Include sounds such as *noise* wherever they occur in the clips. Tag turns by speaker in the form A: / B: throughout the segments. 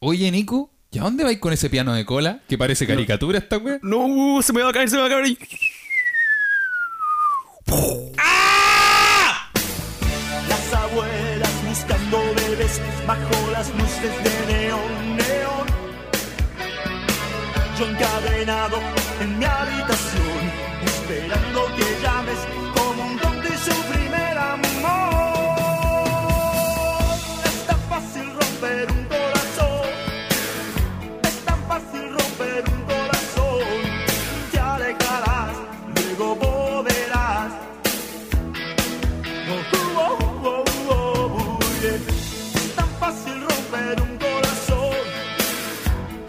A: Oye, Nico, ¿y a dónde vais con ese piano de cola? Que parece caricatura esta wea.
B: No, uh, se me va a caer, se me va a caer. ¡Ah!
C: Las abuelas buscando bebés bajo las luces de neón, neón. Yo encadenado en mi habitación, esperando que llames como un don de su primer amor. Es tan fácil romper un corazón, es tan fácil romper un corazón. Te alejarás, luego volverás. Oh, oh, oh, oh, yeah. Es tan fácil romper un corazón.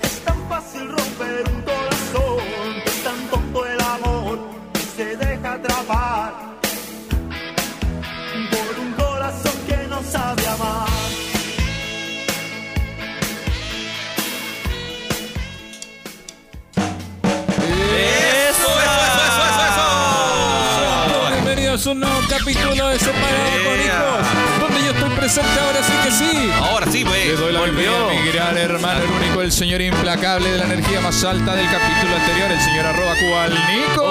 C: Es tan fácil romper un corazón. Es tan tonto el amor que se deja atrapar por un corazón que no sabe amar.
D: Bienvenidos a un nuevo capítulo de Separados con Hijos, donde yo estoy presente ahora sí que sí.
B: Ahora sí, pues.
A: Le doy la
B: Volvió.
A: bienvenida a mi gran hermano, el único, el señor implacable de la energía más alta del capítulo anterior, el señor arroba cual Nico.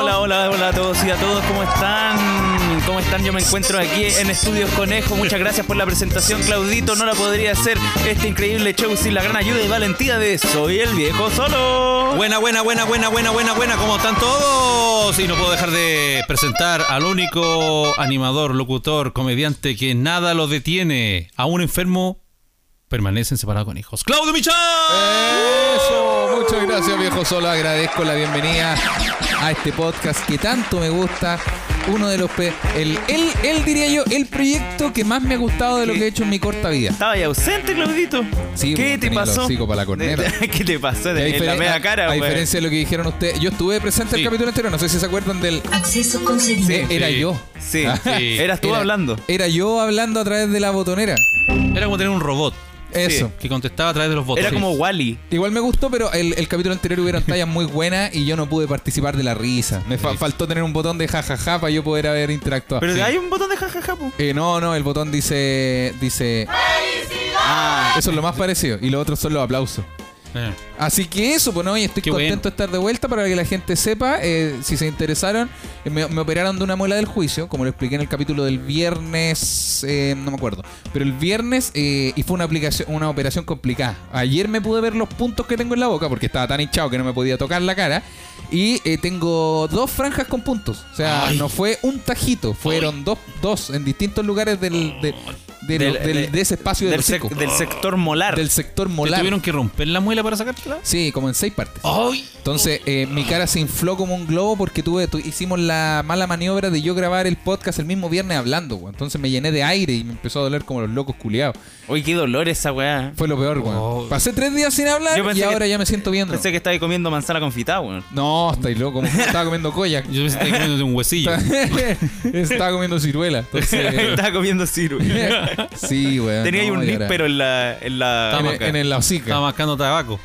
B: Hola, hola, hola a todos y a todos, ¿cómo están? ¿Cómo están? Yo me encuentro aquí en Estudios Conejo. Muchas gracias por la presentación, Claudito. No la podría hacer este increíble show sin la gran ayuda y valentía de Soy el Viejo Solo.
E: Buena, buena, buena, buena, buena, buena, buena, ¿cómo están todos? Y no puedo dejar de presentar al único animador, locutor, comediante que nada lo detiene. A un enfermo permanecen separados con hijos. ¡Claudio Michal!
A: Eso, muchas gracias viejo Solo, agradezco la bienvenida a este podcast que tanto me gusta, uno de los, pe- el, el, el, diría yo, el proyecto que más me ha gustado de lo que he hecho en mi corta vida.
B: Estaba ya ausente, Claudito.
A: Sí,
B: ¿Qué
A: pues,
B: te
A: tenía el
B: pasó?
A: hocico para la corneta.
B: *laughs* ¿Qué te
A: Y
B: pasó?
A: a
B: En la
A: diferen-
B: media cara,
A: a, a
B: güey.
A: diferencia de lo que dijeron ustedes, yo estuve presente en el
E: Sí.
A: capítulo anterior, no sé si se acuerdan del...
F: Acceso concedido.
A: Eh, era
E: sí.
A: yo.
B: Sí,
A: Ah,
E: Sí.
B: eras tú
A: era-
B: hablando.
A: Era yo hablando a través de la botonera.
E: Era como tener un robot
A: Eso.
E: que contestaba a través de los votos.
B: Era como
E: Sí.
B: Wally.
A: Igual me gustó, pero el, el capítulo anterior hubieron tallas muy buenas y yo no pude participar de la risa. Me fa-
E: Sí.
A: faltó tener un botón de jajaja para yo poder haber interactuado.
B: Pero
A: Sí.
B: hay un botón de jajaja, pues. po.
A: Eh, no, no, el botón dice. dice.
B: Ah,
A: Eso es lo más parecido. Y lo otro son los aplausos.
E: Eh.
A: Así que eso, pues no, y estoy
E: Qué
A: contento
E: bueno.
A: de estar de vuelta para que la gente sepa, eh, si se interesaron, eh, me, me operaron de una muela del juicio, como lo expliqué en el capítulo del viernes, eh, no me acuerdo, pero el viernes, eh, y fue una, aplicación, una operación complicada. Ayer me pude ver los puntos que tengo en la boca, porque estaba tan hinchado que no me podía tocar la cara, y eh, tengo dos franjas con puntos, o sea,
E: Ay.
A: no fue un tajito, fueron dos, dos en distintos lugares del, de, de-
B: Del-
A: del-
B: de-
A: de ese espacio del,
B: del, sec-
A: hocico,
B: del sector molar.
A: del sector
E: ¿Te
A: molar.
E: tuvieron que romper la muela para sacártela?
A: Sí, como en seis partes.
E: ¡Ay!
A: Entonces, eh, mi cara se infló como un globo porque tuve, tu- hicimos la mala maniobra de yo grabar el podcast el mismo viernes hablando, weón. Entonces me llené de aire y me empezó a doler como los locos culiados.
B: Uy, qué dolor esa weá.
A: Fue lo peor, weón.
E: Oh.
A: Pasé tres días sin hablar
B: Yo
A: y
B: pensé
A: ahora
B: que-
A: ya me siento viendo.
B: Pensé que estaba ahí comiendo manzana confitada, weón.
A: No, estáis loco. me Estaba comiendo
B: *laughs*
A: koyak.
E: Yo me estaba comiendo de un huesillo.
A: *laughs* estaba comiendo ciruela.
B: *laughs*
A: Entonces,
B: estaba
A: *laughs*
B: comiendo ciru.
A: sí, weón.
B: Tenía ahí
A: no,
B: un
A: y
B: nick,
A: ahora-
B: pero en la. En la
A: En,
E: Estaba
A: el- en el la hocica.
E: Estaba mascando tabaco.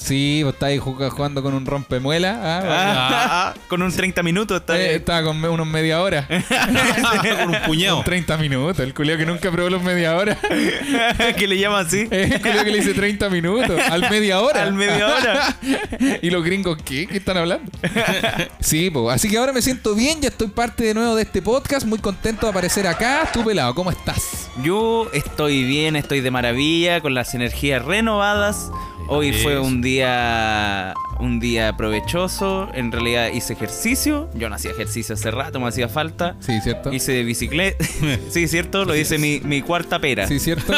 A: Sí, vos estáis ju- jugando con un rompemuela. ah,
B: Ah, con un 30 minutos está
A: eh,
B: bien.
A: estaba con me- unos media
B: *laughs*
A: hora.
E: Con un puñado.
A: 30 minutos, el culiao que nunca probó los media hora. *laughs* Eh.
B: *laughs* que le llama así.
A: El culiao que le dice 30 minutos, al media hora.
B: Al media hora.
A: *laughs* y los gringos, ¿qué? ¿Qué están hablando?
B: *laughs*
A: sí, po. así que ahora me siento bien, ya estoy parte de nuevo de este podcast, muy contento de aparecer acá. Tú pelado, ¿cómo estás?
B: Yo estoy bien, estoy de maravilla, con las energías renovadas. Hoy fue
E: Eso.
B: un día un día provechoso. En realidad hice ejercicio. Yo no hacía ejercicio hace rato, me hacía falta.
A: Sí, ¿cierto?
B: Hice bicicleta. *laughs* sí, cierto, lo dice mi, mi cuarta pera.
A: Sí, ¿cierto?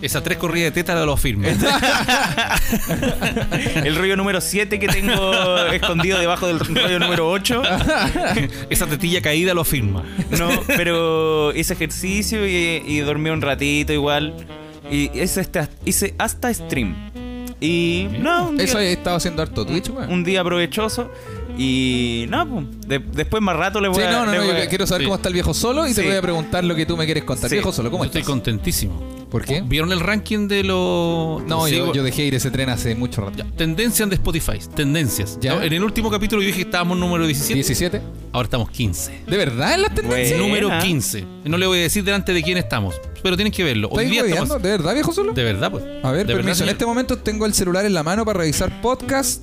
E: Esas tres corridas de teta lo firme.
B: El rollo número 7 que
A: *laughs*
B: tengo escondido debajo del rollo número 8.
E: Esa tetilla caída lo firma.
B: No, pero hice ejercicio y, y dormí un ratito igual. Y hice hasta, hice hasta stream. Y no, *laughs* un día,
A: Eso he estado haciendo harto Twitch, weón.
B: un día provechoso. Y no, pues, de- después más rato le voy
A: Sí,
B: a...
A: no, no,
B: le
A: no,
B: voy
A: yo
B: a-
A: quiero saber
E: sí.
A: cómo está el viejo solo y te
B: Sí.
A: voy a preguntar lo que tú me quieres contar.
B: Sí.
A: Viejo solo, ¿cómo
E: Yo estoy
A: estás?
E: contentísimo.
A: ¿Por qué?
E: ¿Vieron el ranking de los.
A: No, yo,
E: sigo-
A: yo dejé ir ese tren hace mucho rato.
E: Ya, Tendencias de Spotify. Tendencias.
A: Ya.
E: No, En el último capítulo yo dije que estábamos número 17.
A: 17.
E: Ahora estamos 15.
A: ¿De verdad en las tendencias?
B: Buena.
E: Número 15. No le voy a decir delante de quién estamos, pero tienen que verlo. Hoy
A: ¿Estáis
E: día
A: hueveando?
E: estamos.
A: ¿De verdad, viejo solo?
E: De verdad, pues.
A: A ver,
E: De verdad,
A: permiso.
E: señor.
A: en este momento tengo el celular en la mano para revisar podcast,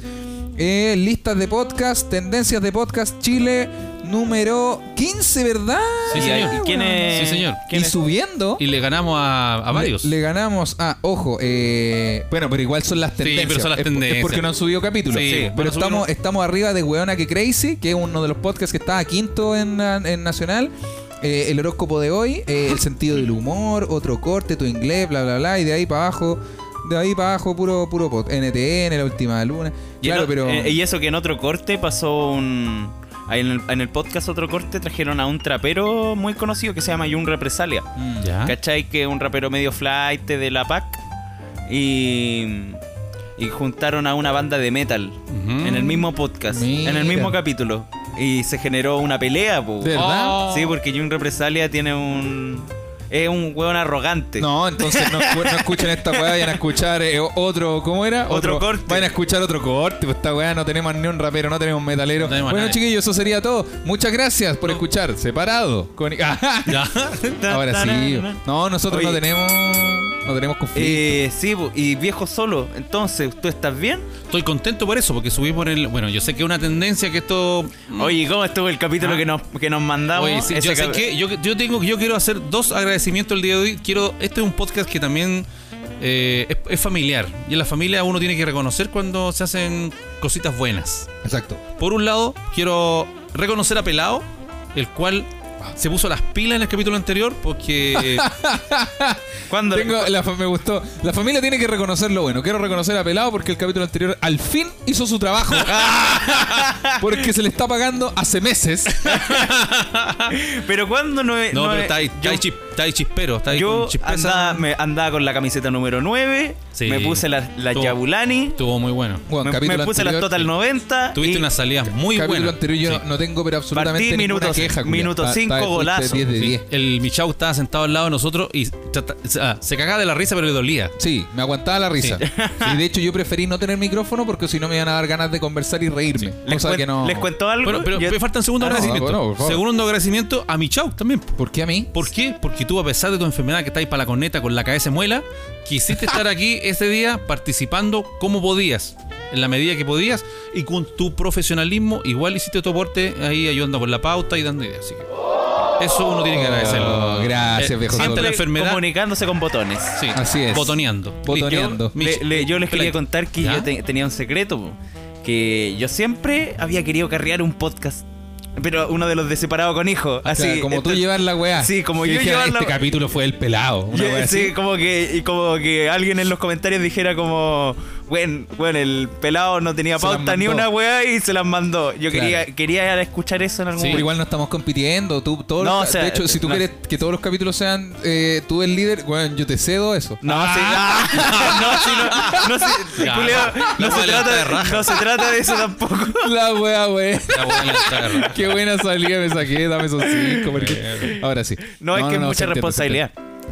A: eh, listas de podcast, tendencias de podcast Chile número 15, ¿verdad?
E: Sí,
B: ¿Y,
E: señor.
B: ahí- quién es?
E: Sí, señor.
B: ¿Quién
A: Y
B: es?
A: subiendo.
E: Y le ganamos a, a varios.
A: Le, le ganamos a, ojo, eh, bueno, pero igual son las tendencias.
E: pero son las
A: Es po- Es,
E: tendencias.
A: porque no han subido capítulos.
E: Sí, van
A: pero
E: a subir
A: estamos,
E: uno.
A: estamos arriba de Weona que Crazy, que es uno de los podcasts que está a quinto en, en Nacional. Eh, el horóscopo de hoy, eh, el sentido del humor, otro corte, tu inglés, bla, bla, bla. Y de ahí para abajo, de ahí para abajo, puro, puro pod. NTN, la última luna.
B: Y
A: Claro,
B: en-
A: pero.
B: eh, y eso que en otro corte pasó un. ahí En el, en el podcast Otro Corte trajeron a un trapero muy conocido que se llama Jun Represalia.
A: Mm,
E: Ya.
B: ¿Cachai? Que es un rapero medio flight de la PAC. Y. Y juntaron a una banda de metal.
E: Ujú.
B: En el mismo podcast. En
A: Mira.
B: el mismo capítulo. Y se generó una pelea, po.
A: ¿De verdad?
E: Oh.
B: Sí, porque Jun Represalia tiene un. Es un weón arrogante.
A: No, entonces no, escu- no escuchen esta weá, vayan a escuchar eh, otro, ¿cómo era?
B: Otro corte.
A: Vayan a escuchar otro corte, pues esta weá no tenemos ni un rapero, no tenemos metalero.
E: No tenemos
A: bueno,
E: nadie.
A: chiquillos, eso sería todo. Muchas gracias por escuchar. Separado. Con...
E: *laughs*
A: *laughs* Ah,
E: Ya.
A: Ahora sí. No, nosotros no
B: Oye.
A: tenemos. No tenemos conflicto.
B: Eh, sí, po, y viejo solo. Entonces, ¿tú estás bien?
E: Estoy contento por eso, porque subimos en el. Bueno, yo sé que es una tendencia que esto.
B: Mm. Oye, ¿cómo estuvo el capítulo que, nos, que nos mandamos?
E: Ah. Oye, sí,
B: Ese
E: yo, sé
B: cap-
E: que- yo, yo tengo, yo quiero hacer dos agradecimientos el día de hoy. Quiero, este es un podcast que también eh, es, es familiar. Y en la familia uno tiene que reconocer cuando se hacen cositas buenas.
A: Exacto.
E: Por un lado, quiero reconocer a Pelado, el cual se puso las pilas en el capítulo anterior porque
B: ¿Cuándo?
A: Tengo la fa- me gustó. La familia tiene que reconocer lo bueno. Quiero reconocer a Pelado porque el capítulo anterior al fin hizo su
B: *laughs*
A: trabajo. porque se le está pagando hace
B: *laughs*
A: meses.
B: *laughs* Pero cuando no es.
E: no,
B: no
E: pero
B: es-
E: está ahí, está
B: yo-
E: ahí chis- está ahí chispero, está ahí
B: Yo
E: con chispeza.
B: andaba, me andaba con la camiseta número 9,
E: Sí.
B: me puse la, la
E: Tú-
B: Yabulani,
E: Estuvo muy bueno.
A: Bueno,
B: me,
A: capítulo
B: me puse las
A: anterior-
B: Total 90.
E: Tuviste
B: y
E: unas salidas muy
A: capítulo
E: buenas.
A: anterior yo
E: Sí.
A: no, no tengo pero absolutamente
B: Partí
A: ninguna
B: minuto-
A: queja. Julián.
B: minuto
A: Ta- ta-
B: cinco
A: fuiste
B: golazo.
A: 10 de
E: Sí,
A: 10.
E: El Michau estaba sentado al lado de nosotros y trata- se- ah, se cagaba de la risa, pero le dolía.
A: Sí, me aguantaba la risa. *laughs* Y de hecho yo preferí no tener micrófono porque si no me iban a dar ganas de conversar y reírme.
B: les,
A: Cosa
B: cuen-
A: que no.
B: les cuento algo.
E: Bueno, pero
B: yo-
E: me falta un segundo
A: Ah, no,
E: agradecimiento.
A: no, por favor.
E: segundo agradecimiento a Michau también.
A: ¿Por qué a mí?
E: ¿Por qué? Porque tú, a pesar de tu enfermedad que estás ahí para la corneta con la cabeza de muela, quisiste
A: *laughs*
E: estar aquí ese día participando como podías, en la medida que podías, y con tu profesionalismo igual hiciste tu aporte ahí ayudando con la pauta y dando ideas. Así que eso uno tiene que agradecerlo.
A: Oh, gracias, viejo
E: Siempre
A: solo.
E: la
B: siempre
E: enfermedad. Ah,
B: comunicándose con botones.
E: Sí,
A: Así es.
E: Botoneando.
A: Botoneando.
E: Yo-
B: Le- le- yo les quería
E: Peladito.
B: contar que
E: ¿Ya?
B: yo te- tenía un secreto, po. que yo siempre había querido carrear un podcast, pero uno de los de separado con hijo.
A: O
B: Así,
A: sea, como tú
B: entonces-
A: llevas la weá.
B: Sí, como
A: Que
B: yo
A: dijera,
B: llevar la-
A: Este capítulo fue el pelado. Una
B: Yo-
A: weá
B: sí,
A: así.
B: como que y como que alguien en los comentarios dijera como, bueno, bueno el pelado no tenía
A: Se las
B: pauta ni
A: mandó".
B: una weá y se las mandó. Yo
A: Claro.
B: quería quería escuchar eso en algún
A: Pero
B: momento.
A: igual no estamos compitiendo. Tú, todos
B: No,
A: los-
B: o sea,
A: de hecho, si tú
B: no.
A: quieres que todos los capítulos sean eh, tú el líder, bueno, yo te cedo
B: *laughs*
A: eso.
B: No, sí,
A: Ah.
B: no, no, sí, no, no,
A: *laughs*
B: sí,
E: Ya,
B: Julio,
E: la
B: no se
E: abuela
B: trata,
E: está de raja.
B: no se trata de eso tampoco.
A: *laughs* La weá, weá. *laughs*
E: La buena guitarra.
A: Qué buena salida me saqué, dame esos cinco. porque- Ahora sí.
B: No, es que es
A: se
B: mucha
A: entiende, se entiende.
B: responsabilidad.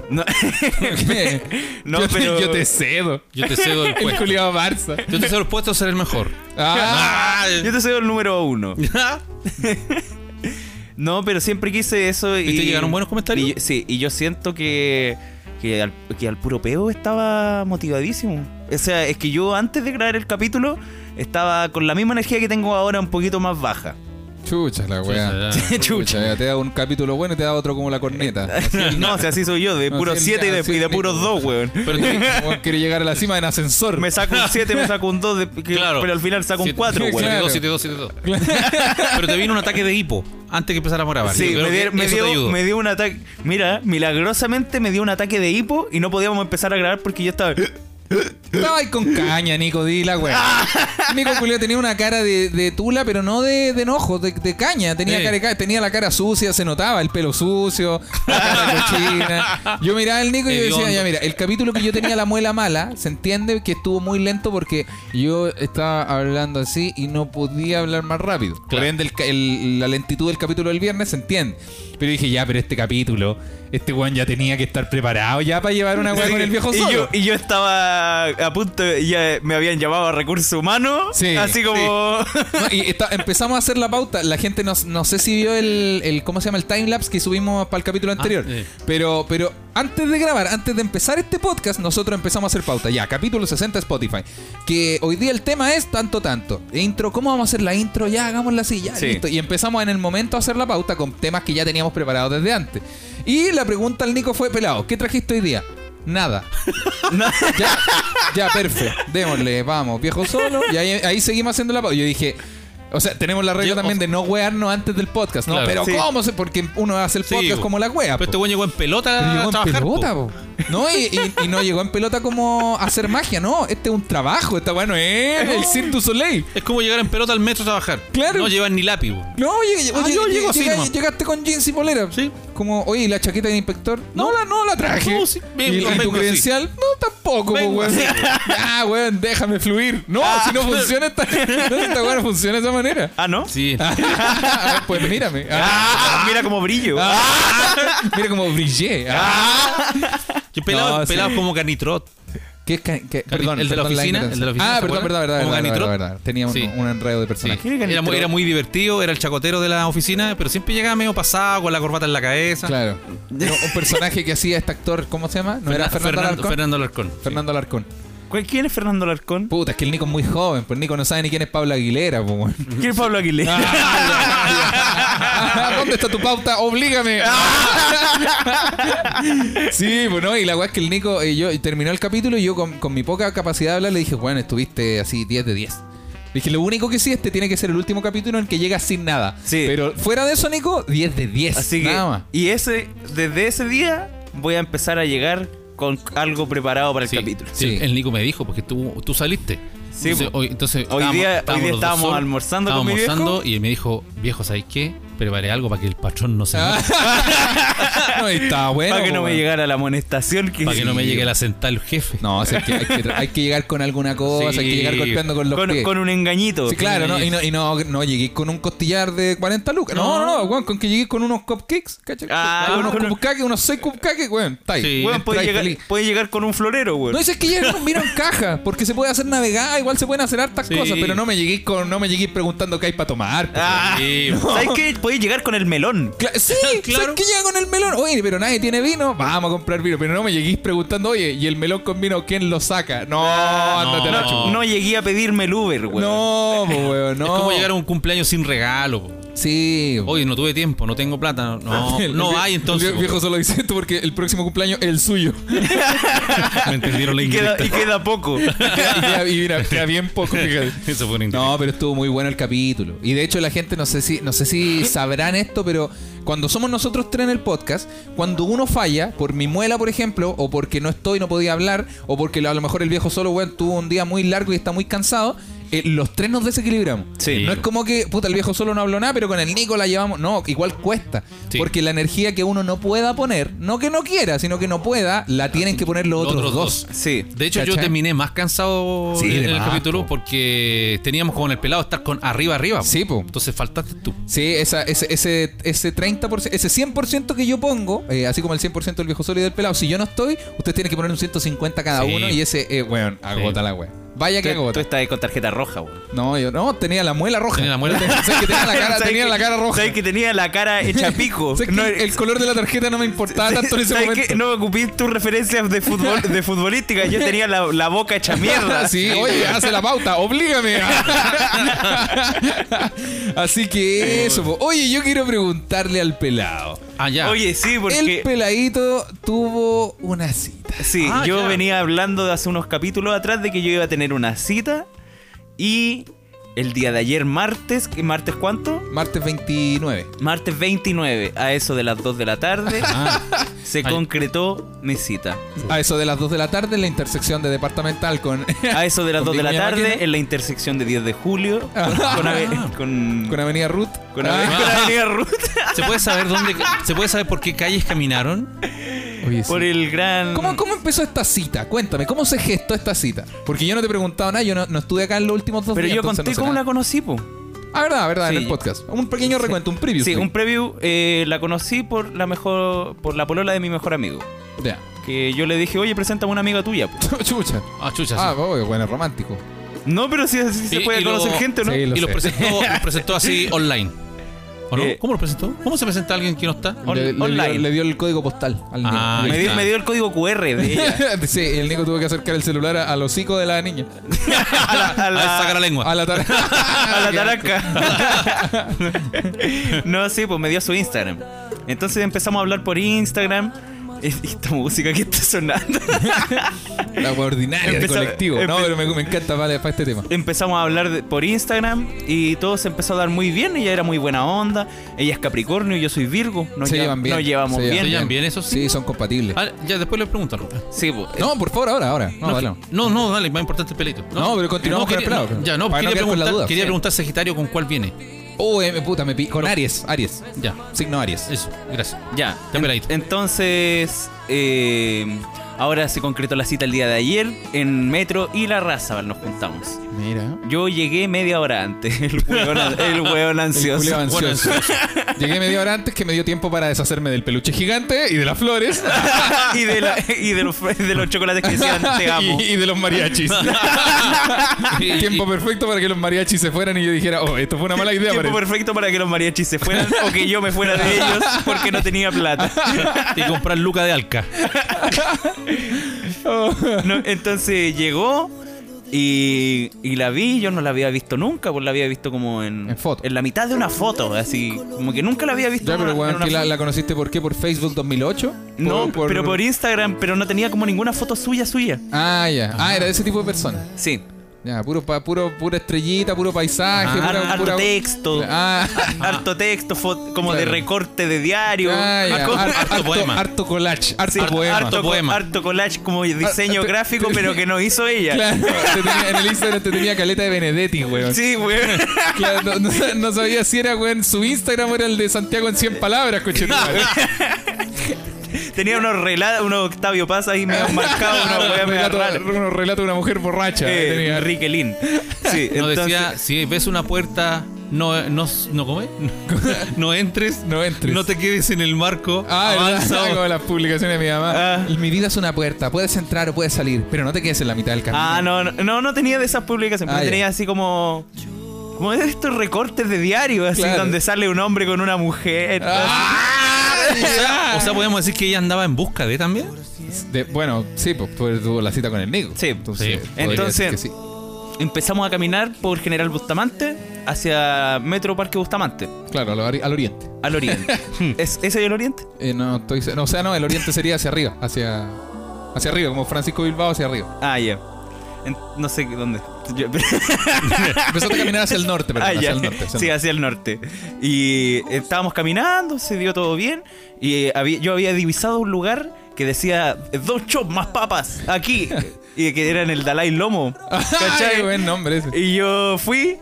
B: No, *laughs* no,
A: yo, te-
B: pero
A: yo te cedo.
E: Yo te cedo el
A: *laughs* El
E: puesto.
A: culiado Barça.
E: Yo te cedo el puesto a ser el mejor.
A: Ah,
B: yo te soy el número uno. No, pero siempre quise eso y.
E: ¿Viste? Llegaron buenos comentarios.
B: y yo- sí, y yo siento que. Que al, que al puro peo estaba motivadísimo. O sea, es que yo antes de grabar el capítulo estaba con la misma energía que tengo ahora, un poquito más baja.
A: chucha la weá.
E: Chucha,
B: Chucha.
A: ya te da un capítulo bueno y te da otro como la corneta.
E: *laughs*
B: no, o sea, así soy yo, de
A: No,
B: puros
A: sí,
B: 7 y de,
A: así
B: y de
A: es,
B: puros
A: Nico.
B: 2, weón.
E: Pero tú-
A: Weón, Quiere llegar a la cima en ascensor.
B: Me saco un 7, me saco un 2,
E: Claro.
B: pero al final saco un
E: Siete-
B: 4,
E: siete-
B: weón.
E: dos, siete, dos, siete, dos. Pero te vino un ataque de hipo antes que empezáramos a grabar.
B: Sí,
E: Yo creo
B: me,
E: que
B: dio- me
E: eso te
B: dio,
E: ayudó.
B: me dio un ataque. Mira, milagrosamente me dio un ataque de hipo y no podíamos empezar a grabar porque yo estaba.
A: Estaba ahí con caña, Nico, di la weá. Nico Julio tenía una cara de, de tula, pero no de, de enojo, de, de caña. Tenía,
E: Sí.
A: cara de ca- tenía la cara sucia, se notaba, el pelo sucio, la cara cochina. Yo miraba al Nico y yo decía,
E: Hediondo.
A: ya mira, el capítulo que yo tenía la muela mala, se entiende que estuvo muy lento porque yo estaba hablando así y no podía hablar más rápido. Por ende, el ca- el- la lentitud del capítulo del viernes se entiende. Pero dije, ya, pero este capítulo, este weón ya tenía que estar preparado ya para llevar una weá con el viejo solo.
B: Y yo, y yo estaba a punto, ya me habían llamado a recursos humanos.
A: Sí,
B: así como.
A: No, y está- empezamos a hacer la pauta. La gente no, no sé si vio el, el- ¿cómo se llama? el timelapse que subimos para el capítulo anterior.
E: sí.
A: Pero, pero antes de grabar, antes de empezar este podcast, nosotros empezamos a hacer pauta. Ya, capítulo 60 Spotify. Que hoy día el tema es tanto, tanto. E Intro, ¿cómo vamos a hacer la intro? Ya, hagámosla así, ya,
B: Sí.
A: listo. Y empezamos en el momento a hacer la pauta con temas que ya teníamos preparados desde antes. Y la pregunta al Nico fue, pelado, ¿qué trajiste hoy día? Nada. Ya, ya, perfecto. Démosle, vamos, viejo solo. Y ahí, ahí seguimos haciendo la pausa. Yo dije, o sea, tenemos la regla
E: Yo-
A: también de no wearnos antes del podcast, ¿no?
E: Claro.
A: pero
B: Sí.
A: ¿cómo? se- Porque uno hace el
E: Sí,
A: podcast
E: po.
A: como la wea.
E: Pero
A: po.
E: este weón llegó en pelota
A: Pero
E: a
A: llegó en
E: trabajar,
A: pelota,
E: po.
A: po. No, y, y- y no llegó en pelota como a hacer magia, no. Este es un trabajo, está bueno, ¿eh? El Cirque du Soleil.
E: Es como llegar en pelota al metro a trabajar.
A: Claro.
E: No llevan ni lápiz, po.
A: No, oye,
E: Ah,
A: oye,
E: yo
A: lle-
E: llego así
A: llega-
E: nomás.
A: llegaste con jeans y polera.
E: Sí.
A: Como, oye, ¿y la chaqueta del inspector? No, la, no la traje.
E: No, sí, vengo-
A: ¿Y, y tu
E: vengo así.
A: credencial? No, tampoco, po,
E: Vengo
A: weón.
E: así.
A: *laughs*
E: Ah.
A: Ah, weón, déjame fluir. No, si no funciona esta, *laughs* no, esta weón no funciona de esa manera.
B: *laughs*
A: *laughs*
B: Ah, ¿no?
E: Sí.
A: Ah, pues mírame. Ah,
B: Ah, mira como brillo.
E: Ah.
A: mira como brillé. Ah.
E: Yo pelado,
A: No, sí.
E: pelado como canitrot.
A: ¿Qué es ca- qué-
E: Cani-
A: perdón,
E: el de la
A: perdón,
E: oficina,
A: ignorancia.
E: el de la oficina,
A: Ah,
E: ¿se
A: perdón,
E: acuerdan?
A: verdad, verdad,
E: Como
A: verdad,
E: Ganitro.
A: verdad, verdad. Tenía un,
E: Sí.
A: un enredo de personaje.
B: ¿Qué
E: Era, muy-
B: canitrot?
E: era muy divertido, era el chacotero de la oficina, pero siempre llegaba medio pasado, con la corbata en la cabeza. *laughs*
A: Claro. Era un personaje que hacía este actor, ¿cómo se llama? ¿No era
E: Fernan-
A: Fernando
E: Fernando-
A: Alarcón?
E: Fernando Alarcón.
A: Fernando Alarcón.
B: ¿Cuál- ¿Quién es Fernando Alarcón?
A: Puta, es que el Nico es muy joven, pues Nico no sabe ni quién es Pablo Aguilera, pues. weón. *laughs*
B: ¿Quién es Pablo
A: Ah,
B: Aguilera? *laughs*
A: ¿Dónde está tu pauta? Oblígame. *laughs* sí, bueno, y la weá es que el Nico eh, yo, y terminó el capítulo y yo con, con mi poca capacidad de hablar le dije, bueno, estuviste así 10 de 10. Le dije, lo único que sí, este tiene que ser el último capítulo en el que llegas sin nada.
B: Sí.
A: Pero fuera de eso, Nico, 10 de 10.
B: Así que. *laughs*
A: Nada más.
B: Y ese, desde ese día voy a empezar a llegar con algo preparado para el
E: Sí,
B: capítulo.
E: sí,
A: Sí.
E: El Nico me dijo, porque tú, tú saliste.
B: Sí,
E: entonces,
B: po.
E: hoy, entonces,
B: Hoy día- hoy día
E: los dos
B: estábamos
E: solos,
B: almorzando con
E: estábamos
B: mi viejo.
E: almorzando y me dijo, viejo, ¿sabes qué? Preparé algo para que el patrón no se
A: Ah.
B: *laughs*
E: note,
A: no, y está bueno.
B: para que no
A: po,
B: me
A: weón.
B: llegara la amonestación. Que
E: para que no me
B: Sí.
E: llegue la sentada el jefe.
A: No, o sea, es que hay, que tra- hay que llegar con alguna cosa,
E: Sí.
A: hay que llegar golpeando con los
B: Con,
A: pies.
B: con un engañito.
A: Sí, claro, ¿no? Y, no, y no, no llegué con un costillar de 40 lucas. No, no, no, weón, con que llegué con unos cupcakes, ¿cachai?
B: Ah,
A: Con unos
B: con un-
A: cupcakes, unos 6 cupcakes, weón, está ahí.
E: Sí.
B: Weón, puede
A: Trae
B: llegar,
A: feliz.
B: puede llegar con un florero, weón.
A: No dices que ya no vino en caja, porque se puede hacer navegada, igual se pueden hacer hartas
E: Sí.
A: cosas, pero no me llegué con, no me llegué preguntando qué hay para tomar. pues.
B: Ah,
E: Sí,
B: *laughs* ¿Sabes qué? Puede llegar con el melón.
A: Cla- sí,
E: Claro.
A: claro. que llega con el melón? Oye, pero nadie tiene vino, vamos a comprar vino, pero no me llegué preguntando, oye, ¿y el melón con vino quién lo saca? No, ándate a
B: No,
E: no.
A: la chupa.
B: no llegué a pedirme el Uber, weón.
A: No, pues, weón, no.
E: Es como llegar a un cumpleaños sin regalo. po.
A: Sí,
E: Hoy no tuve tiempo, no tengo plata.
A: *laughs*
E: No,
A: El
E: no
A: vie-
E: hay entonces.
A: El vie- viejo solo dice esto porque el próximo cumpleaños es el
E: *laughs*
A: suyo. *laughs*
E: po. *laughs* Me entendieron la
B: *laughs* Y queda,
E: indirecta.
B: y queda poco.
A: y, queda- y mira, queda bien poco, fíjate.
E: Eso fue un
A: No, pero estuvo muy bueno el capítulo. Y de hecho la gente, no sé si, no sé
E: *laughs*
A: si sabrán esto, pero cuando somos nosotros tres en el podcast, cuando uno falla, por mi muela, por ejemplo, o porque no estoy, no podía hablar, o porque a lo mejor el viejo solo, weón, tuvo un día muy largo y está muy cansado. eh, los tres nos desequilibramos.
B: Sí.
A: No es como que, puta, el viejo solo no habló nada, pero con el Nico la llevamos. No, igual cuesta.
E: Sí.
A: Porque la energía que uno no pueda poner, no que no quiera, sino que no pueda, la tienen que poner los
E: Ah, Los
A: otros,
E: otros
A: dos.
E: dos.
B: Sí.
E: De hecho, yo
A: ¿Cachai?
E: terminé más cansado
A: Sí,
E: en
A: de
E: el
A: más,
E: capítulo
A: po.
E: porque teníamos con el pelado estar con arriba, arriba. po.
A: Sí, po.
E: Entonces faltaste tú.
A: Sí, esa, ese, ese, ese 30%, ese 100% que yo pongo, eh, así como el 100% del viejo sólido y del pelado, si yo no estoy, ustedes tienen que poner un 150 cada
E: Sí.
A: uno y ese, eh, weón, agota la weón. Vaya que
B: Tú, tú
A: agota.
B: estás ahí con tarjeta roja, weón.
A: No, yo no, tenía la muela roja.
E: Tenía
A: *laughs*
E: la muela.
A: O sea, que tenía Ah, la
E: *laughs*
A: cara,
B: *laughs* ¿Sabes
A: tenía
B: que-
A: la cara roja.
B: ¿Sabes que tenía la
A: *laughs*
B: cara hecha pico?
A: O sea, que
B: No, eh,
A: el color de la tarjeta no me importaba tanto en ese
B: ¿sabes
A: momento.
B: qué? No me ocupé tus referencias de, fútbol, de futbolística. Yo tenía la, la boca hecha
A: *laughs*
B: mierda.
A: sí, oye, hace la pauta,
B: *laughs*
A: oblígame. Así que eso, po. oye, yo quiero preguntarle al pelado.
E: Ah, ya.
B: Oye, sí, porque.
A: El peladito tuvo una cita.
B: Sí,
E: Ah,
B: yo
E: ya.
B: venía hablando de hace unos capítulos atrás de que yo iba a tener una cita y el día de ayer, martes, ¿qué- ¿martes cuánto?
A: Martes 29.
B: Martes 29, a eso de las 2 de la tarde, se
E: Ay.
B: concretó mi cita.
A: A eso de las 2 de la tarde en la intersección de departamental con, *laughs*
B: A eso de las
A: ¿Con
B: 2 de la
A: Viña
B: tarde,
A: Máquina?
B: en la intersección de 10 de julio, con, con ave- con-
A: con Avenida Ruth.
B: con
A: Ah,
B: ave- con Avenida Ruth,
E: ¿Se puede saber dónde se puede saber por qué calles caminaron?
A: oye, sí.
B: por el gran...
A: ¿Cómo, ¿Cómo empezó esta cita? Cuéntame, ¿cómo se gestó esta cita? Porque yo no te he preguntado nada, yo no, no estuve acá en los últimos dos
B: Pero
A: días.
B: yo
A: entonces
B: conté
A: no sé
B: cómo la
A: nada.
B: conocí, po.
A: Ah, verdad, verdad, en
B: Sí.
A: el podcast. Un pequeño recuento, un preview.
B: Sí,
A: sí.
B: un preview, eh, la conocí por la mejor, por la polola de mi mejor amigo.
A: Ya. *laughs*
B: Que yo le dije, oye, preséntame una amiga tuya. po".
A: Chucha.
E: Ah, chuchas.
A: Ah, obvio, bueno, romántico.
B: No, pero sí, sí se
E: Y-
B: puede
E: y
B: conocer
E: luego-
B: gente, ¿no?
A: Sí, lo
E: y los
A: sé.
E: presentó, los presentó
A: *laughs*
E: así online. ¿O no?
B: Eh,
E: ¿Cómo lo presentó? ¿Cómo se presenta alguien que no está?
B: On-
A: le, le dio-
B: online.
A: le dio el código postal al niño.
E: Ah,
B: me,
E: ahí
B: dio,
E: está.
B: me dio el código QR
A: *laughs*
B: de ella.
A: sí, el Nico tuvo que acercar el celular a- al hocico de la niña.
B: A la, a
E: A
B: la-
E: ver, saca la lengua.
A: A la *laughs* tara-
B: *laughs* a la
A: *laughs*
B: taranca. no, sí, pues me dio su Instagram. Entonces empezamos a hablar por Instagram. *laughs* Eh, Esta música que está sonando. *laughs*
A: La wea ordinaria del
B: Empezó-
A: colectivo. No,
B: empe-
A: pero me, me encanta, vale, para este tema.
B: Empezamos a hablar de- por Instagram y todo se empezó a dar muy bien. Ella era muy buena onda. Ella es Capricornio y yo soy Virgo. Nos,
A: se
B: lle-
A: llevan bien.
B: nos llevamos
A: se
B: bien.
E: Se llevan bien, eso sí.
A: Sí, son compatibles.
E: Ah, ya después le preguntaron.
B: Sí, pues.
A: no, por favor, ahora, ahora. No,
E: No,
A: dale.
E: que- no, no, dale, más importante el pelito.
A: No, pero continuamos con el
E: quería-
A: pelado.
E: Ya, no,
A: Para no
E: quería,
A: quedar con la
E: preguntar,
A: duda.
E: quería
A: Sí.
E: preguntar Sagitario con cuál viene.
A: Oh, eh, puta, me pi- Con Aries, Aries.
E: Ya,
A: Signo Aries.
E: eso, gracias.
B: eh, Ya,
E: Ya,
B: en-
E: peladito.
B: entonces eh, ahora se concretó la cita el día de ayer en Metro y La Raza nos juntamos.
A: Mira.
B: Yo llegué media hora antes, el hueón, el hueón
A: El
B: ansioso.
A: culiao
E: Bueno,
A: ansioso. *laughs* Llegué media hora antes que me dio tiempo para deshacerme del peluche gigante y de las flores
B: y, de la- y de los, de los chocolates que decían *laughs* te amo.
A: *laughs* y, y de los
B: *laughs*
A: mariachis.
E: *laughs* Y-
A: *laughs* tiempo perfecto para que los mariachis se fueran y yo dijera, oh, esto fue una mala idea.
B: Tiempo
A: parece.
B: perfecto para que los mariachis se fueran o que yo me
A: *laughs*
B: fuera de ellos porque no tenía plata.
E: y comprar Luca de Alca.
B: No, entonces llegó y, y la vi, yo no la había visto nunca, pues la había visto como en,
A: En foto.
B: en la mitad de una foto, así como que nunca la había visto.
A: Ya,
B: en
A: pero
B: una- en
A: weón,
B: una
A: ¿que la,
B: foto.
A: la conociste por qué? ¿Por Facebook 2008?
B: No, pero por Instagram, pero no tenía como ninguna foto suya, suya.
A: Ah, ya. Ah, era de ese tipo de persona.
B: Sí.
A: Ya, puro, pa- puro, pura estrellita, puro paisaje,
B: Har-
A: Ah, pura,
B: Ah, harto
A: pura-
B: texto.
A: Ah,
B: *laughs* Harto texto, fo- como de
A: Claro.
B: recorte de diario.
A: ah, ya.
B: Como-
A: Har-
E: harto
A: harto,
E: poema.
A: harto collage, harto
B: sí,
A: poema.
B: harto,
E: harto
B: co-
E: poema.
B: harto collage como diseño
A: Ah, te- *laughs*
B: gráfico,
A: te-
B: pero que no hizo ella.
A: Claro, te tenía- en el Instagram te tenía caleta de Benedetti,
B: *laughs*
A: weón.
B: Sí, güey.
A: *laughs* Claro, no, no sa- no sabía si era, weón, su Instagram o era el de Santiago en 100 palabras,
B: *laughs*
A: cochetumare.
B: Tenía unos relatos, unos Octavio Paz ahí medio marcados, una weá
A: Relato-
B: media
A: Unos
B: rara.
A: relatos de una mujer borracha.
B: Eh,
A: tenía.
B: Enrique Lin.
A: *laughs*
B: Sí,
E: No
B: entonces-
E: decía, si ves una puerta, no, no, no, ¿cómo es? *laughs* no entres,
A: No entres.
E: no te quedes en el marco,
A: Ah, *laughs*
E: avanza.
A: verdad, como las publicaciones de mi mamá.
B: Ah.
A: Mi vida es una puerta, puedes entrar o puedes salir, pero no te quedes en la mitad del camino.
B: Ah, no, no, no, no tenía de esas publicaciones,
A: Ah,
B: pero
A: ya.
B: tenía así como. Como de estos recortes de diario, así
A: Claro.
B: donde sale un hombre con una mujer.
A: Ah,
E: O sea,
A: ya.
E: o sea, podemos decir que ella andaba en busca de también.
A: De- bueno, sí, pues pues, tuvo la cita con el Nico.
B: Sí,
A: entonces.
E: sí.
A: podría
B: Entonces-
A: decir que sí.
B: Empezamos a caminar por General Bustamante hacia Metro Parque Bustamante,
A: Claro, al, ori- al oriente. *laughs*
B: al oriente. ¿Es, ¿Ese es el oriente?
A: Eh, no, estoy, no, o sea, no, el oriente sería hacia arriba, hacia. Hacia arriba, como Francisco Bilbao hacia arriba.
B: Ah, ya. En- No sé dónde. Yo- *laughs*
A: Empezaste a caminar hacia el norte, perdón,
B: Ah,
A: hacia
B: ya.
A: el norte. hacia el
B: sí,
A: norte.
B: hacia el norte. Y eh, estábamos caminando, se dio todo bien. Y eh, había- yo había divisado un lugar que decía eh, dos chops más papas
A: *laughs*
B: aquí. y que era en el Dalai Lomo.
A: *laughs* Ay,
B: ¿cachai?
A: buen nombre ese.
B: Y yo fui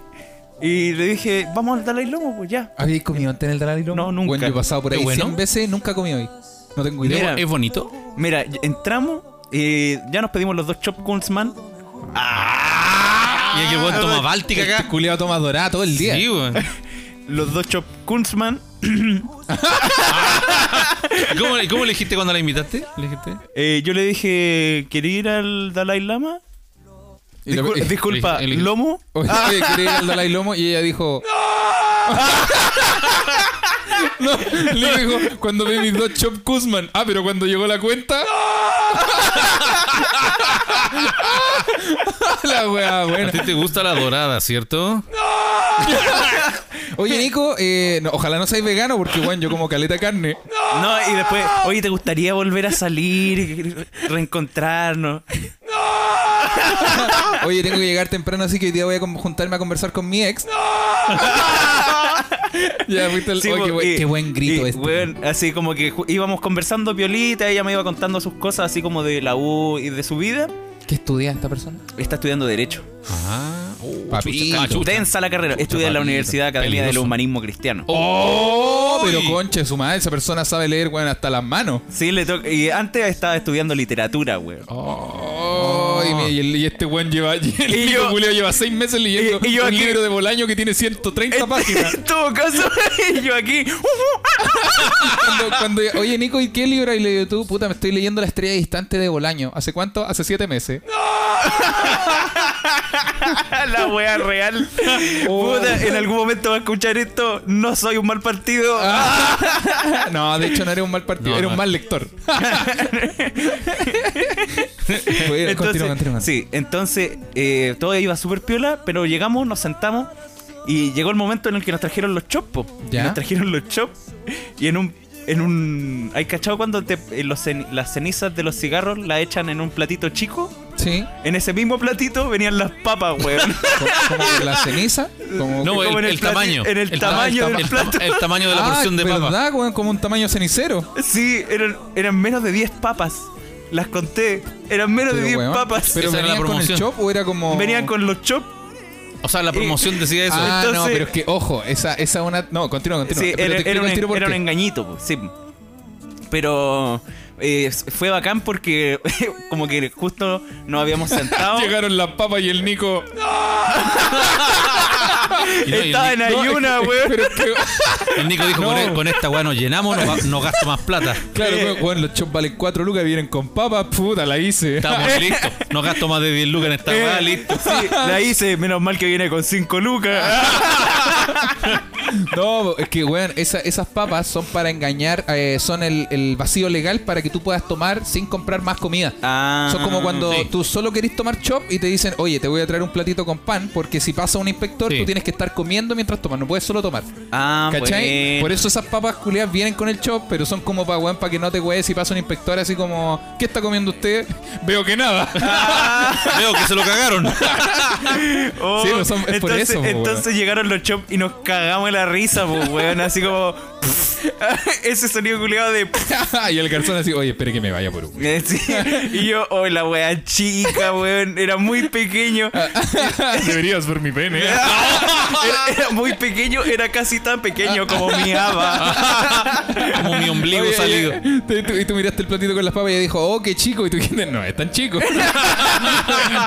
B: y le dije, vamos al Dalai Lomo, pues ya.
A: ¿Habías comido antes en el Dalai Loma?
B: No, nunca.
A: Bueno, yo he pasado por
E: Qué
A: ahí
E: bueno.
A: 100 veces y nunca comí hoy. No tengo idea.
B: Mira.
E: Es bonito.
B: Mira, y- entramos y ya nos pedimos los dos chop Kunzman.
E: Y hay que buen toma báltica
A: Este
E: acá.
A: culiao toma dorada todo el día.
E: Sí, weón.
B: Los dos chop Kunzman.
E: ¿Y cómo, y cómo le dijiste cuando la invitaste? ¿Le dijiste?
B: Eh, yo le dije, ¿quería ir al Dalai Lama?
A: Y le- *laughs*
B: Discul-
A: y-
B: disculpa,
E: el- el-
B: ¿Lomo?
A: Oye,
E: Ah.
A: oye, quería ir al Dalai Lomo y ella
E: *laughs*
A: dijo. *laughs* No, le dijo, cuando vi mis dos Chop Kuzman. Ah, pero cuando llegó la cuenta. *laughs* la weá,
E: A
A: buena.
E: ti te gusta la dorada, ¿cierto?
A: Oye, Nico, eh, no, ojalá no seas vegano porque, bueno, yo como caleta carne.
B: No, y después, oye, ¿te gustaría volver a salir? Reencontrarnos.
A: Oye, tengo que llegar temprano, así que hoy día voy a con- juntarme a conversar con mi ex. *laughs* ya, fuiste el...
B: Sí,
A: oh, qué,
B: po,
A: buen,
B: y-
A: qué buen grito
B: y,
A: este.
B: weón, así como que ju- íbamos conversando violita, ella me iba contando sus cosas así como de la U y de su vida.
A: ¿Qué estudia esta persona?
B: Está estudiando Derecho.
E: Ah, oh,
A: Papito.
E: chucha, chucha.
B: Densa la carrera. Estudia en la
E: papito,
B: Universidad Academia del
E: peligroso.
B: Humanismo Cristiano.
E: ¡Oh!
A: Oh, pero
E: Uy.
A: conche, su madre, esa persona sabe leer, weón, hasta las manos.
B: Sí, le toca. Y antes estaba estudiando literatura, weón.
A: Oh, y, mi- y el- y este weón lleva. *laughs* y el
B: Y
A: Nico
B: yo-
A: Julio lleva seis meses leyendo
B: y- y yo
A: un
B: aquí- Este-
A: libro de Bolaño que tiene
B: *laughs*
A: 130 páginas.
B: En todo caso, y *laughs* yo aquí. ¡uh!
A: Cuando- cuando- oye, Nico, ¿y qué libro hay leído tú? Puta, me estoy leyendo La estrella distante de Bolaño. ¿Hace cuánto? Hace siete meses.
B: la wea real.
A: Oh.
B: Puta, en algún momento va a escuchar esto. No soy un mal partido.
A: Ah. *laughs* No, de hecho no era un mal partido,
E: No,
A: era
E: no.
A: un mal lector. Bueno, continúa, continúa.
B: Eh, Sí, entonces eh, todo iba súper piola, pero llegamos, nos sentamos y llegó el momento en el que nos trajeron los chops. po.
A: Ya.
B: Y Nos trajeron los chops y en un. En un ¿Hay cachado cuando te- eh, los cen- las cenizas de los cigarros la echan en un platito chico?
A: Sí,
B: En ese mismo platito venían las papas, weón.
A: *laughs* co- como por la ceniza. Como
E: No,
B: Como en
E: el,
B: el
E: el
B: plati-
E: tamaño.
B: en el tamaño
E: tama-
B: del
E: el tama-
B: plato.
E: el tamaño de la
A: Ah,
E: porción de papa.
A: ¿verdad, weón? Como un tamaño cenicero.
B: sí, eran, eran menos de 10 papas. Las conté. Eran menos
A: Pero,
B: de 10
A: weón,
B: papas.
A: pero
E: Esa era la
A: venían con el
E: promoción.
A: chop o era como.
B: venían con los chops.
E: O sea, la promoción decía eso.
A: Ah, no,
B: Entonces-
A: pero es que, ojo, esa, esa una. No, continúa, continúa.
B: Sí,
A: Pero
B: era,
A: te
B: era
A: explico
B: un,
A: al tiro por
B: era un
A: qué.
B: engañito, pues, sí. Pero eh, fue bacán porque *laughs* como que justo nos
A: *laughs*
B: habíamos sentado.
A: Llegaron las papas y el Nico.
E: Y no, y el
B: Estaba en ayuna, weón.
A: Pero
B: *laughs*
A: es que,
E: El Nico dijo, con, e-, con esta weá nos llenamos, no, va- no gasto más plata.
A: claro, weón, weón, los chops valen 4 lucas y vienen con papas. Puta, la hice. *laughs*
E: Estamos listos. No gasto más de 10 lucas en esta
A: Eh.
E: weá, listo.
B: Sí, la hice, menos mal que viene con
A: *laughs*
B: 5 lucas.
A: No, es que, weón, esa- esas papas son para engañar, eh, son el, el vacío legal para que tú puedas tomar sin comprar más comida.
B: Ah,
A: son como cuando
E: sí.
A: tú solo querés tomar chop y te dicen, oye, te voy a traer un platito con pan, porque si pasa un inspector,
E: Sí.
A: tú tienes que estar comiendo mientras tomas, no puedes solo tomar.
B: Ah,
A: ¿Cachai?
B: bueno.
A: Por eso esas papas culiadas vienen con el chop, pero son como para weón, para que no te wees si pasa un inspector así como, ¿qué está comiendo usted? Veo que nada.
E: Veo que se lo cagaron.
B: Oh,
A: Sí, pues son- es por
B: entonces,
A: eso, po,
B: entonces llegaron los chops y nos cagamos la risa, pues, weón. Así como. *laughs* ese sonido culiado de.
A: *laughs*
B: *laughs*
A: y el garzón así, oye, espere que me vaya por un.
B: Eh, sí. Y yo, oh, la wea chica, weón. Era muy pequeño.
A: *laughs* Deberías ver mi pene.
B: *laughs* Era, era muy pequeño, era casi tan pequeño como mi
E: *laughs*
B: haba.
E: Como mi ombligo *laughs*
A: Oye,
E: salido.
A: oye, tú- Y tú, y tú miraste el platito con las papas y ella dijo, oh, qué chico. Y tú dijiste, no, es tan
E: *laughs*
A: chico.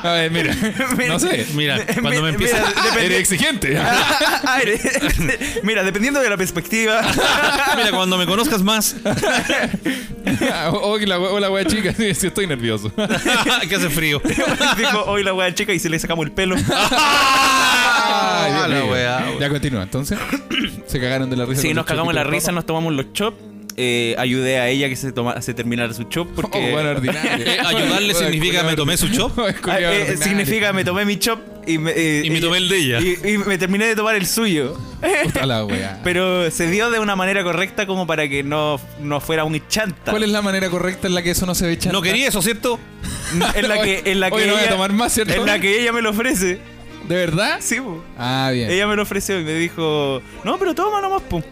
A: A ver, mira. No sé.
E: Mira, cuando me empieza-
B: Mira, dependi-
A: Eres exigente.
B: Ah, *laughs* ah, eres- mira, dependiendo de la perspectiva. *laughs*
E: Mira, cuando me
A: *laughs*
E: conozcas más,
A: *laughs* oh, oh, la, we- oh, la wea chica. Sí, sí, estoy nervioso.
E: que hace frío.
B: Dijo, hoy la wea chica y se le sacamos el
E: *laughs*
B: pelo.
E: Ah,
A: Ay, Dios
E: la
A: mío.
E: wea, wea.
A: Ya continúa, entonces. Se cagaron de la
E: pues,
A: risa.
B: Sí,
A: con
B: nos
A: los
B: cagamos la
A: chopitos de
B: risa,
A: papa.
B: nos tomamos los chops. Eh, ayudé a ella que se, toma, se terminara su chop porque
A: Oh, bueno, ordinario.
E: Eh, ayudarle
A: Bueno,
E: significa me
A: culiao *laughs*
E: tomé su chop
A: ordinario.
B: Ah,
A: Culiao
B: eh,
A: ordinario.
B: significa me tomé mi chop y me, eh,
E: y me tomé el de ella.
B: y- y me terminé de tomar el suyo.
A: Puta la wea.
B: *laughs* Pero se dio de una manera correcta como para que no, no fuera un chanta.
A: ¿Cuál es la manera correcta en la que eso no se ve chanta?
E: No quería eso, ¿cierto?
B: En la que, en la que
A: Oye, no voy a
B: ella,
A: tomar más, ¿cierto?
B: En la que ella me lo ofrece.
A: ¿De verdad?
B: Sí, po.
A: Ah, bien.
B: Ella me lo ofreció y me dijo, no, pero toma nomás, po.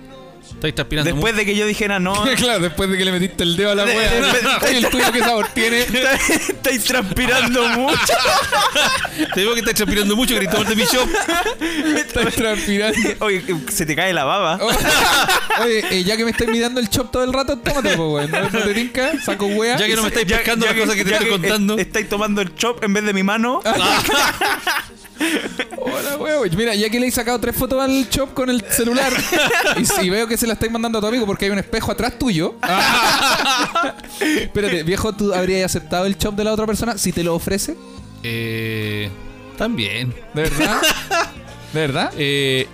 E: Estoy transpirando
B: Después de que yo dijera,
E: *laughs*
B: no,
A: *laughs* claro, después de que le metiste el dedo a la
B: De-
A: wea.
B: de-
A: Oye, *laughs* el tuyo qué sabor tiene.
B: estáis estáis
E: *laughs*
B: transpirando mucho. *laughs*
E: mucho. Te digo que estás transpirando mucho, querés tomarte mi chop.
A: Estás transpirando.
B: Oye, se te cae la baba.
A: *laughs* Oye, eh, ya que me estás mirando el chop todo el rato, tómate, po, weón. ¿No, no te tinca? Saco wea.
E: Ya que no me estáis pescando las cosas que te
B: ya
E: estoy contando. Ah.
B: es- Estáis tomando el chop en vez de mi mano.
A: Hola, weón. Mira, ya que le he sacado tres fotos al chop con el celular y, si veo que se la estáis mandando a tu amigo porque hay un espejo atrás tuyo. Espérate, viejo, ¿tú habrías aceptado el chop de la otra persona si te lo ofrece?
E: Eh, también.
A: ¿De verdad? ¿De verdad?
E: Eh,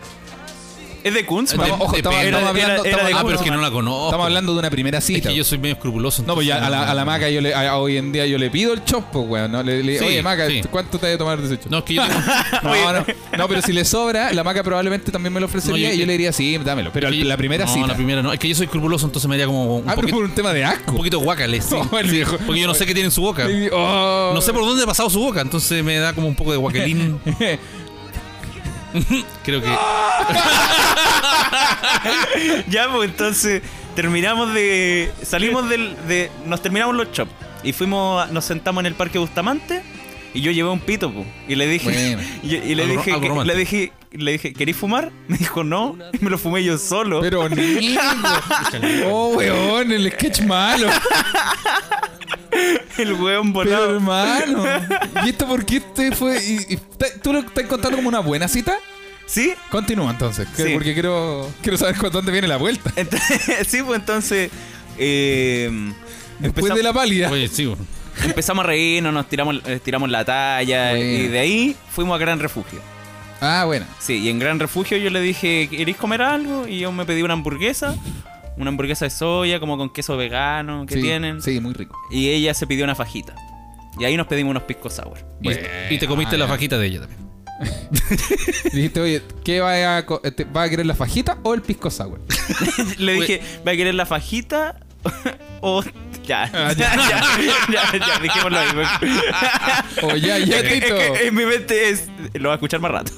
B: Es de Kunz.
A: Estamos- ojo, estamos-
B: Era-
A: estamos
B: era-
A: hablando-
B: era de
A: estamos-
E: Ah,
B: Kunz.
E: pero es que no la conozco.
A: Estamos hablando de una primera
E: Es
A: cita.
E: que yo soy medio escrupuloso.
A: No, pues ya
E: entonces
A: a la, a la maca yo le, a- a- hoy en día yo le pido el chop, pues, weón. ¿no? Le, le-
E: Sí,
A: Oye, maca,
E: sí.
A: ¿cuánto te voy a tomar de ese chop?
E: No, es
A: *laughs*
E: que yo tengo-
A: No, no, no, pero si le sobra, la maca probablemente también me lo ofrecería
E: No, yo-
A: y yo le diría, sí, dámelo. Pero
E: Sí.
A: la primera
E: no,
A: cita.
E: la primera no. Es que yo soy escrupuloso, entonces me haría como un
A: ah, pero
E: poquito,
A: por un tema de asco.
E: un poquito
A: *laughs*
E: guácale, sí.
A: No, el viejo.
E: Porque yo no sé qué tiene en
A: *laughs*
E: su boca.
A: Oh.
E: No sé por dónde ha pasado su boca, entonces me da como un poco
A: *laughs*
E: de guaquelín. Creo que.
B: Ya, pues entonces terminamos de. Salimos del. De, nos terminamos los chops. Y fuimos. a- Nos sentamos en el parque Bustamante. Y yo llevé un pito, pues. Y le dije.
A: Bueno.
B: *laughs* y, y le,
E: Algo-
B: dije
E: algo
B: que-
E: romántico.
B: le dije. Le dije, ¿queréis fumar? *laughs* Me dijo, no. Y me lo fumé yo solo.
E: *laughs*
A: Pero niño. Oh, weón, el sketch
E: *laughs*
A: malo.
B: *laughs* el weón
A: Pero
B: volado.
A: hermano. ¿Y esto por qué este fue? y- y- ta- ¿Tú lo estás contando como una buena cita?
B: ¿Sí?
A: Continúa entonces, que-
B: Sí.
A: porque quiero, quiero saber cu- dónde viene la vuelta.
B: Entonces- *laughs* sí, pues entonces. eh,
A: Después
B: empezamos-
A: de la pálida.
E: Oye, sí. bueno.
B: Empezamos a reírnos, nos tiramos, eh, tiramos la talla
A: Bueno.
B: y de ahí fuimos a Gran Refugio.
A: Ah, bueno.
B: Sí, y en Gran Refugio yo le dije, ¿queréis comer algo? Y yo me pedí una hamburguesa, una hamburguesa de soya, como con queso vegano que
A: sí,
B: tienen.
A: Sí, muy rico.
B: Y ella se pidió una fajita. Y ahí nos pedimos unos pisco sour. *laughs*
E: Y, y te comiste la fajita de ella también.
A: Dijiste, oye, ¿qué va a, co- te- va a querer la fajita o el pisco sour?
B: le dije, ¿va a querer la fajita? *laughs* o... Ya, ya, *laughs* ya, ya, ya, dejémoslo ahí.
A: O Oh, ya, ya,
B: Es que- es
A: Tito.
B: que en mi mente es... Lo va a escuchar más rato.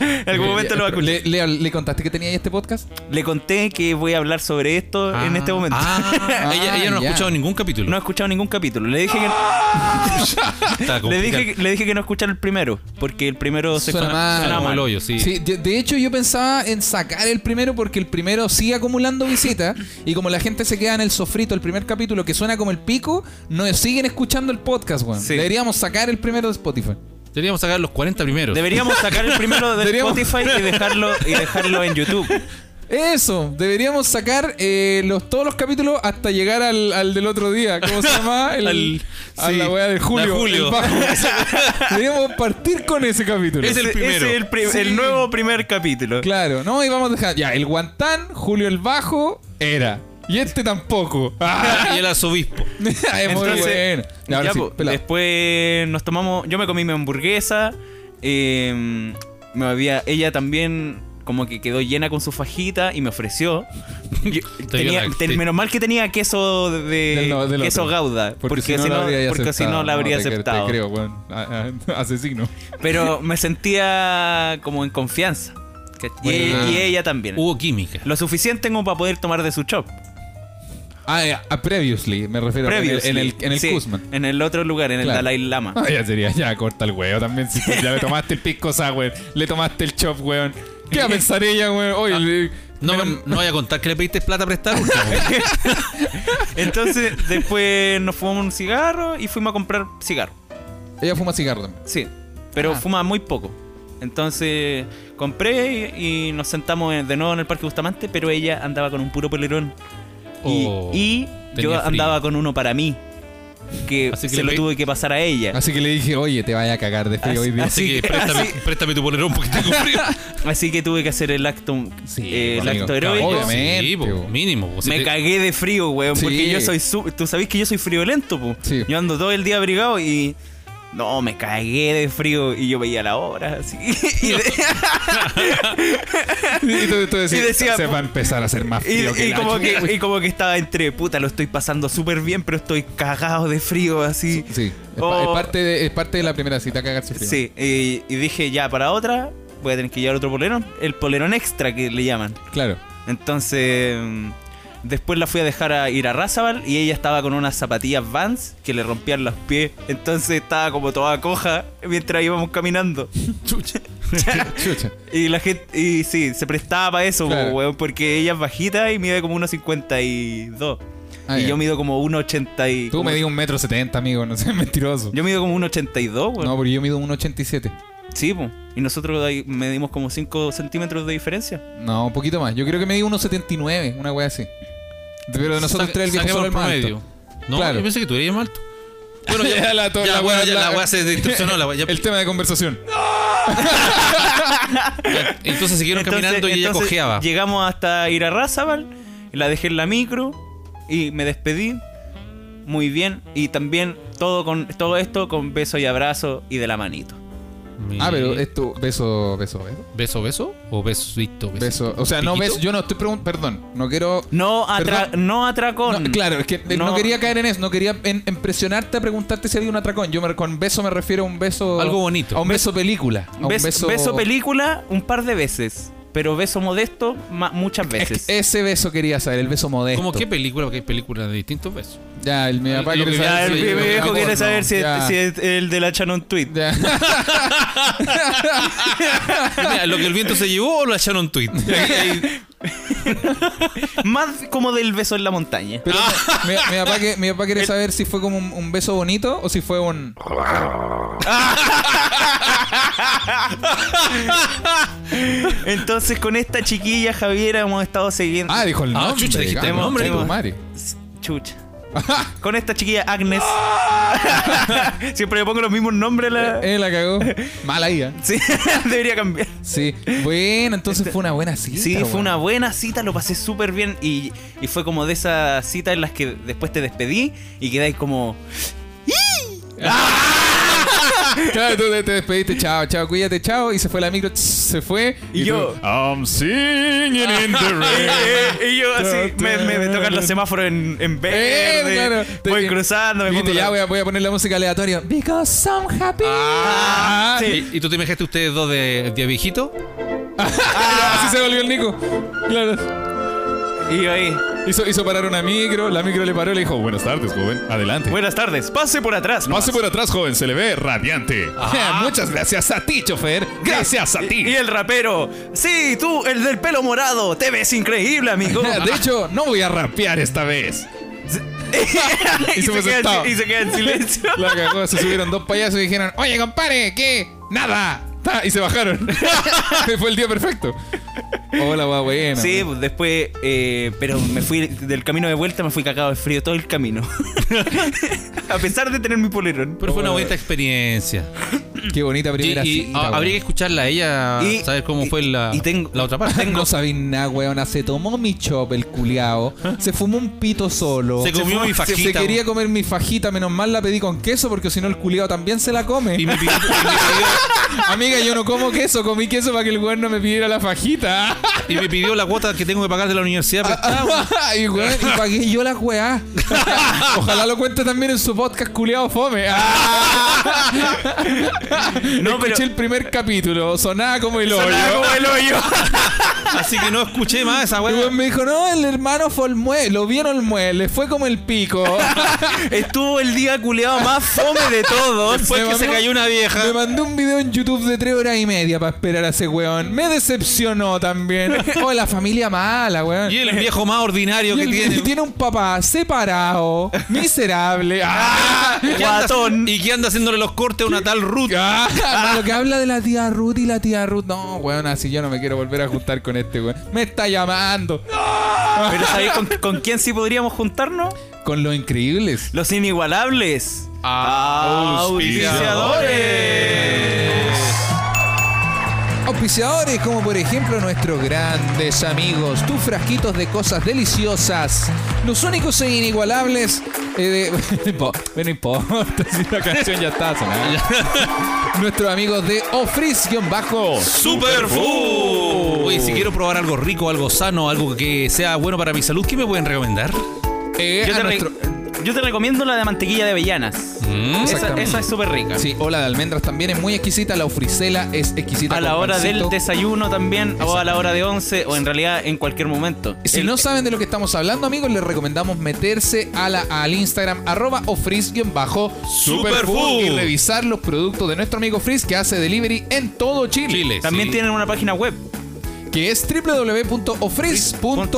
B: en algún momento lo va a escuchar.
A: ¿Le, le, le contaste que tenía ahí este podcast?
B: Le conté que voy a hablar sobre esto en este momento.
E: Ah,
A: Ah,
E: ella, ella no ha
A: ya.
E: escuchado ningún capítulo.
B: No he escuchado ningún capítulo. Le dije que,
E: Está
B: le
E: complicado.
B: dije, le dije que no escuchara el primero, porque el primero se
A: Suena
B: con-
A: mal.
E: Suena
B: suena
E: como
B: mal.
E: el hoyo, sí.
A: Sí, de, de hecho yo pensaba en sacar el primero porque el primero sigue acumulando visitas y como la gente se queda en el sofrito, el primer capítulo que suena como el pico, no siguen escuchando el podcast, weón.
B: Sí.
A: Deberíamos sacar el primero de Spotify.
E: Deberíamos sacar los 40 primeros.
B: Deberíamos sacar el primero de
A: Deberíamos-
B: Spotify y dejarlo, y dejarlo en YouTube.
A: Eso, deberíamos sacar eh, los, todos los capítulos hasta llegar al, al del otro día. ¿Cómo se
B: *laughs*
A: llama? El,
E: Al-
A: a
E: sí,
A: la weá del
E: la
A: Julio.
E: Julio.
A: el bajo. deberíamos partir con ese capítulo.
E: *laughs* Es el primero.
B: Ese es el, prim-
A: Sí.
B: el nuevo primer capítulo.
A: Claro, no, y vamos a dejar. Ya, el guantán, Julio el bajo, era. Y este tampoco. *laughs* Ah.
E: *laughs* Y el arzobispo.
A: es muy bueno. Ya, ahora
B: ya,
A: sí,
B: po,
A: pelado.
B: después nos tomamos. Yo me comí mi hamburguesa. eh, me había, ella también como que quedó llena con su fajita y me
E: *laughs*
B: ofreció. Yo- tenía-
E: la-
B: ten-
E: te-
B: menos mal que tenía queso de
A: Del no- del
B: queso
A: otro.
B: gauda, porque, si no,
A: la habría
B: porque si no la habría
A: te-
B: aceptado.
A: Te creo, weón. A- a- *laughs* Asesino.
B: Pero me sentía como en confianza. ¿cach- Y,
A: Bueno. ah. Uh.
B: y ella también.
E: Hubo química.
B: Lo suficiente como para poder tomar de su chop.
A: Ah, ya, a previously, me refiero. en el-
B: Previously.
A: En el, en el
B: Sí,
A: Kuzman.
B: en el otro lugar, en el
A: Claro.
B: Dalai Lama.
A: *laughs* Ah, ya sería, ya corta el huevo también. Si tú ya le tomaste el pisco sour, le tomaste el chop, weón. ¿Qué va a pensar ella, weón?
B: *laughs* Ah.
A: Oye, le-
E: No,
A: menos-
E: no vaya a contar que le pediste plata prestada. por favor.
B: Entonces, después nos fumamos un cigarro y fuimos a comprar cigarro.
A: ella fuma cigarro también.
B: Sí,
A: Ah.
B: pero fuma muy poco. Entonces, compré y, y nos sentamos en- de nuevo en el Parque Bustamante, pero ella andaba con un puro polerón. Y,
E: Oh,
B: y yo
E: tenía frío.
B: andaba con uno para mí, que,
E: Así
B: se
E: que le
B: lo
E: pe-
B: tuve que pasar a ella.
A: Así que le dije, oye, te vaya a cagar de frío hoy día.
E: Así que préstame, préstame tu polerón porque tengo frío.
B: Así que tuve que hacer el acto, eh, el
A: amigo,
B: acto heroico.
A: obviamente.
E: Sí, po,
A: po.
E: mínimo. po. Si
B: Me
E: te-
B: cagué de frío, weón,
A: Sí.
B: porque yo soy... su- Tú sabés que yo soy friolento, po.
A: Sí.
B: Yo ando todo el día abrigado y... No, me cagué de frío y yo veía la hora, así. *laughs* Y, de-
A: Y tú, tú decías,
B: Y decía,
A: se va a empezar a hacer más
B: y-
A: frío que
B: y
A: la
B: como
A: chucha".
B: que, y como que estaba entre, puta, lo estoy pasando súper bien, pero estoy cagado de frío, así.
A: Sí, es, pa-
B: Oh.
A: es parte de, es parte de la primera cita cagarse frío.
B: Sí, y, y dije, ya, para otra voy a tener que llevar otro polerón. El polerón extra que le llaman. *laughs*
A: Claro.
B: Entonces, mm, después la fui a dejar a ir a Razabal y ella estaba con unas zapatillas Vans que le rompían los pies. Entonces estaba como toda coja mientras íbamos caminando.
A: Chucha.
B: Y la gente, y sí, se prestaba para eso,
A: Claro.
B: po, weón, porque ella es bajita y mide como 1,52.
A: Ah,
B: y
A: ya.
B: yo mido como 1,80 y...
A: Tú
B: como-
A: me di un metro setenta, amigo, no seas mentiroso.
B: Yo mido como 1,82, weón.
A: No, porque yo mido un 87.
B: Sí, po. Y nosotros ahí medimos como 5 centímetros de diferencia.
A: No, un poquito más. Yo creo que me di 1,79, una wea así. Pero de nosotros
E: sa-
A: tres el viejo
E: saquemos
A: solo el más
E: promedio.
A: alto.
E: No,
A: Claro.
E: yo pensé que tú eres más alto. Bueno,
A: *laughs*
E: ya,
A: Ya, la-
E: ya,
A: la
E: bueno,
A: wea-
E: ya
A: la- *laughs*
E: la weá se distorsionó. La weá ya-
A: El tema de conversación.
E: Entonces siguieron
B: Entonces-
E: caminando y ella
B: entonces
E: cojeaba.
B: Llegamos hasta Irarrázaval, la dejé en la micro y me despedí. Muy bien. Y también todo, con, todo esto con beso y abrazo y de la manito.
A: Ah, pero esto, beso, beso, beso.
E: ¿Beso, beso? ¿O besito, besito?
A: beso. O sea, no
E: ¿Piquito?
A: beso. Yo no estoy preguntando, perdón, no quiero.
B: No, atra
A: Perdón.
B: no atracón.
A: No, claro, es que eh, no. quería caer en eso, no quería en, en presionarte a preguntarte si había un atracón. Yo me- con beso me refiero a un beso.
E: Algo bonito.
A: A un beso película. A un
B: Bes-
A: beso,
B: beso, película un par de veces. Pero beso modesto ma- muchas veces.
A: Ese beso quería saber, el beso modesto.
E: ¿Cómo qué película? Porque hay películas de distintos besos.
A: Ya, el mi papá
E: Lo
A: quiere
E: que-
B: Ya,
A: saber.
B: el
E: Sí,
B: mi- mi
E: yo-
B: viejo
E: yo-
B: quiere
E: no,
B: saber si,
A: ya.
B: es, si es el de la Shannon Tweet.
A: Ya. *laughs*
E: Mira, lo que el viento se llevó o lo echaron tweet.
A: *laughs*
B: *laughs* Más como del beso en la montaña.
A: Pero mi, mi papá que- mi papá quiere saber si fue como un, un beso bonito o si fue un.
B: Entonces con esta chiquilla Javiera hemos estado siguiendo.
A: Ah, dijo el
E: Ah,
A: nombre.
E: chucha, dijiste
A: digamos,
E: el nombre,
A: chico,
E: digo.
A: madre.
B: Chucha.
A: *laughs*
B: Con esta chiquilla Agnes. *laughs* Siempre le pongo los mismos nombres. a La...
A: Eh, la cagó. Mala idea.
B: Sí, *laughs* debería cambiar.
A: Sí. Bueno, entonces fue una buena cita.
B: Sí, fue
A: bueno.
B: una buena cita, lo pasé súper bien y, y fue como de esas citas en las que después te despedí y quedáis como...
A: Claro, tú te, te despediste, chao, chao, cuídate, chao. Y se fue la micro, tss, se fue.
B: Y yo...
A: tú-
B: *laughs*
D: I'm singing
F: *laughs*
D: in the rain.
B: eh, y yo así, me, me- me tocan los semáforos en, en
A: Eh,
B: verde,
A: claro.
B: voy
A: Te-
B: cruzando, me
A: dijiste,
B: pongo
A: ya
B: la-
A: voy a, voy a poner la música aleatoria. Because I'm happy.
B: Ah, sí.
E: ¿Y, y tú te imaginaste ustedes dos de, de viejito?
A: Así se volvió el Nico. Claro.
B: Y yo ahí,
A: Hizo, hizo parar una micro, la micro le paró y le dijo, bueno.
D: Buenas tardes, joven. Adelante.
B: buenas tardes, pase por atrás. nomás".
D: Pase por atrás, joven. Se le ve radiante.
A: Muchas gracias a ti, chofer.
D: Gracias a ti.
B: Y el rapero, sí, tú, el del pelo morado, te ves
A: *laughs*
B: increíble, amigo.
A: De hecho, no voy a rapear esta.
D: Esta vez.
B: y,
A: se
B: se
A: fue
B: queda en
A: sentado.
B: si- y se queda en silencio.
A: La cagó, se subieron dos payasos y dijeron, oye, compadre, ¿qué? Nada. Ta, Y se
E: *laughs*
A: bajaron. Fue el día perfecto. Hola, va, buena.
B: *laughs* Sí, pues después, eh, pero me fui del camino de vuelta, me fui cagado de frío todo el camino. *laughs* a pesar de tener mi polerón.
E: Pero fue una bonita experiencia.
A: Qué bonita
E: Y,
A: Oh. primera
E: y
A: cita.
E: a-
A: weón.
E: habría que escucharla a ella,
B: Y-
E: saber cómo
B: y-
E: fue la,
B: y tengo-
E: la otra parte.
A: No sabéis nada, weón. Ah, Se tomó mi chop el culiao. Se fumó un pito solo.
E: Se comió
A: fu-
E: mi fajita,
A: Se quería
E: weón.
A: comer mi fajita. Menos mal la pedí con queso porque si no el culiao también se la come.
E: Y me pidió- y me pidió-
A: Amiga, yo no como queso. Comí queso para que el weón no me pidiera la fajita.
E: y me pidió la cuota que tengo que pagar de la universidad. Ah,
A: y, weón, y pagué yo la weá.
E: *laughs*
A: Ojalá lo cuente también en su podcast culiao fome. no,
B: No,
A: Escuché
B: pero-
A: el primer capítulo. Sonaba como el hoyo.
B: el hoyo.
E: Así que no escuché más esa
A: Y
E: weá.
A: weón me dijo, no, el hermano fue el mue, lo vieron el mue, le fue como el
E: *laughs*
A: pico.
B: Estuvo el día culeado más fome de todos.
E: Fue que se cayó una vieja.
A: Me mandó un video en YouTube de tres horas y media para esperar a ese weón. Me decepcionó
E: *laughs*
A: también. Oh, la familia mala, weón.
E: Y el viejo más ordinario
A: Y
E: que
A: el-
E: tiene.
A: y tiene un papá separado, miserable.
E: *laughs*
A: ¡Ah!
E: ¿Y qué anda-
B: guatón.
E: ¿Y que anda haciéndole los cortes a una tal Ruth?
A: Ah, lo que habla de la tía Ruth y la tía Ruth. No, weón, así yo no me quiero volver a juntar con este weón. Me está llamando.
B: Pero ¿sabéis con, con quién sí podríamos juntarnos?
A: Con los increíbles.
B: Los inigualables.
A: Auspiciadores como por ejemplo nuestros grandes amigos, tus frasquitos de cosas deliciosas, los únicos e inigualables. eh, de- *laughs* po- bueno, no importa si la canción ya está
B: *laughs*
A: sonando. nuestros amigos de Ofris-Bajo.
E: Superfood. Oye, si quiero probar algo rico, algo sano, algo que sea bueno para mi salud, ¿qué me pueden recomendar?
A: Eh,
B: Yo
A: a
B: te, re-
A: nuestro-
B: yo te recomiendo la de mantequilla de avellanas.
E: Mm.
B: Mm. esa,
A: exactamente.
B: esa es súper rica.
A: Sí, o la de almendras también es muy exquisita. La ofricela es exquisita.
B: A la
A: con
B: hora
A: pancito.
B: del desayuno también, o a la hora de 11, o en realidad en cualquier momento.
A: Si
B: El-
A: no saben de lo que estamos hablando, amigos, les recomendamos meterse a la, al Instagram arroba o bajo
E: Superfood.
A: y revisar los productos de nuestro amigo Frizz que hace delivery en todo Chile.
E: Chile.
B: También
E: sí.
B: tienen una página web.
A: Que es www.ofriz.cl.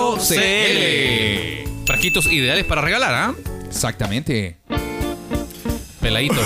E: Frasquitos ideales para regalar, ¿ah?
A: Exactamente.
E: Peladito.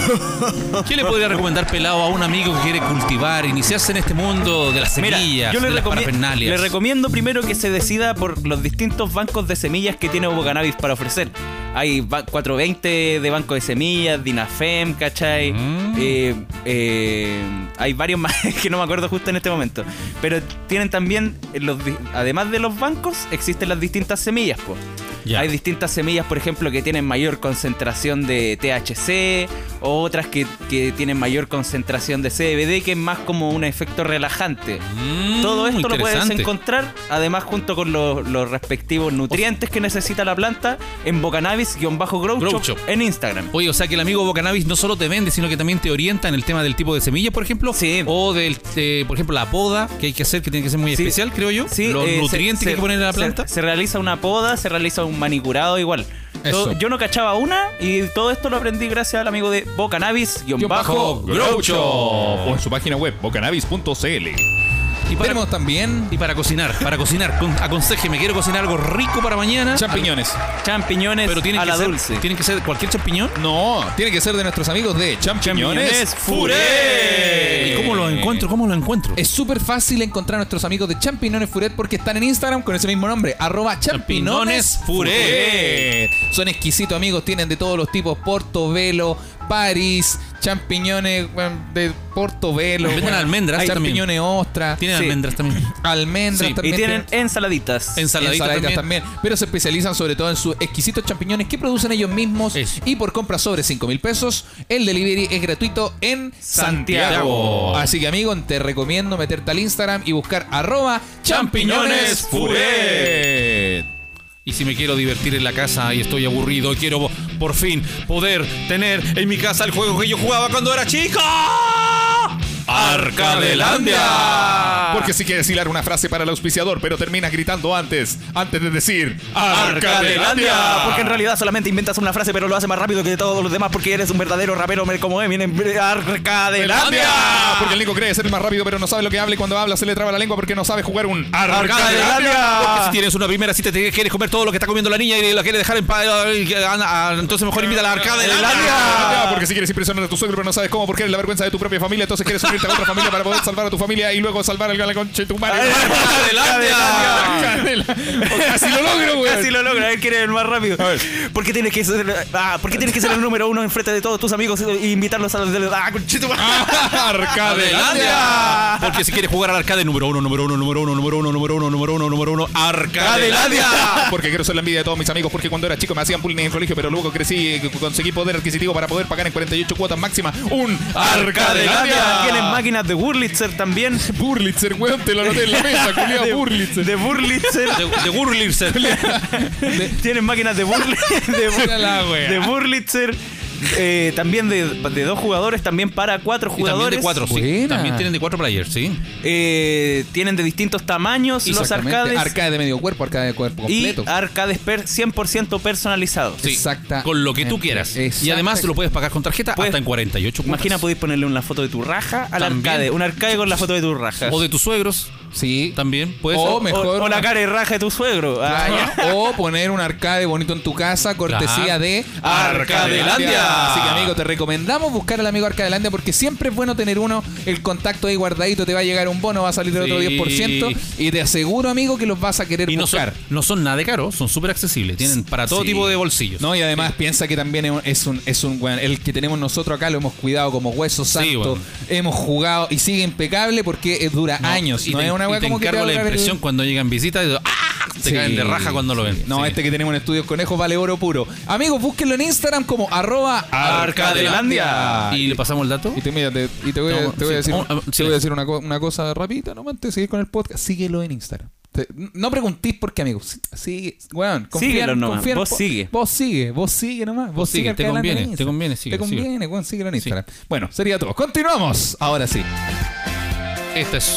E: ¿Qué le podría recomendar pelado a un amigo que quiere cultivar, iniciarse en este mundo de las
B: Mira,
E: semillas,
B: yo le,
E: de las
B: recomi-
E: parafernalias?
B: le recomiendo primero que se decida por los distintos bancos de semillas que tiene Cannabis para ofrecer. Hay ba- 420 de Banco de Semillas, Dinafem, ¿cachai?
E: Mm.
B: Eh, eh, hay varios más *laughs* que no me acuerdo justo en este momento. Pero tienen también, los, di- además de los bancos, existen las distintas semillas, pues.
E: Ya.
B: Hay distintas semillas, por ejemplo, que tienen mayor concentración de THC o otras que, que tienen mayor concentración de CBD, que es más como un efecto relajante.
E: Mm,
B: Todo esto lo puedes
E: interesante.
B: encontrar, además, junto con los, los respectivos nutrientes que necesita la planta en Bocanabis-Grow
E: Grow
B: Shop
E: Shop.
B: en Instagram.
E: Oye, o sea que el amigo Bocanabis no solo te vende, sino que también te orienta en el tema del tipo de semilla, por ejemplo.
B: Sí.
E: O del, eh, por ejemplo, la poda que hay que hacer, que tiene que ser muy
B: Sí.
E: especial, creo yo.
B: Sí,
E: Los
B: eh, se-
E: nutrientes que
B: se-
E: hay que poner en la
B: se-
E: planta.
B: Se, realiza una poda, se realiza un manicurado igual.
A: Eso.
B: Todo- yo no cachaba una y todo esto lo aprendí gracias al amigo de Bocanabis-Grow
E: Groucho.
F: O en su página web, bocanabis.cl.
E: Y para,
A: Tenemos también
E: y para cocinar, para cocinar, con- aconsejeme, quiero cocinar algo rico para mañana.
A: champiñones.
B: champiñones
E: Pero tiene
B: a
E: que,
B: la
E: ser,
B: dulce.
E: tienen que ser cualquier champiñón.
A: No, tiene que ser de nuestros amigos de Champiñones
B: Champiñones Furé.
A: Furé.
E: ¿Y cómo lo encuentro? ¿Cómo lo encuentro?
A: Es súper fácil encontrar a nuestros amigos de Champiñones Furet porque están en Instagram con ese mismo nombre, arroba Champiñones
E: Champiñones
A: Furet. Son exquisitos amigos, tienen de todos los tipos, Portobelo, París, champiñones weón, de Portobelo,
E: Venden
A: weón.
E: almendras
A: Hay
E: también.
A: champiñones ostras,
E: Tienen
B: Sí.
E: almendras también.
A: almendras
E: Sí, y
A: también.
B: y tienen
A: tienen-
B: ensaladitas.
E: Ensaladitas
A: ensaladitas
E: también.
A: también. pero se especializan sobre todo en sus exquisitos champiñones que producen ellos mismos
E: Eso.
A: y por compras sobre 5 mil pesos el delivery es gratuito en
B: Santiago.
A: Santiago. Así que amigo, te recomiendo meterte al Instagram y buscar arroba champiñones
E: Furet. Y si me quiero divertir en la casa y estoy aburrido, y quiero por fin poder tener en mi casa el juego que yo jugaba cuando era chico. Arcadelandia.
F: Porque si quieres hilar una frase para el auspiciador, pero terminas gritando antes, antes de decir
B: Arcadelandia.
F: Arcadelandia.
B: Porque en realidad solamente inventas una frase, pero lo haces más rápido que todos los demás porque eres un verdadero rapero mer- como Eminem. Arcadelandia.
F: Arcadelandia. Porque el Nico cree ser el más rápido, pero no sabe lo que habla y cuando habla se le traba la lengua porque no sabe jugar un Arcadelandia.
E: Porque si tienes una primera cita te quieres comer todo lo que está comiendo la niña y la quieres dejar en paz, y que- ah, ah, entonces mejor invita a la Arcadelandia.
F: Arcadelandia. Porque si quieres impresionar a tu suegro, pero no sabes cómo, porque eres la vergüenza de tu propia familia, entonces quieres unirte a otra familia para poder salvar a tu familia y luego salvar al concha de tu madre.
E: Arcadelandia.
F: Arcadelandia. Casi lo logro, güey.
B: Casi lo logra, él quiere el más rápido. ¿Por qué tienes que ser, ah, ¿por qué tienes que ser el número uno enfrente de todos tus amigos e invitarlos a los ah, conchito,
E: Arcadelandia. Porque si quieres jugar al arcade número uno, número uno, número uno, número uno, número uno, número uno, número uno, Arcadelandia.
F: Porque quiero ser la envidia de todos mis amigos, porque cuando era chico me hacían bullying en el colegio, pero luego crecí y conseguí poder adquisitivo para poder pagar en 48 cuotas máxima un
B: Arcadelandia. Tienen
F: Arcadelandia.
B: máquinas de Burlitzer también.
F: Burlitzer, weón, te lo anoté
B: *laughs*
F: en la mesa, culiado Burlitzer.
B: De Burlitzer.
E: De, de Gurlitzer.
B: Tienen máquinas de, Burli- *laughs* de, Bur-
A: Mira la wea.
B: de Burlitzer. eh, también de, de dos jugadores, también para cuatro
E: Y también
B: jugadores.
E: de cuatro, sí.
A: Buena.
E: También tienen de cuatro players, sí.
B: Eh, tienen de distintos tamaños los
A: Exactamente.
B: arcades.
A: Arcade de medio cuerpo, arcade de cuerpo
B: y
A: completo.
B: arcades per- 100% personalizados.
E: Sí,
A: Exacta-
E: Con lo que tú quieras. Y
A: Exacta-
E: además lo puedes pagar con tarjeta
B: Puedes-
E: hasta en 48 cuotas.
B: Imagina, podéis ponerle una foto de tu raja al
E: También.
B: arcade. Un arcade con la foto de tu raja.
E: O de tus suegros.
A: sí.
E: También puedes.
A: O
B: O-
A: mejor-
B: o la cara de raja de tu suegro. Ah,
A: Claro.
B: ya.
A: O poner un arcade bonito en tu casa, cortesía
E: Claro.
A: de
E: Arcadelandia.
A: Así que, amigo, te recomendamos buscar al amigo Arcadelandia porque siempre es bueno tener uno, el contacto ahí guardadito, te va a llegar un bono, va a salir el otro
E: Sí.
A: 10%. Y te aseguro, amigo, que los vas a querer
E: y no son,
A: buscar.
E: no son nada de caros, son súper accesibles. Tienen para todo
A: Sí.
E: tipo de bolsillos.
A: No, y además piensa que también es un- es un, es un weón. El que tenemos nosotros acá lo hemos cuidado como hueso santo.
E: weón.
A: Hemos jugado y sigue impecable porque eh, dura
E: No,
A: años.
E: Y
A: no
E: te,
A: es una
E: y
A: weá
E: te
A: como que
E: encargo
A: va a
E: la
A: durar el-
E: impresión cuando llegan visitas. y- ¡Ah! Se
A: Sí,
E: caen de raja cuando lo
A: sí.
E: ven.
A: No,
E: Sí.
A: este que tenemos en estudios conejos vale oro puro. Amigos, búsquenlo en Instagram como arroba
E: Ah. Arcadelandia.
A: Y,
E: ¿Y le pasamos el dato?
A: y te, mira, te- y te voy, a-
E: No,
A: te voy a
E: sí.
A: decir,
E: Oh, ah,
A: te
E: sí.
A: voy a decir una, co- una cosa rapidita, nomás antes de seguir con el podcast. Síguelo en Instagram. Te- no preguntís por qué, amigos. Sí- Sigue, weón, confía,
B: Síguelo nomás,
A: confía en-
B: vos sigue.
A: Vos sigue, vos sigue nomás. Vos
E: sigue,
A: sigue,
E: te
A: Arcadelandia
E: conviene,
A: en
E: te
A: Instagram.
E: conviene, sigue,
A: Te
E: sigue.
A: conviene, weón, síguelo en Instagram. Bueno, sería todo. Continuamos. Ahora sí.
E: Esta es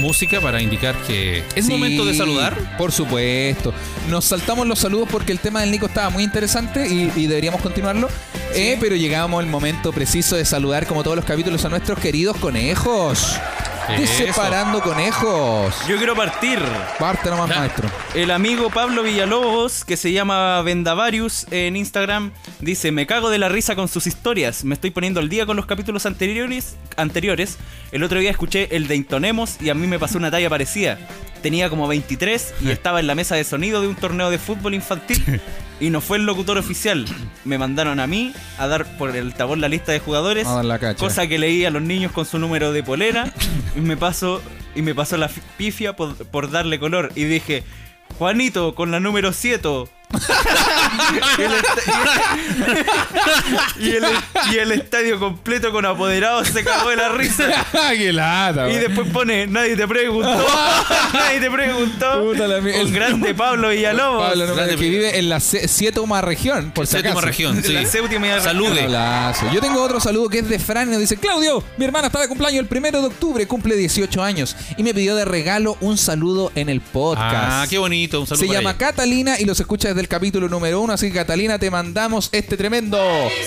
E: música para indicar que es
A: Sí,
E: momento de saludar.
A: Por supuesto. Nos saltamos los saludos porque el tema del Nico estaba muy interesante y, y deberíamos continuarlo. Eh, pero llegamos al momento preciso de saludar, como todos los capítulos, a nuestros queridos conejos.
E: Eso.
A: De separando conejos.
B: Yo quiero partir.
A: Parte nomás,
E: Ya.
A: maestro.
B: El amigo Pablo Villalobos, que se llama Vendavarius en Instagram, dice: Me cago de la risa con sus historias. Me estoy poniendo al día con los capítulos anteriores. anteriores. El otro día escuché el de Intonemos y a mí me pasó una talla parecida. tenía como 23 y estaba en la mesa de sonido de un torneo de fútbol infantil y no fue el locutor oficial. Me mandaron a mí a dar por el tabor la lista de jugadores,
A: A dar la cacha.
B: cosa que leí a los niños con su número de polera y me pasó y me pasó la fi- pifia por, por darle color y dije, "Juanito con la número 7." *laughs* y, el est- y el- y el estadio completo con apoderados se cagó de la risa.
A: *laughs* ¡Qué lata!
B: Y
A: weón.
B: después pone, nadie te preguntó, *laughs* nadie te preguntó.
A: Puta la mi-
B: un
A: el-
B: grande Pablo Villalobos.
A: Pablo Núñez,
E: Grande-
A: que vive en la sé- séptima región, por si
E: Séptima
A: acaso.
E: región, sí.
B: La séptima región.
A: Un
E: Salude.
A: abrazo. Yo tengo otro saludo que es de Fran y nos dice, Claudio, mi hermana está de cumpleaños el primero de octubre, cumple 18 años y me pidió de regalo un saludo en el podcast.
E: Ah, qué bonito. Un saludo
A: Se
E: para
A: llama
E: ella.
A: Catalina y los escucha desde el capítulo número uno, así que Catalina, te mandamos este tremendo...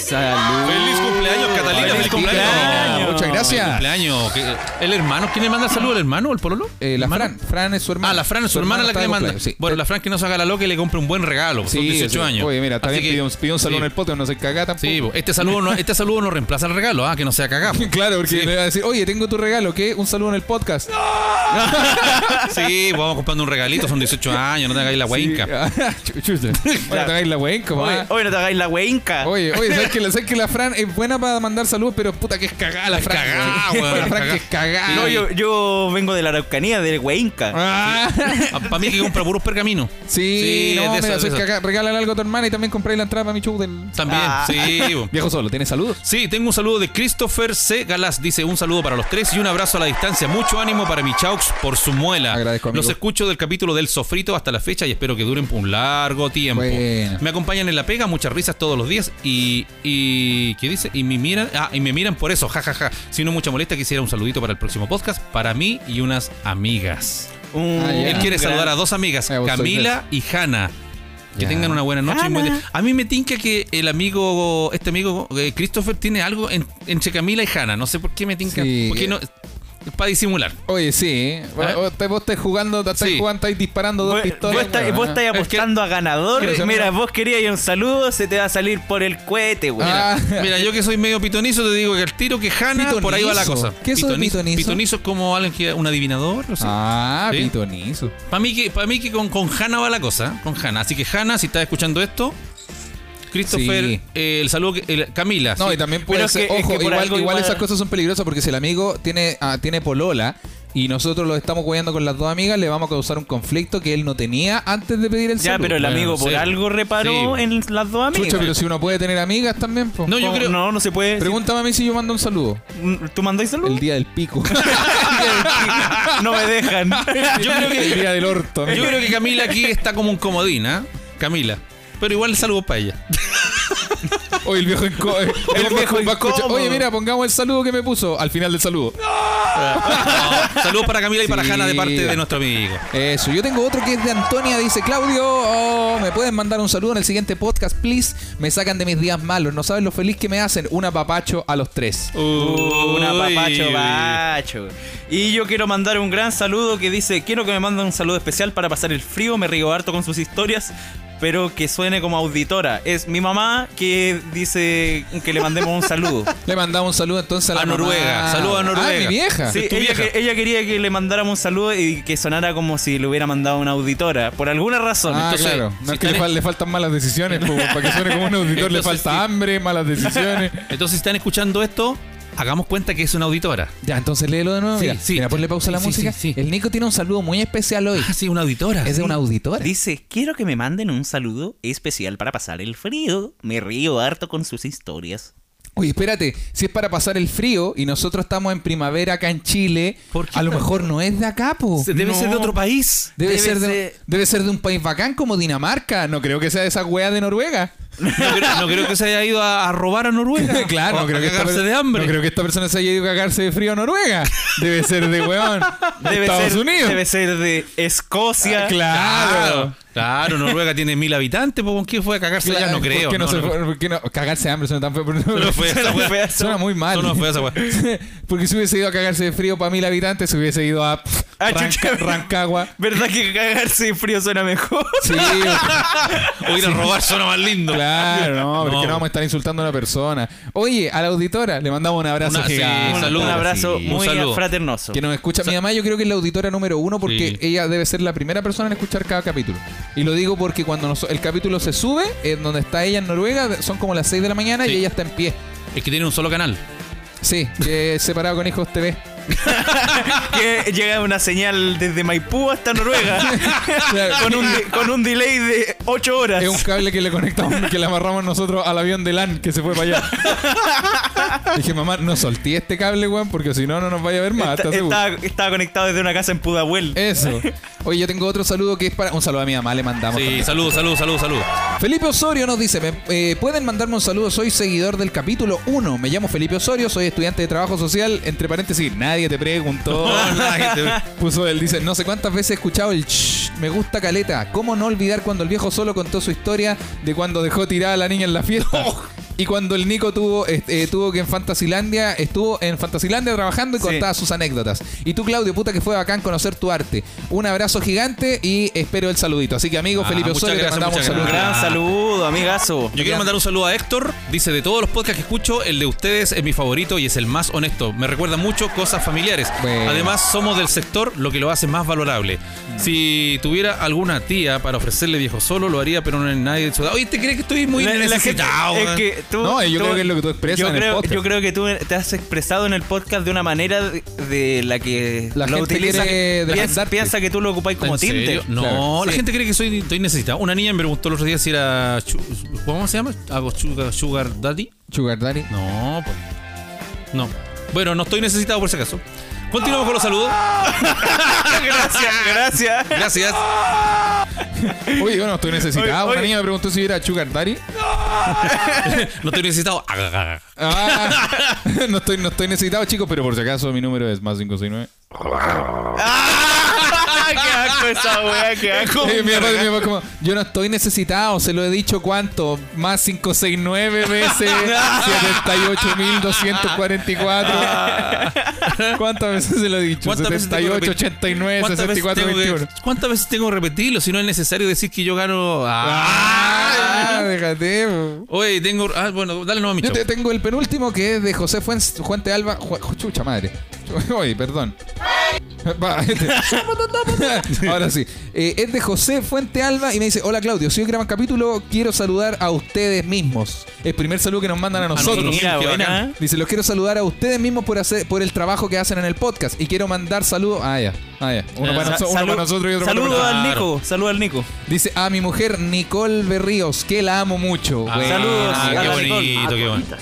B: Salud.
E: Feliz cumpleaños, Catalina. Feliz,
A: Feliz
E: cumpleaños.
A: cumpleaños. Muchas gracias.
E: Feliz cumpleaños. ¿Qué- ¿El hermano? ¿Quién le manda saludo? ¿El hermano o el pololo?
A: Eh, la
E: ¿Hermano?
A: Fran, Fran es su hermana.
E: Ah, la Fran, su, hermana, la
A: está
E: que
A: de
E: le manda.
A: cumpleaños, sí. Eh,
E: Bueno, la Fran que no se haga la loca y le compre un buen regalo.
A: Sí,
E: son 18
A: sí.
E: años.
A: Oye, mira, también
E: Así que-
A: pidió, un- pidió un saludo
E: sí.
A: en el podcast, no se caga tampoco.
E: Sí, po. este saludo, no, este saludo no reemplaza el regalo, ah, que no
A: *laughs*
E: sea cagado.
A: Claro, porque
E: Sí.
A: le va a decir, oye, tengo tu regalo, ¿qué? Un saludo en el podcast.
E: Sí, vamos comprando un regalito, son 18 años, no te hagáis la huenca.
A: ah. *laughs* Sí. Chu-
E: *laughs*
A: chuta. Oye, tragáis la huenca,
B: Oye,
A: va.
B: oye, no te hagáis la hueinca.
A: Oye, oye, ¿sabes que, la, ¿sabes que la Fran es buena para mandar saludos, pero puta que es cagada la Fran?
E: cagada,
A: weón.
E: weón,
A: La Fran
E: cagada.
A: que es cagada.
B: No, yo, yo vengo de la Araucanía, de Hueinca.
E: *laughs*
A: Ah.
E: Para mí que compra puros pergaminos.
A: Sí, no,
E: es de
A: mira,
E: esas,
A: soy
E: de esas.
A: cagada. Regálale algo a tu hermana y también compráis la entrada para mi show del...
E: También,
B: Ah.
E: sí. po.
A: Viejo solo, ¿tienes saludos?
E: Sí, tengo un saludo de Christopher C. Galás. Dice un saludo para los tres y un abrazo a la distancia. Mucho ánimo para mi Chaux por su muela.
A: Agradezco, amigo.
E: Los escucho del capítulo del sofrito hasta la fecha y espero que duren por un largo tiempo.
A: Buena.
E: Me acompañan en la pega, muchas risas todos los días y. y ¿Qué dice? Y me miran. Ah, y me miran por eso, jajaja. Si no mucha molesta, quisiera un saludito para el próximo podcast, para mí y unas amigas.
B: Un-
A: Ah, ya.
E: Uh, Él quiere
B: un
E: saludar a
B: gran-
E: dos amigas,
A: Ya, vos sois
E: Camila y Hanna. Que
A: Ya.
E: tengan una buena noche. y muy-
B: Hanna.
E: a mí me tinca que el amigo, este amigo eh, Christopher, tiene algo en- entre Camila y Hanna. No sé por qué me tinca.
A: Sí.
E: Porque no, para disimular.
A: Oye, sí. ¿eh?
E: ¿Ah?
A: Vos, vos estás jugando, estás
E: Sí.
A: jugando, estás disparando dos
B: Vos,
A: pistolas.
B: vos estáis-
A: weón,
B: vos
A: ¿eh?
B: estáis apostando a ganador.
A: Quiero ser
B: Mira,
A: una-
B: vos querías un saludo, se te va a salir por el cohete, güey.
A: Ah.
E: Mira, yo que soy medio pitonizo, te digo que al tiro que Hanna, por ahí va la
A: Pitonizo.
E: cosa.
A: ¿Qué es eso de pitonizo?
E: Pitonizo es como alguien que, un adivinador. no sé.
A: Ah,
E: Sí.
A: pitonizo.
E: Para mí que, para mí que con, con Hanna va la cosa, ¿eh? con Hanna. Así que Hanna, si estás escuchando esto, Christopher,
A: Sí.
E: eh, el saludo que, el- Camila.
A: No,
E: sí.
A: y también puede
B: Pero es
A: ser,
B: que- es
A: ojo,
B: que por
A: igual,
B: algo
A: igual
B: igual-
A: esas cosas son peligrosas porque si el amigo tiene, ah, tiene polola y nosotros lo estamos cuidando con las dos amigas, le vamos a causar un conflicto que él no tenía antes de pedir el
B: Ya,
A: saludo.
B: pero el
E: bueno,
B: amigo por
E: sí.
B: algo reparó
E: Sí.
B: en las dos amigas.
A: pues, Chucha, pero si uno puede tener amigas también, pues.
E: No, yo
B: ¿Cómo?
E: creo-
B: No, no se puede. decir. Mm,
A: Pregúntame a mí si yo mando un saludo.
B: ¿Tú mandáis saludos?
A: El día del
B: *laughs*
A: pico.
B: no me dejan.
E: Yo creo
A: el
E: que-
A: día del orto.
E: Yo *laughs*
A: amigo.
E: creo que Camila aquí está como un comodín, ¿ah? Camila. Pero igual saludos para *laughs* ella.
A: Oye, el viejo
B: *laughs*
A: incó- eh, El viejo va a escuchar,
B: incómodo.
A: Oye, mira, pongamos el saludo que me puso al final del saludo.
E: No, Ah, saludos para Camila y para
A: Sí.
E: Hanna de parte de nuestro amigo.
A: Eso, yo tengo otro que es de Antonia, dice Claudio, oh, me pueden mandar un saludo en el siguiente podcast, please. Me sacan de mis días malos, no saben lo feliz que me hacen. Un apapacho a los tres.
E: Uh.
B: Un apapacho,
E: *laughs* Uy.
B: bacho. Y yo quiero mandar un gran saludo que dice: Quiero que me manden un saludo especial para pasar el frío. Me río harto con sus historias, pero que suene como auditora. Es mi mamá que dice que le mandemos un saludo.
A: Le mandamos un saludo entonces a la
E: A Noruega,
A: mamá.
E: saludo a Noruega.
A: Ah, mi *laughs* vieja.
B: Sí,
E: Es tu
B: ella,
E: vieja.
B: que- ella quería que le mandáramos un saludo y que sonara como si le hubiera mandado una auditora. Por alguna razón.
A: Ah,
E: entonces,
A: claro.
E: si
A: No es que le,
E: están-
A: fal- le faltan malas decisiones, po, para que suene como un auditor. le
E: Entonces,
A: falta
E: sí.
A: hambre, malas decisiones.
E: Entonces, si están escuchando esto, hagamos cuenta que es una auditora.
A: Ya, entonces léelo de nuevo.
E: Sí,
A: mira.
E: sí.
A: Mira, ponle pausa a la
E: Sí, sí,
A: música.
E: sí, sí.
A: El Nico tiene un saludo muy especial hoy.
E: Ah, sí, una auditora.
A: es de una auditora.
B: Dice, quiero que me manden un saludo especial para pasar el frío. Me río harto con sus historias.
A: Oye, espérate, si es para pasar el frío y nosotros estamos en primavera acá en Chile,
E: ¿Por qué
A: a lo
E: tan-
A: mejor no es de acá, po.
E: Se- Debe
B: No.
E: ser de otro país.
A: Debe,
B: Debe
A: ser de,
B: ser-
A: debe ser de un país bacán como Dinamarca. No creo que sea de esa wea de Noruega.
E: No creo, no creo que se haya ido a, a robar a *laughs* Noruega.
A: *laughs* claro,
E: Ah. O
A: no creo,
E: a
A: que esta,
E: cagarse
A: per-
E: de hambre.
A: no creo que esta persona se haya ido a cagarse de frío a Noruega. Debe ser de weón. de
E: *laughs*
B: Debe
A: Estados
B: ser,
A: Unidos.
B: Debe ser de Escocia.
A: Ah, claro.
E: Claro. Claro, Noruega tiene mil habitantes, pues ¿con quién fue a cagarse allá? No
A: ¿por
E: creo.
A: qué no
E: no,
A: se
E: no,
A: fue- por qué no? Cagarse de hambre *laughs* suena tan feo. pero no-
E: Solo fue esa weá.
A: Suena muy mal.
E: Solo fue esa weá.
A: *laughs* Porque si hubiese ido a cagarse de frío para mil habitantes, se hubiese ido a pff,
B: Ah,
A: Ranca-
B: chucha.
A: Rancagua.
B: ¿Verdad que cagarse de frío suena *laughs* mejor?
A: Sí,
E: O ir a robar suena más lindo.
A: claro, no, porque
E: No.
A: no. vamos a estar insultando a una persona. Oye, a la auditora le mandamos un abrazo
E: Una- sí,
A: gigante.
B: Un-
E: saludo,
B: un abrazo
E: sí.
B: muy
E: Un saludo.
B: fraternoso.
A: Que nos escucha. Mi mamá yo creo que es la auditora número uno porque
E: Sí.
A: ella debe ser la primera persona en escuchar cada capítulo. Y lo digo porque cuando nos- el capítulo se sube, en donde está ella en Noruega, son como las 6 de la mañana
E: Sí.
A: y ella está en pie.
E: Es que tiene un solo canal.
A: Sí, eh, separado con hijos TV.
B: Que llega una señal desde Maipú hasta Noruega
A: *laughs* Claro.
B: con, un de- con un delay de 8 horas.
A: Es un cable que le conectamos, que le amarramos nosotros al avión de LAN que se fue para allá. Dije, mamá, no solté este cable, weón, porque si no, no nos vaya a ver más.
B: Está-
A: ¿estás seguro?
B: estaba, estaba conectado desde una casa en Pudahuel.
A: Eso. Oye, yo tengo otro saludo que es para. Un saludo a mi mamá, le mandamos.
E: Sí, salud, salud, salud, salud.
A: Felipe Osorio nos dice, "Me- eh, pueden mandarme un saludo, soy seguidor del capítulo 1, me llamo Felipe Osorio, soy estudiante de trabajo social, entre paréntesis, nadie te
E: *laughs*
A: preguntó. Puso él, dice, no sé cuántas veces he escuchado el ch, me gusta caleta, ¿cómo no olvidar cuando el viejo solo contó su historia de cuando dejó tirada a la niña en la fiesta? Y cuando el Nico tuvo, este, eh, tuvo que en Fantasilandia, estuvo en Fantasilandia trabajando y
B: Sí.
A: contaba sus anécdotas. Y tú, Claudio, puta que fue bacán conocer tu arte. Un abrazo gigante y espero el saludito. Así que, amigo,
E: Ah,
A: Felipe
E: muchas
A: Osorio, te
E: gracias,
A: mandamos un
E: muchas
A: saludo.
E: gracias.
B: Gran saludo, amigazo.
E: Yo quiero mandar un saludo a Héctor. Dice, de todos los podcasts que escucho, el de ustedes es mi favorito y es el más honesto. Me recuerda mucho cosas familiares.
A: Bueno.
E: Además, somos del sector, lo que lo hace más valorable.
B: Mm.
E: Si tuviera alguna tía para ofrecerle viejo solo, lo haría, pero no hay nadie de su edad. Oye, ¿te crees que estoy muy
B: La- la
E: necesitado?
B: gente-
E: weón?
B: es que tú-
A: No, yo
B: tú-
A: creo que es lo que tú expresas
B: yo
A: en el
B: creo,
A: podcast.
B: Yo creo que tú te has expresado en el podcast de una manera de, de la que
A: La
B: lo
A: gente
B: utiliza-
A: quiere
B: piensa,
A: demandarte.
B: piensa que tú lo ocupáis como
E: ¿En serio?
B: tinte.
E: No,
A: Claro.
E: la gente cree que soy, estoy necesitado. Una niña me preguntó los otros días si era... chu- ¿Cómo se llama? ¿Algo sugar, sugar daddy?
A: Sugar Daddy.
E: No, pues. No. Bueno, no estoy necesitado por si acaso. Continuamos con los saludos.
B: *laughs* gracias,
E: *laughs*
B: gracias.
E: Gracias.
A: Oye, yo no estoy necesitado. Una
B: Oye, oye.
A: niña me preguntó si era Sugar Daddy.
E: No estoy necesitado. ah,
A: Ah, no, estoy, no estoy necesitado, chicos, pero por si acaso mi número es más 569.
B: ¡Ah! ¡Qué asco esa weá! ¡Qué asco!
A: Eh, mi papá- mi papá como, yo no estoy necesitado, se lo he dicho cuánto. Más 569 veces 78.244. ¿Cuántas veces se lo he dicho?
E: ¿Cuántas veces tengo
A: 78,
E: que repetir?
A: 89,
E: ¿Cuántas veces
A: 64,
E: tengo que-
A: 21.
E: ¿Cuántas veces tengo que repetirlo? Si no es necesario decir que yo gano. Ah.
A: Ah, déjate. po.
E: Oye, tengo. Ah, bueno, dale nomás a mi
A: Yo
E: chavo.
A: te tengo el penúltimo que es de José Fuentes, Juante Alba. Ju- chucha madre. *laughs* Oye, perdón. Va, este. *laughs* Ahora sí. Eh, es de José Fuente Alba y me dice: Hola Claudio, soy gran capítulo. Quiero saludar a ustedes mismos. El primer saludo que nos mandan a nosotros.
E: nosotros.
B: Mira,
E: Qué
B: buena.
E: bacán.
A: Dice, los quiero saludar a ustedes mismos por hacer por el trabajo que hacen en el podcast. Y quiero mandar saludos. Ah, ya. Ah, ya. Uno, para, noso- uno
B: Eh, Salud-
A: para nosotros y otro para
B: saludo
A: nosotros.
B: al
E: Claro.
B: Nico, saludo al Nico.
A: Dice a mi mujer Nicole Berríos, que la amo mucho.
E: Ah,
A: Buena.
B: Saludos,
E: qué
B: Hola, Nicole.
E: bonito, qué bonito.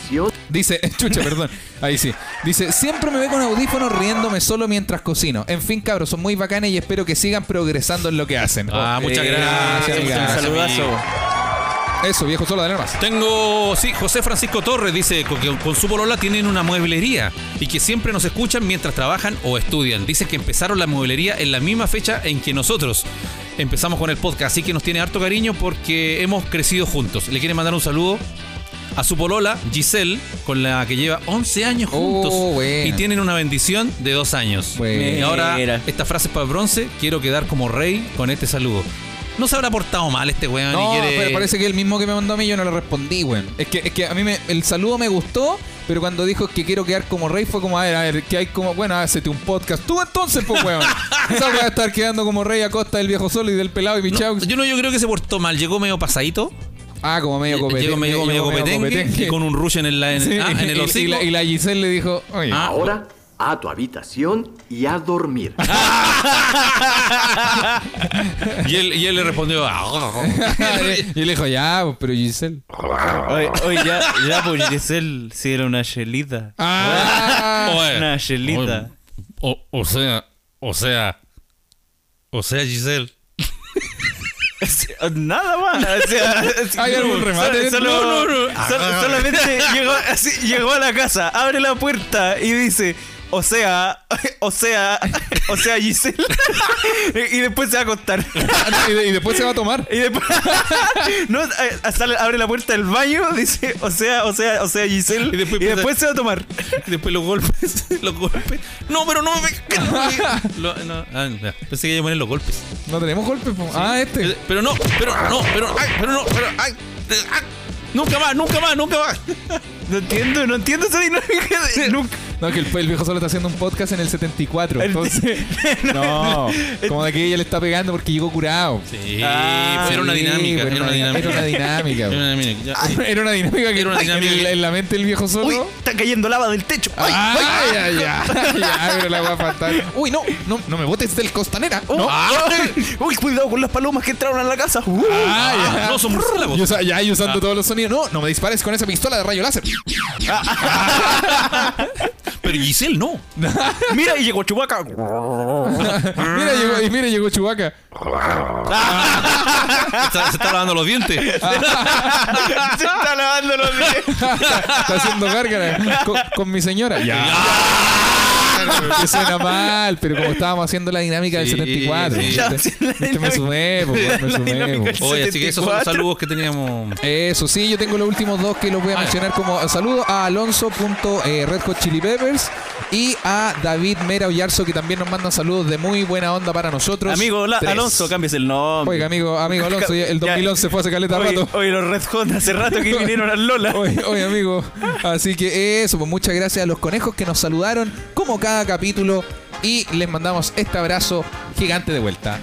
A: Dice, *laughs* chucha, perdón. Ahí sí. Dice, siempre me ve con audífonos riéndome solo mientras cocino. En fin, cabros, son muy bacanes y espero que sigan progresando en lo que hacen. Oh, eh,
E: Ah, muchas gracias.
A: gracias,
E: muchas
A: amigo.
B: Eh, Un
E: gracias,
B: saludazo.
E: amigo.
A: Eso, viejo, solo de más.
E: Tengo, sí, José Francisco Torres dice que con, con su polola tienen una mueblería y que siempre nos escuchan mientras trabajan o estudian. Dice que empezaron la mueblería en la misma fecha en que nosotros empezamos con el podcast, así que nos tiene harto cariño porque hemos crecido juntos. Le quiere mandar un saludo a su polola, Giselle, con la que lleva 11 años juntos
A: Oh, bueno.
E: y tienen una bendición de dos años.
A: Bueno.
E: Y ahora,
B: Mira.
E: esta frase es para bronce, quiero quedar como rey con este saludo. No se habrá portado mal este weón
A: No,
E: y quiere...
A: pero parece que el mismo que me mandó a mí yo no le respondí, weón. Es que, es que a mí me- el saludo me gustó, pero cuando dijo que quiero quedar como rey fue como, a ver, a ver, que hay como, bueno, hacete un podcast. Tú entonces, pues,
E: *laughs*
A: weón. Esa weá de estar quedando como rey a costa del viejo solo y del pelado y mi
E: No,
A: chau.
E: yo no, yo creo que se portó mal. Llegó medio pasadito.
A: Ah, como medio copete.
E: llegó medio, medio copetengue, Y con un rush en el, en,
A: Sí,
E: ah, en el
A: y- y
E: hocico.
A: la- y la Giselle le dijo, oye.
E: Ah,
G: Ahora a tu habitación y a dormir.
E: *laughs* y, él, y él le respondió. "Ah".
A: *laughs* *laughs* y le dijo, ya, pues, pero Giselle.
B: Oye, oye, ya, ya pues, por Giselle sí era una chelita.
A: *laughs* Ah,
E: Oye,
B: Una chelita.
E: O, o sea, o sea, o sea, Giselle.
B: *laughs* Nada más. o sea,
A: ¿Hay algún remate?
B: Solo,
A: No,
B: sol- solamente llegó, así, llegó a la casa, abre la puerta y dice: O sea, *laughs* o sea, o sea, Giselle. *laughs* y después se va a acostar. *laughs*
F: y, de- y después se va a tomar.
B: Y después. *laughs* no, eh, sale- abre la puerta del baño, dice, o sea, o sea, o sea, Giselle.
E: Y
B: Y
E: después
B: después,
E: empieza-
B: se va a tomar.
E: Después los golpes, *laughs* los golpes. No, pero no me. que no me- Lo- no, ah, ya. pensé que iba a poner los golpes.
A: No tenemos golpes. po. Ah, este.
E: Pero no, pero no, pero ay, pero no, pero ay, eh, ay. Nunca más, nunca más, nunca más.
B: No entiendo, no entiendo esa dinámica de- nunca.
A: No, que el, el viejo solo está haciendo un podcast en el 74. Entonces, *laughs* no. Como de que ella le está pegando porque llegó curado.
E: Sí,
B: Ah,
E: pero era una
A: Sí,
E: dinámica,
A: pero
E: era una dinámica.
A: Era una dinámica.
E: Era una
A: po.
E: dinámica. Ya.
A: *laughs* Era una dinámica que
E: Era una dinámica
A: en, la, en la mente del viejo solo.
B: *laughs* Uy, está cayendo lava del techo. Ay,
A: ay, ay, ay, ay, pero la wea fatal. Uy, no, no, no me botes del costanera.
B: oh,
A: No.
B: ay. Uy, cuidado con las palomas que entraron a la casa. Uh. Ah.
A: Ay,
E: Ah,
A: ay.
E: no, son murciélagos.
A: Y usa- ya, y usando todos los sonidos. No, no me dispares con esa pistola de rayo láser.
E: Pero Giselle no.
B: Mira, y llegó Chubaca.
A: mira, llegó, y mira, llegó
B: *laughs*
A: Chubaca.
E: Está- se está lavando los dientes.
A: Ah,
B: Se está lavando los dientes.
A: Está haciendo gárgara con, con mi señora. Ya. Que suena mal, pero como estábamos haciendo la dinámica
E: Sí,
A: del 74.
E: sí.
A: ¿viste?
B: Ya, sí, la
A: Viste, me
B: dinámica-
A: sumé, po, me
B: la
A: sumé. pues.
B: dinámica
A: po.
E: Oye, así que esos son los
B: 74.
E: saludos que teníamos.
A: Eso sí, yo tengo los últimos dos que los
B: Ah,
A: voy a mencionar como saludo a Alonso punto, eh, Red Hot Chili Peppers y a David Mera Ollarzo que también nos mandan saludos de muy buena onda para nosotros.
B: Amigo la-
A: Tres.
B: Alonso, cambies el nombre.
A: Oiga, amigo, amigo Alonso, ya el
B: Ya.
A: 2011 fue hace caleta
B: Oye,
A: rato.
B: oye, los Red Hot hace
A: *laughs*
B: rato que vinieron al Lola.
A: Oye, oye, amigo. Así que eso, pues muchas gracias a los conejos que nos saludaron como cada capítulo y les mandamos este abrazo gigante de vuelta.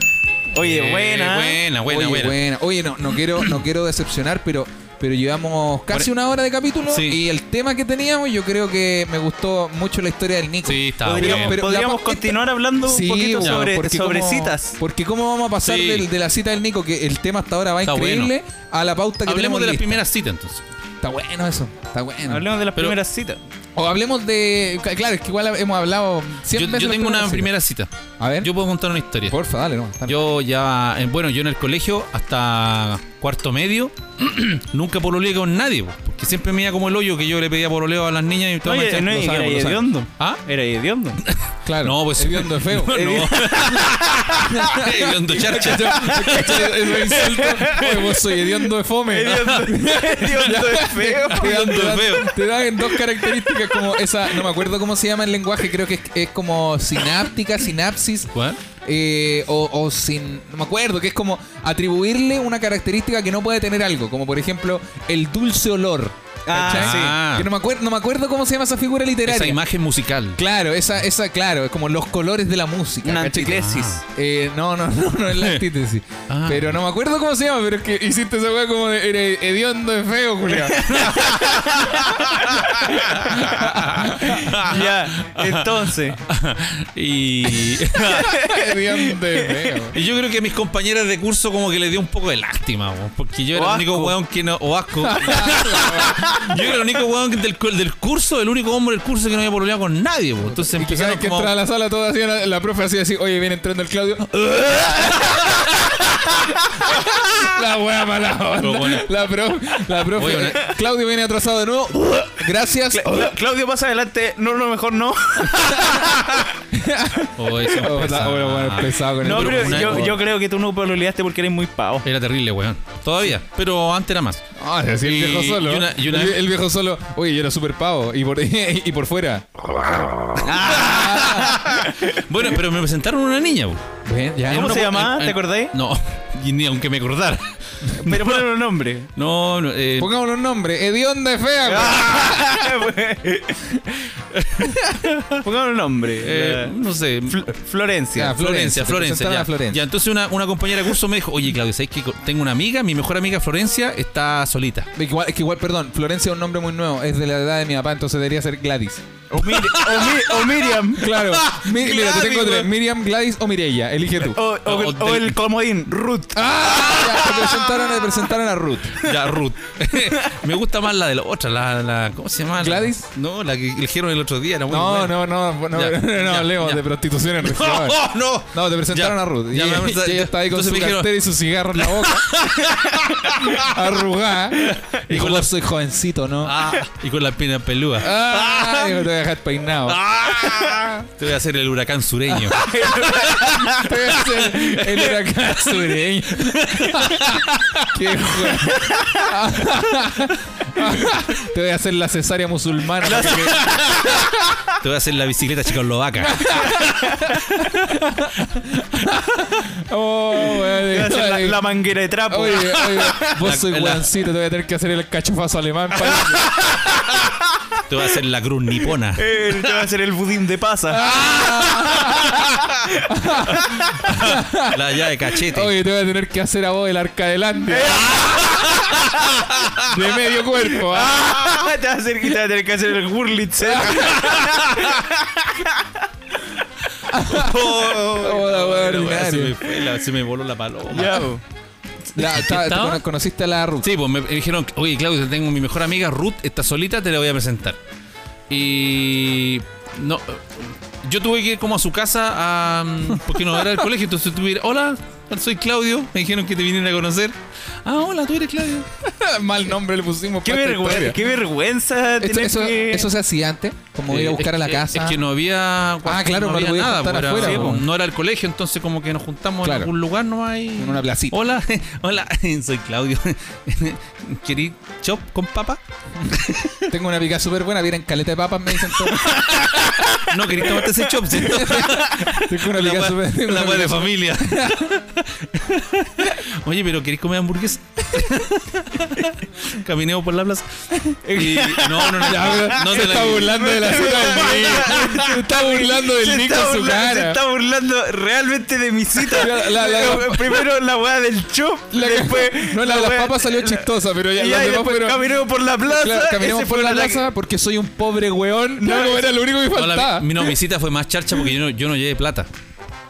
B: Oye,
E: *laughs* Eh,
B: buena.
E: Buena, buena,
A: Oye,
E: buena.
A: Oye, no, no quiero, no quiero decepcionar, pero, pero llevamos casi una hora de capítulo
E: e- Sí.
A: y el tema que teníamos, yo creo que me gustó mucho la historia del Nico.
E: Sí, está
B: Podríamos,
E: bien.
A: pero la
B: podríamos
A: pa-
B: continuar hablando un
A: Sí,
B: poquito
A: bueno,
B: sobre, sobre
A: cómo-
B: citas.
A: Porque cómo vamos a pasar
E: Sí.
A: del- de la cita del Nico, que el tema hasta ahora va
E: Está
A: increíble, a la pauta que
E: Hablemos
A: tenemos
E: de las
A: lista.
E: primeras citas entonces.
A: Está bueno eso, está bueno.
B: Hablemos de las
E: Pero-
B: primeras citas.
A: O hablemos de. Claro, es que igual hemos hablado
E: Yo,
A: 100
E: yo
A: veces las
E: tengo una
A: primeras
E: primera cita.
A: citas. A ver,
E: Yo puedo contar una historia.
A: porfa, dale, no. está-
E: Yo ya, eh, bueno, yo en el colegio hasta cuarto medio *clears throat* nunca pololeé con nadie, po, porque siempre me iba como el hoyo que yo le pedía pololeo a las niñas y todo
B: Oye, no, y que era hediondo.
E: ¿Ah?
B: Era
E: *laughs*
B: hediondo.
A: claro.
E: No, pues
A: Hediondo es
E: *laughs*
A: feo. *laughs*
E: No, no. *laughs* Hediondo charcha.
A: Eso insulto. Oye, vos soy hediondo de fome.
B: *laughs* Hediondo
E: *laughs*
B: hediondo es feo.
A: Te dan, te,
E: Hediondo es
A: dan,
E: feo.
A: *laughs* te dan dos características como esa, no me acuerdo cómo se llama el lenguaje, creo que es, es como sináptica, sinapsis,
E: ¿Cuál?
A: eh, o, o sin, no me acuerdo, que es como atribuirle una característica que no puede tener algo, como por ejemplo el dulce olor.
B: Ah,
A: ¿cachai?
B: sí.
E: Ah.
A: Que no me acuerdo, no me acuerdo cómo se llama esa figura literaria.
E: Esa imagen musical.
A: Claro, esa, esa, claro, es como los colores de la música.
B: Una
A: ¿cachai?
B: antítesis.
A: Eh, no, no, no, no es
E: *laughs*
A: la antítesis.
E: Ah.
A: Pero no me acuerdo cómo se llama, pero es que hiciste esa weá como de era hediondo de feo, Julián. *laughs*
E: Ah.
B: Ya, entonces.
E: *laughs*
A: *laughs*
E: y, *laughs*
A: hediondo de feo.
E: y yo creo que a mis compañeras de curso como que le dio un poco de lástima, po, porque yo era
B: O
E: el único
B: asco.
E: weón que no...
A: *laughs*
E: O asco. yo era el único weón que del, del curso, el único hombre del curso que no había pololeado con nadie, po. Entonces
A: Y cada
E: empezaron
A: vez que
E: como...
A: entraba a la sala toda así, la, la profe hacía así, oye, viene entrando el Claudio. *laughs* la wea mala onda.
E: Pero bueno.
A: La, pro- la profe.
E: Oye, una-
A: Claudio viene atrasado de nuevo. Gracias.
B: Cla- Claudio, pasa adelante. No, no, mejor no.
E: Oh, eso
A: *laughs* Oh, la- oh, bueno, pesado con
B: No,
A: el-
E: pero
B: pero
E: una-
B: yo, yo creo que tú no pololeaste porque eres muy
E: *laughs*
B: pavo.
E: Era terrible, weón. Todavía. Pero antes era más.
A: Ah, es decir, el
E: Y-
A: viejo solo.
E: y una- y una-
A: el, el viejo solo. Oye, yo era súper pavo. Y por, y por fuera.
E: *laughs* Bueno, pero me presentaron una niña, weón.
A: Ven, ya.
B: ¿Cómo
E: Una
B: se
E: po-
B: llamaba?
E: en- en-
B: ¿Te acordáis?
E: No, y ni aunque me acordara.
B: Pero ponle un nombre.
E: No, no, eh,
A: Pongámosle un nombre. Hedionda es fea. Ah,
B: Pongamos un nombre.
E: eh, no sé.
B: Fl- Florencia.
A: Ya,
E: Florencia,
A: Florencia,
E: Florencia.
A: presentaron
E: Ya.
A: a Florencia.
E: Ya, entonces una, una compañera de curso me dijo, oye Claudio, ¿sabes que tengo una amiga? Mi mejor amiga Florencia está solita.
A: Igual, es que igual, perdón. Florencia es un nombre muy nuevo. Es de la edad de mi papá, entonces debería ser Gladys.
B: O, Miri- o Mi- o Miriam.
E: *laughs*
A: Claro. Mi- mira, te tengo
E: Oh, Gladys, Oh,
A: tres.
E: weón.
A: Miriam, Gladys o Mirella. Elige tú.
B: O, o-
E: O- o
B: o
E: del-
B: el comodín, Ruth.
A: ¡Ah! Ya, te presentaron, te presentaron a Ruth.
E: Ya, Ruth. *laughs* me gusta más la de la otra, la, la ¿cómo se llama? La-
A: ¿Gladys?
E: no, la que eligieron el otro día. Era muy
A: No,
E: buena. *laughs*
A: no, no, no, no,
E: Ya,
A: no, *laughs* no,
E: ya,
A: hablemos
E: ya.
A: de prostitución en
E: *laughs* ¡No,
A: restaurantes.
E: no!
A: No, te presentaron
E: Ya,
A: a Ruth. Y,
E: ya me
A: y
E: presentaron-
A: ella está ahí con
E: entonces
A: su
E: me dijeron-
A: cartera y su cigarro en la boca.
E: *laughs*
A: arrugada. Y
E: con
A: como
E: la-
A: soy jovencito, ¿no?
E: Ah, y con la pina pelúa.
A: Ah, digo, te voy a cagar peinado. *laughs*
E: Te voy a hacer el huracán *laughs* sureño.
A: Debe ser el *laughs* huracán sureño. Qué jue- *laughs* Te voy a hacer la cesárea musulmana. para que-
E: Te voy a hacer la bicicleta checoslovaca.
A: Oh,
B: Te
A: weón.
B: voy a hacer La, la manguera de trapo.
A: Oye,
E: *laughs*
A: oye, vos
E: La-
A: soy
E: la-
A: guancito, te voy a tener que hacer el cachofazo
E: *laughs*
A: alemán. parece.
E: Te voy a hacer la cruz nipona.
B: Eh, te voy a hacer el budín de
A: Ah.
B: pasa.
E: La llave de cachete.
A: Oye, te voy a tener que hacer a vos el arca
E: Eh.
A: delante. De medio cuerpo. ah.
B: *laughs* te, vas a hacer, te vas a tener que hacer el *laughs* Wurlitzer.
A: Hola, weón,
E: Pero, weón, se,
A: ordinario.
E: me fue la- se me voló la paloma.
B: Oh, Ya,
A: Ah.
B: po.
A: La- ta- te cono- conociste a la Ruth.
E: Sí, pues me dijeron, oye, Claudio, tengo mi mejor amiga Ruth, está solita, te la voy a presentar. Y no, yo tuve que ir como a su casa a, porque no era el colegio, entonces tuve que ir, hola, soy Claudio, me dijeron que te vinieron a conocer. Ah, hola, tú eres Claudio.
A: *laughs* Mal nombre le pusimos.
B: Qué,
A: para esta
B: vergüenza,
A: historia.
B: qué vergüenza
A: Esto-
B: tener
A: eso,
B: que...
A: eso se hacía antes, como ir a
E: Eh,
A: buscar a la
E: es que-
A: casa. Ah,
E: Es que no había.
A: claro,
E: no
A: no lo
E: había
A: podías
E: nada,
A: juntar
E: pues, era-
A: afuera,
E: sí,
A: po.
E: pues, no era el colegio, entonces como que nos juntamos en
A: Claro.
E: algún lugar, no hay.
A: En una placita.
E: Hola, *laughs* hola, soy Claudio. *laughs* ¿Querís chop con papa?
A: Tengo una pica súper buena, vienen caleta de papas, me dicen
E: *laughs*
A: todo.
E: No, querís tomarte ese chop, ¿sí?
A: Tengo *laughs* una pica súper tengo
E: *laughs* La
A: una
E: wea de
A: pica súper-
E: familia. *laughs* Oye, pero ¿queréis comer hamburguesa? *laughs* Caminemos por la plaza. Y- no,
A: *laughs*
E: no, no. no
A: Se
E: te
A: está
E: la,
A: burlando de la cita del Nico.
E: *laughs*
A: Se está burlando del
B: Se
A: Nico
B: está
A: en su
B: burlando- Se
A: cara.
B: está burlando realmente de mi cita. Eh,
A: La- la- la-
B: Primero la weá del chop,
A: La-
B: después.
A: *laughs* no, la de las
B: weá-
A: papas salió
B: la-
A: chistosa, pero ya
B: Y
A: las
B: ya
A: demás
B: después
A: fueron-
B: caminemos por la plaza.
A: Claro, caminemos
B: ese
A: por
B: fue
A: la
B: el ataque.
A: plaza porque soy un pobre weón. No, era lo único que
E: no, la-
A: faltaba.
E: mi, no, mi cita fue más charcha porque yo no, yo no llevé plata.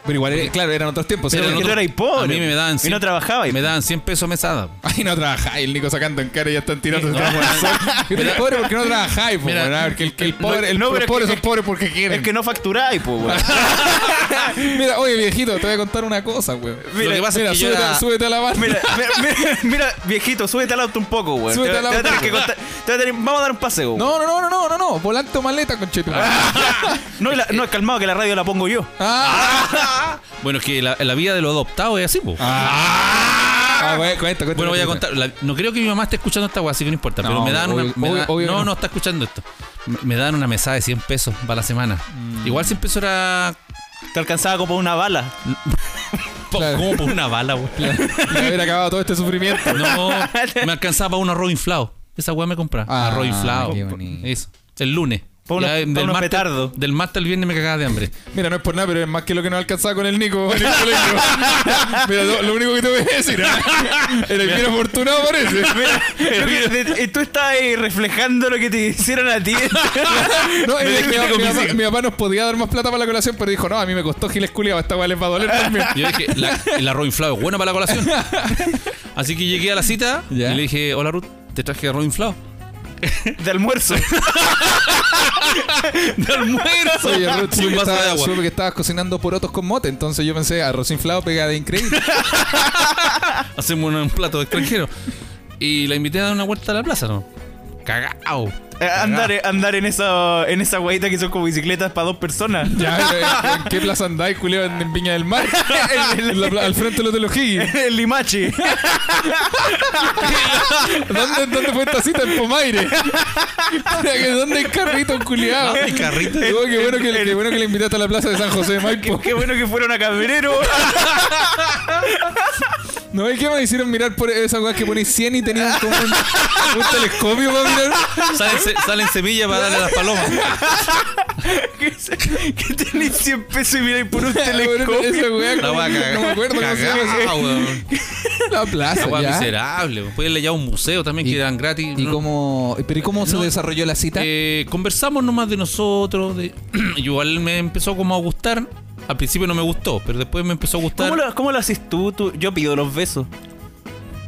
A: Pero igual, era- claro, eran otros tiempos.
E: Pero
A: era
B: porque
A: otro-
B: tú eras pobre,
E: A mí me daban
B: y no trabajabas.
E: Me daban 100 pesos mesada.
A: Ay, no trabajáis, el Nico sacando en cara y ya están tirando.
E: No.
A: Están como- Eres pobre porque no trabajáis, po,
E: Mira,
A: weón. Ah, porque el, que el
B: no,
A: pobre, el-
B: no,
A: los
B: pero es
A: pobres
B: que-
A: son pobres porque quieren.
B: Es que no facturáis,
A: *laughs*
B: po, weón.
A: Mira, oye viejito, te voy a contar una cosa, weón.
B: Mira,
E: Lo que pasa
A: Mira,
E: es que yo
A: súbete,
E: era-
A: súbete a la barra.
B: Mira, mira, mira, mira, viejito, súbete al auto un poco, weón.
A: Súbete
B: Te-
A: al
B: te voy a
A: auto.
B: tener que contar- te voy a tener- Vamos a dar un paseo,
A: No, no, no, no, no, no, no. Volante o maleta, conchetumare.
B: No, y la- no, calmado que la radio la pongo yo.
A: Ah,
E: Bueno, es que la, la vida de los adoptados es así, po.
A: ah, bueno, cuenta, cuenta,
E: Bueno, voy a
A: cuenta.
E: contar. la- no creo que mi mamá esté escuchando esta weá, así que no importa.
A: No,
E: pero me dan
A: obvio-
E: una. me
A: obvio-
E: da-
A: obvio
E: no,
A: no.
E: no está escuchando esto. Me, me dan una mesada de 100 pesos para la semana.
A: Mm.
E: Igual 100 pesos era.
B: Te alcanzaba como
A: *laughs*
B: una bala.
E: po-
A: Claro.
E: Como por una bala, weón.
A: Y haber acabado todo este sufrimiento. *laughs*
E: No, me alcanzaba para un arroz inflado. Esa weá me compraba.
A: Ah,
E: arroz inflado.
A: qué bonito.
E: Eso. El lunes.
B: Pa' unos-
E: Ya,
B: pa' unos
E: martes-
B: petardos.
E: Del martes al viernes me cagaba de hambre.
A: Mira, no es por nada, pero es más que lo que no alcanzaba con el Nico en el colegio.
E: *laughs*
A: Mira, lo, lo único que te voy a decir, ¿ah? era el bien afortunado
E: *laughs*
A: parece.
B: Mira, lo que- de- de- tú estás ahí reflejando lo que te hicieron a
A: *laughs*
B: ti.
A: No, y
E: Me
A: mi,
E: dejé con
A: mi
E: mis
A: papá,
E: hijos.
A: mi papá nos podía dar más plata para la colación, pero dijo, no, a mí me costó giles culiao, esta weá les va a doler también.
E: Yo dije, la- el arroz inflado es bueno para la colación. Así que llegué a la cita
A: Ya.
E: y le dije, hola Ruth, te traje arroz inflado.
B: De almuerzo.
E: ¡De *laughs* almuerzo!
A: Oye, Ruth,
E: Y
A: supe,
E: un
A: que
E: vaso de
A: estaba-
E: agua.
A: supe que estabas cocinando porotos con mote, entonces yo pensé, arroz inflado pega de
E: *laughs*
A: increíble.
E: Hacemos un, un plato de extranjero. Y la invité a dar una vuelta a la plaza, ¿no? Cagao.
B: Eh, andar, eh, andar en esa en esa guaita que son como bicicletas para dos personas.
A: Ya, pero, *laughs* ¿en qué plaza andáis, culiao, en, en Viña del
E: *laughs*
A: Mar? *laughs* En la pla- al frente de los de los Higgins.
B: El limache.
A: *laughs* ¿Dónde, ¿Dónde fue esta cita? En Pomaire. *laughs* ¿Dónde hay carrito, culiao?
E: El carrito.
A: Oh, qué, bueno que, qué bueno que le invitaste a la plaza de San José de
B: *laughs* Qué, *laughs*
A: Maipo.
B: qué bueno que fueron a Cabrero.
A: ¿No ves que me hicieron mirar por esa weá que ponéis 100 y tenían como un, un telescopio para mirar?
E: Salen, se- salen semillas para darle a las palomas.
B: *laughs* que, se- que tenéis 100 pesos y miráis por un
A: *laughs* Esa
B: telescopio.
A: weá,
E: La
A: como-
E: weá cagada.
A: no me acuerdo cómo se llama.
E: Cagao, weón.
A: *laughs* La plaza,
E: La weá
A: ya.
E: miserable. weón. Pueden ir a un museo también que eran gratis.
A: ¿Y
E: No-
A: cómo, pero ¿y cómo se desarrolló la cita?
E: Eh, conversamos nomás de nosotros. De... *clears throat* Igual me empezó como a gustar. Al principio no me gustó, pero después me empezó a gustar.
B: ¿Cómo lo, ¿Cómo lo haces tú? tú? Yo pido los besos.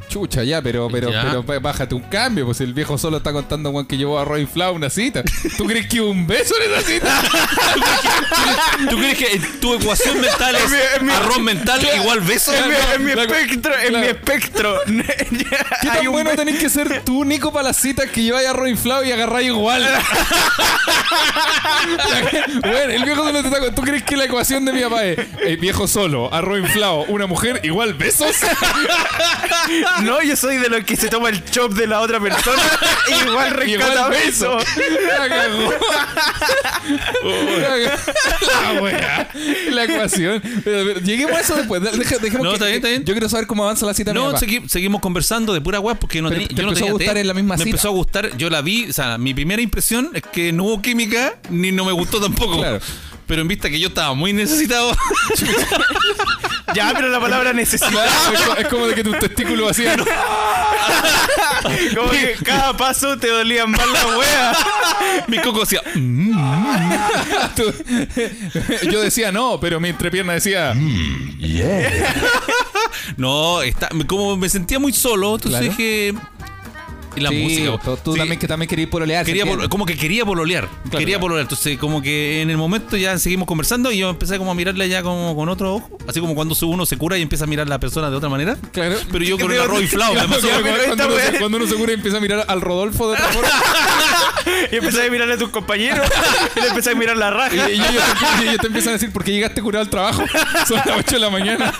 A: Chucha, ya, pero, pero,
E: Ya.
A: pero pa- bájate un cambio, pues el viejo solo está contando Juan que llevó a Roy Flau una cita. ¿Tú crees que hubo un beso en esa cita?
E: ¿Tú crees es que tu ecuación mental es arroz mental igual beso.
B: En mi, en mi
H: La-
B: espectro, en
H: la-
B: mi espectro. *laughs*
H: ¿Qué
B: Hay
H: tan
B: un
H: bueno
B: be-
H: tenés que ser tú, Nico, para las citas que yo haya roinflado y agarrar igual? bueno, el viejo solo te está... ¿Tú crees que la ecuación de mi papá es
A: El viejo solo, arroz inflado, una mujer, igual besos.
B: No, yo soy de los que se toma el chop de la otra persona. igual rescata
A: Igual
B: beso.
A: beso.
H: *laughs* La cagó. La cagó.
A: Ah, wea.
H: La ecuación. Pero, pero, lleguemos a eso después. De- deja- dejemos
E: No,
H: que-
E: está bien, está bien.
H: Yo quiero saber cómo avanza la cita. de mi
E: No,
H: papá.
E: segui- seguimos conversando de pura guas porque no
H: Pero
E: tenía-
H: te
E: yo no
H: empezó a
E: tenía
H: gustar
E: tele.
H: en la misma
E: Me
H: cita.
E: empezó a gustar, yo la vi, o sea, mi primera impresión es que no hubo química ni no me gustó tampoco.
H: Claro.
E: Pero en vista que yo estaba muy necesitado, *laughs*
B: Ya, pero la palabra necesidad.
A: Es co- Es como de que tus testículos hacían.
B: Como que cada paso te dolían más la wea.
E: mi coco decía, "Mm".
A: Yo decía no, pero mi entrepierna decía.
E: no, está, como me sentía muy solo, entonces
H: Claro.
E: dije, y la
H: Sí,
E: música.
H: Tú, tú
E: Sí,
H: también, que también querías pololear.
E: quería
H: ¿se
E: polo-
H: entiende?
E: como que quería pololear, quería pololear, entonces como que en el momento ya seguimos conversando y yo empecé como a mirarla ya como con otro ojo, así como cuando uno se cura y empieza a mirar a la persona de otra manera,
A: *laughs*
H: Claro.
E: pero yo con el
B: Pero-
E: arroz inflado, me pasó
B: Claro, pero esta
A: Cuando uno, se-
B: wea-
A: cuando uno se cura y empieza a mirar al Rodolfo de *laughs* otra forma.
B: Y empezás a mirar a tus compañeros. Y le empezás a mirar la
A: Y
B: raja.
A: ellos te, y ellos te empiezan a decir, ¿por qué llegaste curado al trabajo? *laughs* Son las 8 de la *laughs* mañana.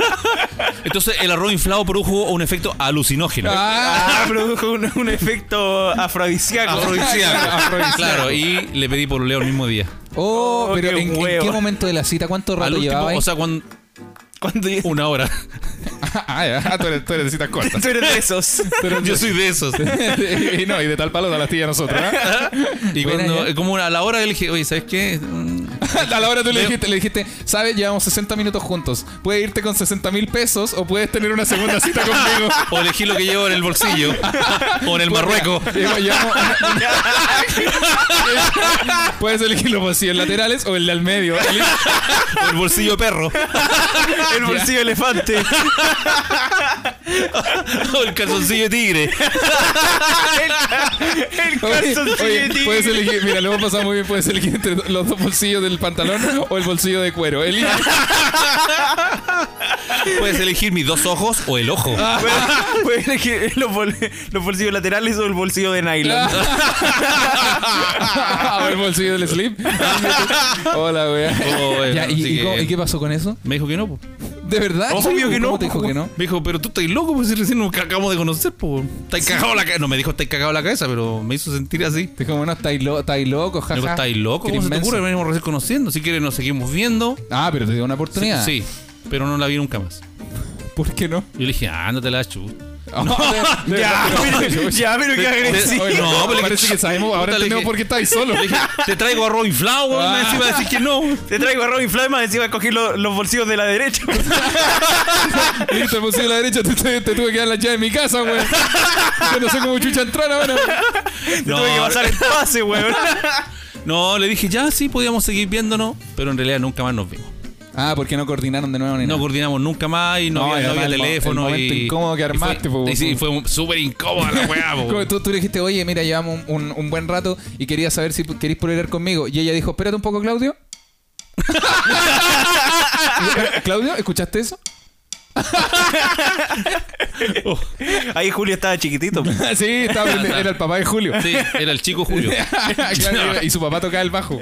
E: Entonces el arroz inflado produjo un efecto alucinógeno.
B: Ah, produjo un, un efecto afrodisíaco. *laughs*
E: Afrodisíaco. Claro, y le pedí por Leo el mismo día.
H: Oh,
B: Oh,
H: pero
B: qué
H: ¿en, en
B: huevo.
H: qué momento de la cita? ¿Cuánto
E: Al
H: rato
E: último,
H: llevaba ahí?
E: o sea, cuando,
B: Cuando yo-
E: una
H: *laughs*
E: hora.
A: *laughs* Ah, ya. Tú eres, tú eres de citas cortas.
B: Tú eres de esos.
E: Yo soy de esos.
A: y, no, y de *laughs* tal palo da la tilla a nosotros. *laughs* ¿ah?
E: Y
H: Buena
E: cuando,
H: idea.
E: como a la hora le dije, oye, ¿sabes
H: *laughs*
E: qué? Mm,
A: A la hora tú le
E: Veo-
A: dijiste, le dijiste, ¿sabes? Llevamos 60 minutos juntos. Puedes irte con 60 mil pesos o puedes tener una segunda *laughs* cita conmigo.
E: O elegí lo que llevo en el bolsillo. o en el Marruecos. *laughs*
A: Lleva- llevamos una- una- *laughs* Puedes elegir los bolsillos laterales o el de al medio.
E: O *laughs* el bolsillo
H: *laughs*
E: de perro.
B: El
A: *laughs*
B: bolsillo elefante.
E: O el calzoncillo de tigre.
B: El
A: Oye,
B: calzoncillo
A: oye,
B: de tigre.
A: puedes elegir, mira, lo hemos pasado muy bien, puedes elegir entre los dos bolsillos del pantalón o el bolsillo de cuero. Elige.
E: *laughs*
A: *laughs*
E: Puedes elegir mis dos ojos o el ojo.
B: Puedes- Puedes elegir los, bol- los bolsillos laterales o el bolsillo de nylon.
A: o el bolsillo del
E: *laughs*
A: slip. Hola, wea.
E: Oh, bueno,
H: Ya,
E: así
H: ¿y, y
E: que-
H: cómo- y qué pasó con eso?
E: Me dijo que no. po.
H: ¿De verdad?
B: Obvio que no,
H: ¿Cómo te dijo que no?
E: Me dijo, pero tú estás loco, pues si recién nos acabamos de conocer, pues. Estás cagado la cabeza. No me dijo, estás cagado la cabeza, pero me hizo sentir así.
H: Te dijo, bueno, estáis, lo- estáis locos,
E: Me
H: jaja.
E: dijo, estáis loco,
H: Qué
E: ¿cómo se te
H: inmenso.
E: ocurre? Venimos recién conociendo. Si quieres, nos seguimos viendo.
H: Ah, pero te dio una oportunidad.
E: Sí, pero no la vi nunca más.
H: ¿Por qué no?
E: Yo le dije, ah, *laughs* no te la chu.
A: *laughs* De- de-
B: *laughs* Ya,
A: *laughs*
B: pero, ya, pero qué agresivo.
A: Oye,
E: No, pero le-
A: parece que sabemos, ahora
E: Puta, le
A: entendemos
E: dije-
A: por qué estáis solo.
E: Le dije, te traigo arroz inflado, weón.
A: Ah.
E: Encima decís que *laughs* no.
B: Te traigo a Robin Fly, más encima escogí lo- los bolsillos de la derecha.
A: *laughs*
B: *laughs*
A: Listo, el bolsillo de la derecha, te, te- te tuve que dar la llave de mi casa, wea. Yo no sé cómo chucha entrar ahora.
B: Te tuve que pasar el pase, weón.
E: no, le dije, ya sí, podíamos seguir viéndonos, pero en realidad nunca más nos vimos.
H: Ah, porque no coordinaron de nuevo ni
E: No
H: nada.
E: coordinamos nunca más y
H: No,
E: no,
H: y
E: había, no
H: además
E: había
H: el mo- el
E: teléfono.
H: momento
E: y,
H: incómodo que
E: y fue-
H: armaste, po,
E: y sí,
H: po.
E: fue súper incómoda la weá,
H: *laughs*
E: po.
H: Como Tú, tú le dijiste, oye, mira, llevamos un, un- un buen rato y quería saber si p- queréis pololear conmigo. Y ella dijo, espérate un poco, Claudio.
A: *laughs*
H: Claudio, ¿escuchaste eso?
B: *laughs* Ahí Julio estaba
A: *laughs*
B: chiquitito.
A: Sí, estaba, aprendiendo- era el papá
H: *laughs*
A: de Julio.
E: Sí, era el chico Julio. *laughs*
A: Claro, era- y su papá tocaba el bajo.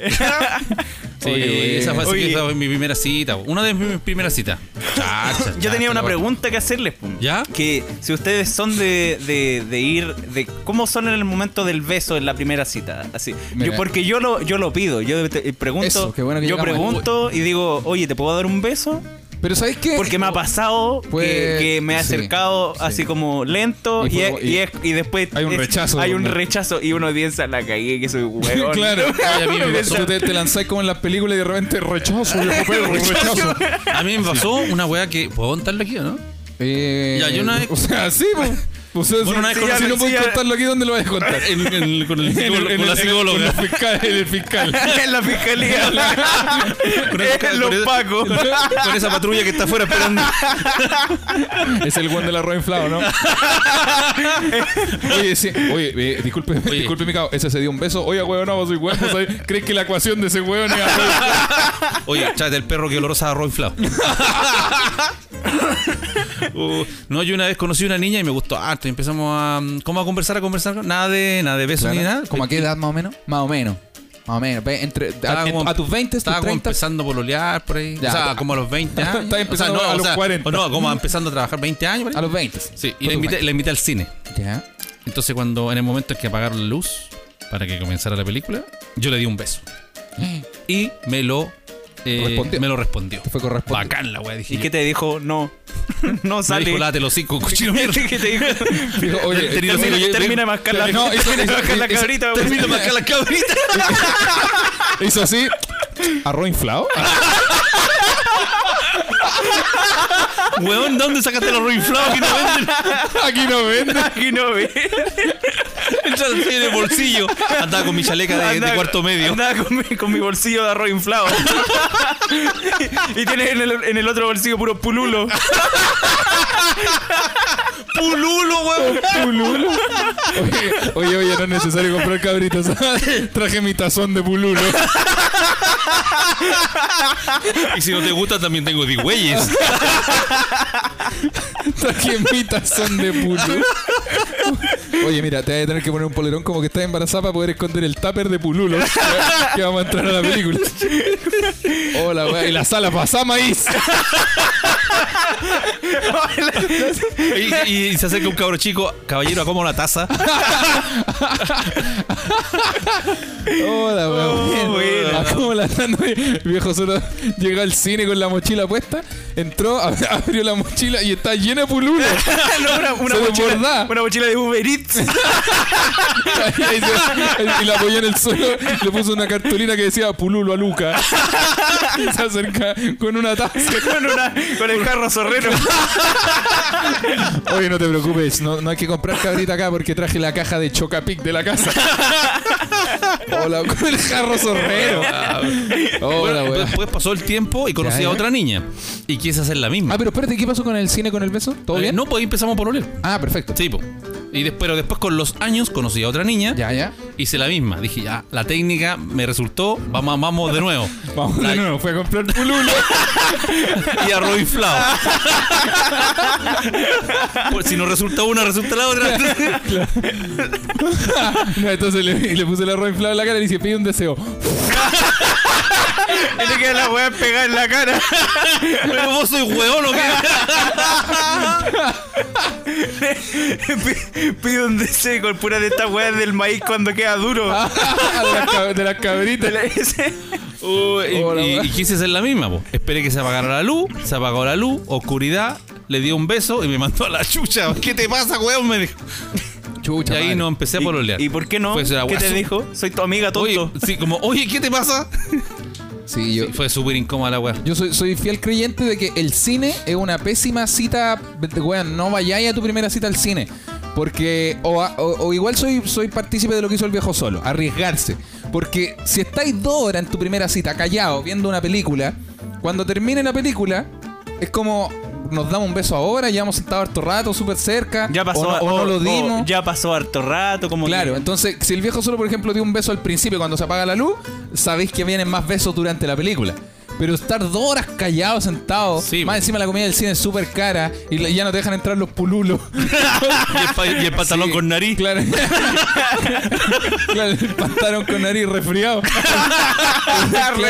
E: Sí,
A: Oye,
E: esa fue, así
B: Oye.
E: que esa fue mi primera cita. Una de mis primeras citas.
H: *laughs*
E: Chacha,
B: Yo tenía
E: chacha,
B: una
E: la weá.
B: pregunta que hacerles. po.
E: ¿Ya?
B: Que si ustedes son de, de- de ir, de cómo son en el momento del beso en la primera cita. Así.
H: Mira.
B: Yo, porque yo lo, yo lo pido, yo te- pregunto,
H: Eso, qué bueno que
B: yo
H: llegamos al-
B: pregunto y digo, oye, ¿te puedo dar un beso?
H: Pero ¿sabes qué?
B: Porque me ha pasado que-
H: Pues,
B: que, me he
H: sí,
B: acercado así como lento
H: Y
B: y,
H: fue-
B: es- y es- y después
A: Hay un
B: es-
A: rechazo.
B: hay un rechazo y uno piensa, la cagué que
H: *laughs*
B: soy huevón.
A: *laughs*
B: *laughs*
A: Claro.
H: Ah,
E: Ay, a mí me pasó.
A: Tú te, te lanzás como en las películas y de repente rechazo, viejo perro, rechazo.
E: A mí me pasó una weá que. ¿Puedo contarla aquí o no?
H: Eh,
E: Ya, yo una vez-
A: O
E: *laughs*
A: sea, sí, pues. O sea,
E: Bueno,
A: si-
E: una vez
A: si
E: conocí-
A: no puedes
B: sí, ya-
A: contarlo aquí, ¿dónde lo vas a contar?
E: *laughs* En- en- con el
A: *laughs* En el-
E: psicólogo-
A: en el-
E: con la
A: con
E: psicóloga.
A: la fiscal, en el
E: *laughs*
A: fiscal.
B: *laughs* en la fiscalía. *laughs* en los pacos.
E: Con esa patrulla que está afuera esperando.
A: Es el guan del arroz inflado,
E: *laughs*
A: ¿no? oye, sí, oye, eh, disculpe,
E: Oye.
A: disculpe mi cabo, ese se dio un beso. Oye, huevón, no, soy huevón, ¿sabes? ¿Crees que la ecuación de ese huevón es arroz?
H: *laughs*
E: Oye, tráete el perro que olorosa a arroz inflado. Uh, no, yo una vez conocí a una niña y me gustó harto. Y empezamos a. mm, ¿Cómo a conversar? A conversar. Nada de, nada de besos
A: Claro.
E: ni nada.
A: ¿Cómo a qué edad más o menos? Más o menos. Más o menos. Ve, Entre, a,
E: Estaba Ah, como-
A: a tus 20,
E: Estaba
A: tus
E: como
A: 30.
E: empezando a pololear por ahí.
A: Ya.
E: o sea, como a los 20 años.
F: Estaba empezando
E: o sea, no,
F: a
E: o
F: los
E: sea,
F: 40.
E: o no, como empezando a trabajar 20 años. por ahí.
A: A los 20.
E: Sí,
A: Por
E: y la
A: tus
E: invité, la invité al cine.
A: 20. Ya.
E: Entonces, cuando en el momento en que apagaron la luz para que comenzara la película, yo le di un beso. Y me lo eh,
A: Respondió.
E: me lo respondió.
A: Te fue correspondiente.
E: Bacán la wea,
B: *laughs*
E: dije.
B: ¿Y
E: yo.
B: qué te dijo? No, *laughs* no
E: Me
B: sale.
E: dijo, "Lávate los *laughs* cinco, cochino mierda.
B: *laughs* ¿Qué te dijo? *laughs*
A: Dijo, oye,
E: Tenía los
B: termina,
E: cinco-
B: termina de mascar la,
A: No, eso-
B: termina de
A: eso-
B: mascar la
A: eso-
B: cabrita. güey.
E: Termina de marcar la cabrita.
F: Hizo así. Arroz inflado.
E: *laughs*
F: Ah,
E: Weón, ¿dónde sacaste los ruinflados que no venden?
F: Aquí no vende.
B: *laughs* Aquí no, güey.
E: Entra el sello de bolsillo. Andaba con mi chaleca de, de
B: Andaba-
E: cuarto medio.
B: Andaba con mi, con mi bolsillo de arroz
E: *laughs*
B: inflado. y tienes en el, en el otro bolsillo puro pululo.
E: *laughs* ¡Pululo, weón!
F: Pululo. Oye, oye, oye, no es necesario comprar cabritos.
A: ¿ah?
F: Traje mi tazón de pululo.
E: Y si no te gusta, también tengo digüeyes.
A: *laughs*
F: Traje mi tazón de pululo.
A: Oye, mira, te vas a tener que poner un polerón como que estás embarazada para poder esconder el tupper de pululo que vamos a entrar a la película. Hola, weá. Y la sala pasá maíz.
E: Y, y se acerca un cabro chico, caballero, ¿a cómo la taza?
A: Hola, weón.
B: buena.
A: Ah, ¿Cómo la están? *laughs* Oye, el viejo solo llegó al cine con la mochila puesta, entró, ab- *laughs* abrió la mochila y está llena de pululo.
B: *laughs* No, una, una
A: Se
B: mochila,
A: desbordaba.
B: una mochila de Uber Eats.
A: y, ahí se- y la apoyó en el suelo, le puso una cartulina que decía pululo a Luca. Y se acerca con una taza.
B: *laughs* con, una- con el carro zorrero.
A: Oye, no te preocupes, no, no hay que comprar cabrita acá porque traje la caja de Chocapic de la casa. Hola, con el jarro zorrero. Hola,
E: Bueno,
A: weón.
E: después pasó el tiempo y conocí
A: Ya, ya.
E: a otra niña. Y quise hacer la misma.
A: Ah, pero espérate, ¿qué pasó con el cine con el beso? ¿Todo
E: Eh,
A: bien?
E: No, pues ahí empezamos por oler.
A: Ah, perfecto.
E: Sí, po. Y después, pero después con los años conocí a otra niña.
A: Ya, ya.
E: Hice la misma. Dije, ya, la técnica me resultó. Vamos, vamos de nuevo.
A: Vamos de nuevo, fue a comprar *laughs* pululo.
E: y
A: *laughs*
E: arroz inflado. Pues si no resulta una, resulta la
A: *laughs*
E: otra.
A: No, entonces le, le puse el arroz inflado en la cara y le dije, pide un *laughs* deseo.
B: Y le queda la weá pegada en la cara.
E: Pero vos soy hueón o qué.
B: Pi- *laughs* Pido un deseo con pura de estas weas del maíz cuando queda duro.
A: de, las cab- de las
B: De
A: cabritas.
B: la- ese-
E: Uy, y-
A: Hola,
E: y,
A: weón.
E: y quise hacer la misma, po. Esperé que se apagara la luz, se apagó la luz, oscuridad, le dio un beso y me mandó a la chucha. *laughs* ¿Qué te pasa, hueón? Me dijo.
A: Chucha.
E: Y ahí
A: madre.
E: no empecé a pololear.
B: ¿Y por qué no?
E: Fue esa
B: ¿Qué
E: weá
B: te
E: su-
B: dijo? Soy tu amiga
E: Oye,
B: tonto.
E: sí, como, oye, ¿qué te pasa?
A: Sí, yo.
E: Fue súper incómoda la weá.
A: Yo soy, soy fiel creyente de que el cine es una pésima cita. de- Weón, no vayáis a tu primera cita al cine. Porque, o, a- o- o igual soy, soy partícipe de lo que hizo el viejo solo, arriesgarse. Porque si estáis dos horas en tu primera cita, callado, viendo una película, cuando termine la película, es como nos damos un beso ahora, llevamos sentado harto rato, súper cerca,
B: Ya pasó,
A: o, no, o no
B: o-
A: lo
B: o
A: dimos.
B: ya pasó harto rato, como
A: Claro,
B: que-
A: entonces, si el viejo solo, por ejemplo, dio un beso al principio cuando se apaga la luz, sabéis que vienen más besos durante la película. Pero estar dos horas callado, sentado,
E: Sí,
A: más
E: po.
A: encima la comida del cine es súper cara y la- ya no te dejan entrar los pululos.
E: Y el, pa-
B: *laughs*
E: y el pantalón
A: Sí,
E: con nariz.
A: Claro. *laughs* claro, el pantalón con nariz
E: *laughs*
A: resfriado.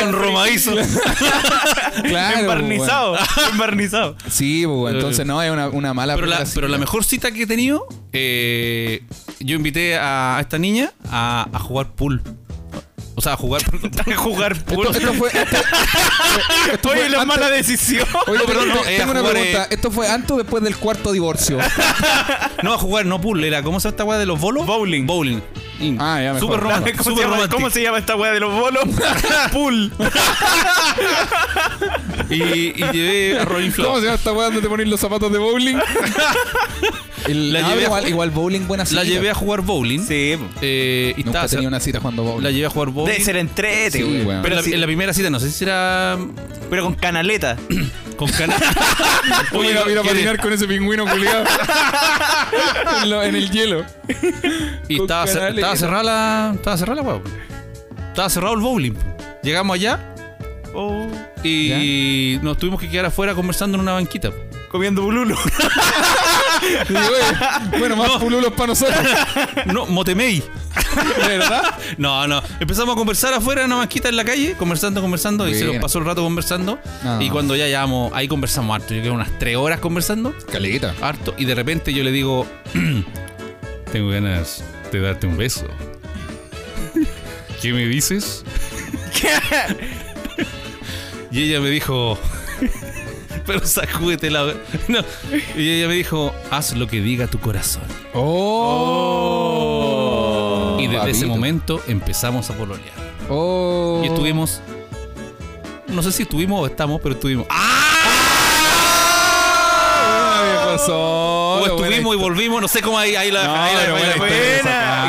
E: Con romadizo.
A: Claro.
B: Embarnizado, embarnizado.
A: po, weón. *laughs* Sí, po, weón. entonces no, es una, una mala
E: pero, la,
A: primera
E: pero la
A: cita.
E: mejor cita que he tenido, eh, yo invité a, a esta niña a, a jugar pool. O sea, a jugar *laughs* pool.
B: Jugar pool.
A: Esto, esto fue.
E: *laughs*
A: esto- esto fue
B: Oye, la
A: antes- *laughs*
B: mala decisión.
A: Oye,
E: No, perdón,
A: tengo-
E: no, eh,
A: tengo una
E: jugar,
A: pregunta.
E: eh.
A: ¿Esto fue antes o después del cuarto divorcio?
E: no, a jugar, no pool. Era, ¿cómo se llama esta weá de los bolos?
B: Bowling.
E: Bowling. Y
A: Ah, ya, mejor.
B: *laughs*
E: Súper romántico.
B: ¿Cómo, se
E: Súper
B: llama,
E: romántico.
B: ¿Cómo se llama esta weá de
A: *laughs*
B: los bolos? Pool.
E: Y, y llevé a Rolling
A: ¿Cómo
E: Flow.
A: se llama esta weá donde te ponen los zapatos de bowling? El-
E: La
A: ah,
E: llevé
A: pero
E: a
A: igual,
E: ju-
A: igual bowling buena cita.
E: La llevé a jugar bowling.
B: Sí,
E: Eh, y
A: Nunca
E: estaba-
A: tenía una cita jugando bowling.
E: La llevé a jugar bowling.
B: debe ser entrete,
A: Sí,
B: weón.
A: weón.
E: Pero
B: Pero,
E: en la,
B: sí-
E: en la primera cita, no sé si era
B: pero
A: *clears throat*
B: con canaleta.
E: con
A: *laughs*
E: canal.
F: Oye, ir a, ir a
E: ¿quiere-
F: patinar con ese pingüino
E: *laughs*
F: culiado.
A: en, lo- en el hielo.
E: Y
A: Con
E: estaba, cer-
A: canales.
E: estaba cerrada la. Estaba cerrada la weá. Estaba cerrado el bowling. Llegamos allá.
B: Oh,
E: Y nos tuvimos que quedar afuera conversando en una banquita.
B: comiendo bululo.
A: Y, oye,
B: Ah,
A: bueno, más pululos para nosotros.
E: No, Motemey.
A: ¿Verdad?
E: No, no. Empezamos a conversar afuera en una banquita en la calle, conversando, conversando, y se
A: Buena.
E: nos pasó el rato conversando.
A: Ah.
E: Y cuando ya llevamos, ahí conversamos harto. Yo creo unas tres horas conversando,
A: Caleta.
E: harto. Y de repente yo le digo, *clears throat* tengo ganas de darte
A: *laughs*
E: un beso. ¿Qué me dices? y ella me dijo, *laughs* pero sacúdete la... No. Y ella me dijo, haz lo que diga tu corazón.
A: Oh.
E: y desde ese
A: Papito.
E: momento empezamos a pololear.
A: Oh.
E: Y estuvimos. No sé si estuvimos o estamos, pero estuvimos. ¡Ah!
A: Ah, viejo solo,
E: o
A: Oh, buena
E: estuvimos y volvimos, no sé cómo ahí, ahí la. ahí la-
A: pero
E: ahí la-
A: buena historia.
B: Buena,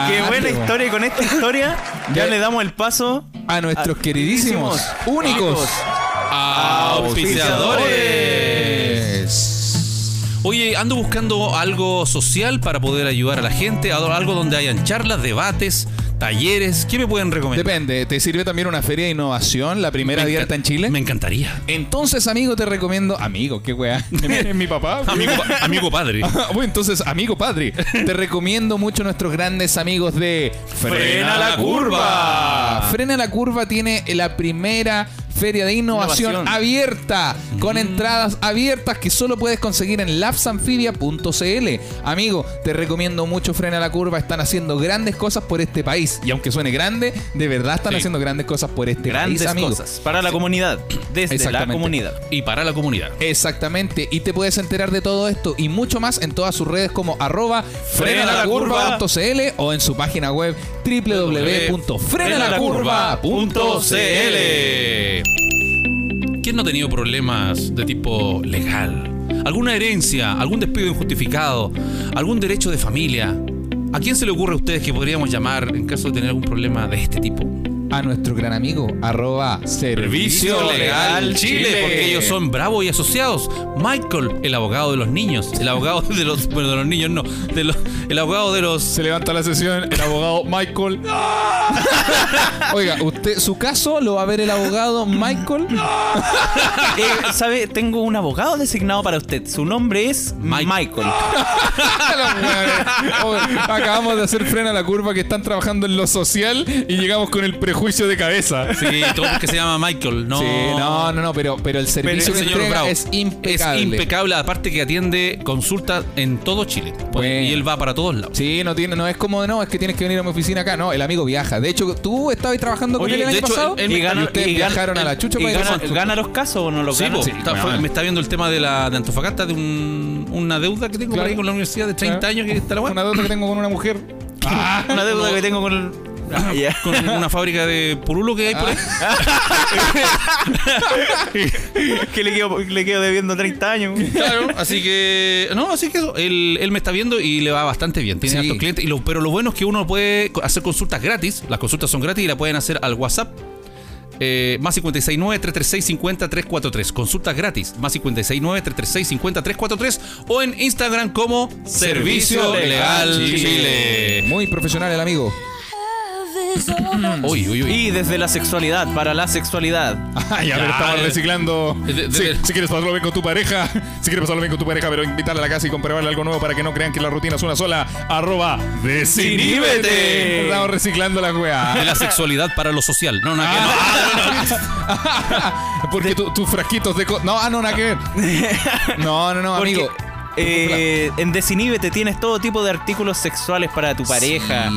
B: qué buena
A: Sacate,
B: historia. Y con esta historia ya
A: Ya-
B: le damos el paso
A: A
E: Ah,
A: nuestros queridísimos, únicos Ah,
E: auspiciadores.
A: auspiciadores.
E: Oye, ando buscando algo social para poder ayudar a la gente, algo donde hayan charlas, debates, talleres. ¿Qué me pueden recomendar?
A: Depende, ¿te sirve también una feria de innovación, la primera
E: Me
A: abierta
E: encan-
A: en Chile?
E: Me encantaría.
A: Entonces, amigo, te recomiendo. Amigo, qué *laughs* weá.
F: Es mi papá.
E: Amigo, pa-
A: *laughs*
E: amigo padre.
A: Bueno, entonces, amigo padre,
E: *laughs*
A: te recomiendo mucho nuestros grandes amigos de
E: Frena la curva.
A: Frena la curva tiene la primera feria de innovación,
B: Innovación.
A: abierta,
E: Mm.
A: con entradas abiertas que solo puedes conseguir en labsanfibia.cl. Amigo, te recomiendo mucho Frena la curva, están haciendo grandes cosas por este país. Y aunque suene grande, de verdad están
E: Sí.
A: haciendo grandes cosas por este
B: grandes
A: país, amigo.
B: cosas para la comunidad, desde la
A: Exactamente.
B: comunidad.
E: *laughs* Y para la comunidad.
A: Exactamente, y te puedes enterar de todo esto y mucho más en todas sus redes como arroba frenalacurva.cl o en su página web www.frenalacurva.cl
E: ¿Quién no ha tenido problemas de tipo legal? ¿Alguna herencia? ¿Algún despido injustificado? ¿Algún derecho de familia? ¿A quién se le ocurre a ustedes que podríamos llamar en caso de tener algún problema de este tipo?
A: A nuestro gran amigo arroba servicio legal
E: Chile,
A: Chile.
E: porque ellos son Bravo y Asociados. Michael, el abogado de los niños, el abogado *laughs* de los bueno, de los niños no, de los, el abogado de los
F: Se levanta la sesión el abogado Michael.
A: *laughs* Oiga, usted su caso lo va a ver el abogado
F: *laughs*
A: Michael.
B: Eh, ¿Sabe? Tengo un abogado designado para usted. Su nombre es
E: Mike.
B: Michael.
A: Oiga,
F: Acabamos de hacer frena la curva que están trabajando en lo social y llegamos con el prejuicio de cabeza.
E: Sí, todo porque se llama Michael, no.
A: sí, no, no, no, pero, pero el
E: Pero el
A: servicio que
E: señor
A: entrega
E: Bravo
A: es impecable.
E: Es impecable, aparte que atiende consultas en todo Chile. Pues,
A: Bueno.
E: Y él va para todos lados.
A: Sí, no tiene, no es como no, es que tienes que venir a mi oficina acá. No, el amigo viaja. De hecho, tú estabas trabajando con
E: Oye,
A: él el
E: de
A: año
E: hecho,
A: pasado.
E: él- él me-
A: y,
E: y
A: ustedes
E: gana-
A: viajaron a la chucha pues, ¿eh?
E: y
A: para ir a
E: gana-
A: consulta.
B: ¿Gana los casos o no los
E: Sí,
B: gana?
E: po,
A: sí,
E: está-
A: bueno.
E: fue- me está viendo el tema de la de Antofagasta, de un- una deuda que tengo por ahí con la universidad de 30
A: Claro.
E: años que está la
A: Una
E: buena.
A: deuda que tengo con una mujer.
B: Una deuda que tengo con el... Ah, ya.
E: Con una fábrica de purulo que hay
A: Ah.
E: por ahí.
B: *laughs* que le quedo, le quedo debiendo 30 años.
E: Claro, así que. No, así que eso. Él, él me está viendo y le va bastante bien. Tiene
A: Sí.
E: hartos clientes. Y lo, pero lo bueno es que uno puede co- hacer consultas gratis. Las consultas son gratis y la pueden hacer al WhatsApp. eh, más 569-336-50-343. Consultas gratis. Más 569-336-50-343. O en Instagram como Servicio Legal Chile.
A: Muy profesional el amigo.
E: Uy, uy, uy.
B: Y desde la sexualidad, para la sexualidad.
F: Ah, ya, pero
E: Ya,
F: estamos
E: eh.
F: reciclando.
E: Eh, de- de-
F: Sí,
E: de-
F: si quieres pasarlo bien con tu pareja, *laughs* si quieres pasarlo bien con tu pareja, pero invitarla a la casa y comprobarle algo nuevo para que no crean que la rutina es una sola. Arroba desiníbete. Estamos reciclando la
E: De
F: weá.
E: la sexualidad para lo social. No, no, que
A: *laughs*
E: no.
F: Porque tu- tus frasquitos de. co- No, ah, no, nada que ver.
A: No, no, no,
B: Porque,
A: amigo.
B: eh, en Desiníbete tienes todo tipo de artículos sexuales para tu pareja.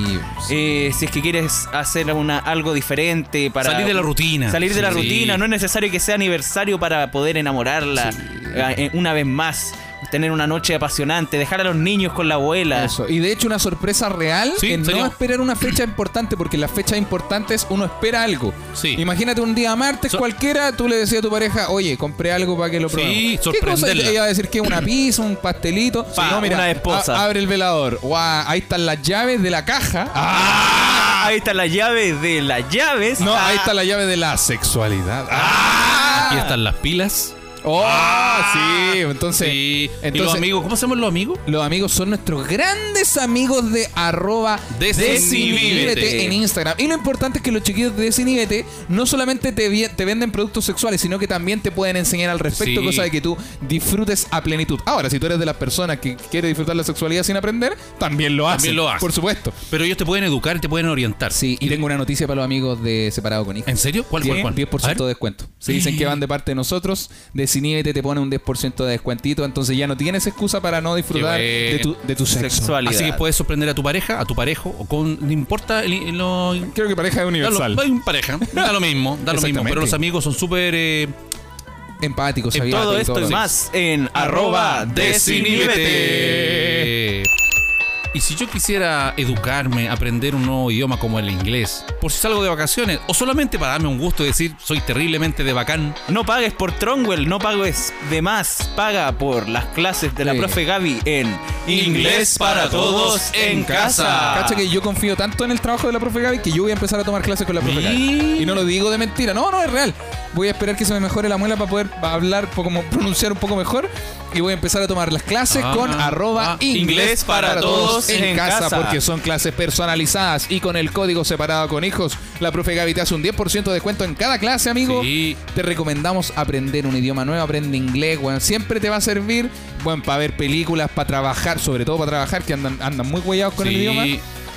B: Eh, si es que quieres hacer una, algo diferente para
E: Salir de la rutina.
B: Salir de la
E: Sí.
B: rutina. No es necesario que sea aniversario para poder enamorarla eh, eh, una vez más. Tener una noche apasionante. Dejar a los niños con la abuela.
A: Eso. Y de hecho, una sorpresa real
E: Sí,
A: en
E: serio.
A: no esperar una fecha importante, porque las fechas importantes uno espera algo.
E: Sí.
A: Imagínate un día martes
E: So-
A: cualquiera, tú le decías a tu pareja, oye, compré algo para que lo
E: Sí,
A: probemos. ¿Qué cosa?
E: sorprenderla.
A: Ella va a decir que una pizza, un pastelito.
B: Pa, una esposa.
A: a- abre el velador. Guau, ahí están las llaves de la caja.
B: Ah, ahí está la llave de las llaves.
A: No,
B: Ah,
A: ahí está la llave de la sexualidad. Ah,
E: Aquí están las pilas.
A: Oh,
E: Ah,
A: sí. Entonces,
E: Sí.
A: entonces
E: ¿Y los amigos? ¿Cómo se llaman los amigos?
A: Los amigos son nuestros grandes amigos de arroba
E: Desinhibíbete.
A: Desinhibíbete en Instagram. Y lo importante es que los chiquillos de Desinhibete no solamente te, vi- te venden productos sexuales, sino que también te pueden enseñar al respecto,
E: Sí.
A: cosa de que tú disfrutes a plenitud. Ahora, si tú eres de las personas que quiere disfrutar la sexualidad sin aprender, también lo haces.
E: También lo hacen.
A: Por supuesto.
E: Pero ellos te pueden educar y te pueden orientar.
A: Sí, y tengo una noticia para los amigos de Separado con Hijos.
E: ¿En serio? ¿Cuál, cuál, cuál?
A: 10%
E: A ver.
A: de descuento. Si dicen que van de parte de nosotros, Desiníbete te pone un 10% de descuentito, entonces ya no tienes excusa para no disfrutar
E: Qué bueno.
A: de tu, de tu sexo.
B: Sexualidad.
E: Así que puedes sorprender a tu pareja, a tu parejo, o con. No importa el- lo.
F: Creo que pareja es
E: da lo-
F: universal.
E: Hay un pareja, da lo mismo, da lo mismo.
A: Exactamente.
E: Pero los amigos son súper. eh,
A: Empáticos,
E: En
A: abiertos
B: Todo
A: y
B: esto
A: lo
B: y
A: demás.
B: más en arroba desinhibete.
E: Eh, Y si yo quisiera educarme, aprender un nuevo idioma como el inglés, por si salgo de vacaciones, o solamente para darme un gusto y decir soy terriblemente de bacán,
B: No pagues por Tronwell, no pagues de más. Paga por las clases de la
A: Sí.
B: profe Gaby en
E: Inglés para todos en casa.
A: Cacha
B: Ah.
A: que yo confío tanto en el trabajo de la profe Gaby que yo voy a empezar a tomar clases con la profe Gaby.
E: Mira.
A: Y no lo digo de mentira, no, no, es real. Voy a esperar que se me mejore la muela para poder hablar, po- como pronunciar un poco mejor. Y voy a empezar a tomar las clases
E: Ah,
A: con arroba
E: ah,
B: inglés para todos en casa.
A: Porque son clases personalizadas y con el código separado con hijos. La profe Gaby te hace un 10% de descuento en cada clase, amigo.
E: Sí.
A: Te recomendamos aprender un idioma nuevo, aprende inglés, weón. Siempre te va a servir, bueno, para ver películas, para trabajar, sobre todo para trabajar, que andan, andan muy huellados con el
E: si
A: idioma.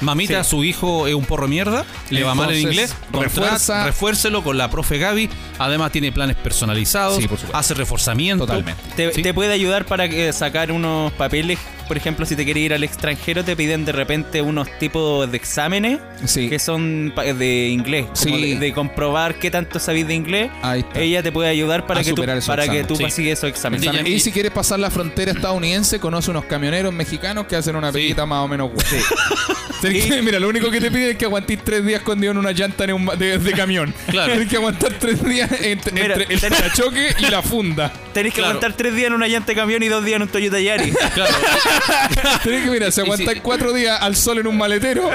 E: Mamita,
A: Sí.
E: su hijo es un porro mierda, le va mal en
A: Entonces,
E: inglés, contrat-
A: refuerza-
E: refuércelo con la profe Gaby. Además, tiene planes personalizados,
A: Sí, por supuesto.
E: hace reforzamiento.
A: Totalmente.
B: Te,
E: Sí.
B: te puede ayudar para que sacar unos papeles. Por ejemplo, si te quieres ir al extranjero, te piden de repente unos tipos de exámenes
A: Sí.
B: que son pa- de inglés. como
A: Sí.
B: de, de comprobar qué tanto sabéis de inglés.
A: Ahí está.
B: Ella te puede ayudar para
A: A
B: que tú,
A: superar esos
B: para que
A: exámenes.
B: tú
E: Sí.
B: pases esos exámenes.
E: Ya-
A: Y si quieres pasar la frontera estadounidense, conoce unos camioneros mexicanos que hacen una pequita más o menos buena. *laughs* Tenés que- mira, lo único que te piden es que aguantís tres días escondido en una llanta neuma- de, de camión.
E: Claro.
A: Tienes que aguantar tres días entre,
B: Mira,
A: entre el
B: tenés-
A: parachoque y la funda.
B: Tenés que
E: Claro.
B: aguantar tres días en una llanta de camión y dos días en un Toyota
A: *laughs*
B: Yaris.
E: pues, Claro.
A: Tienes que, mira, se aguantan
E: si-
A: cuatro días al sol en un maletero.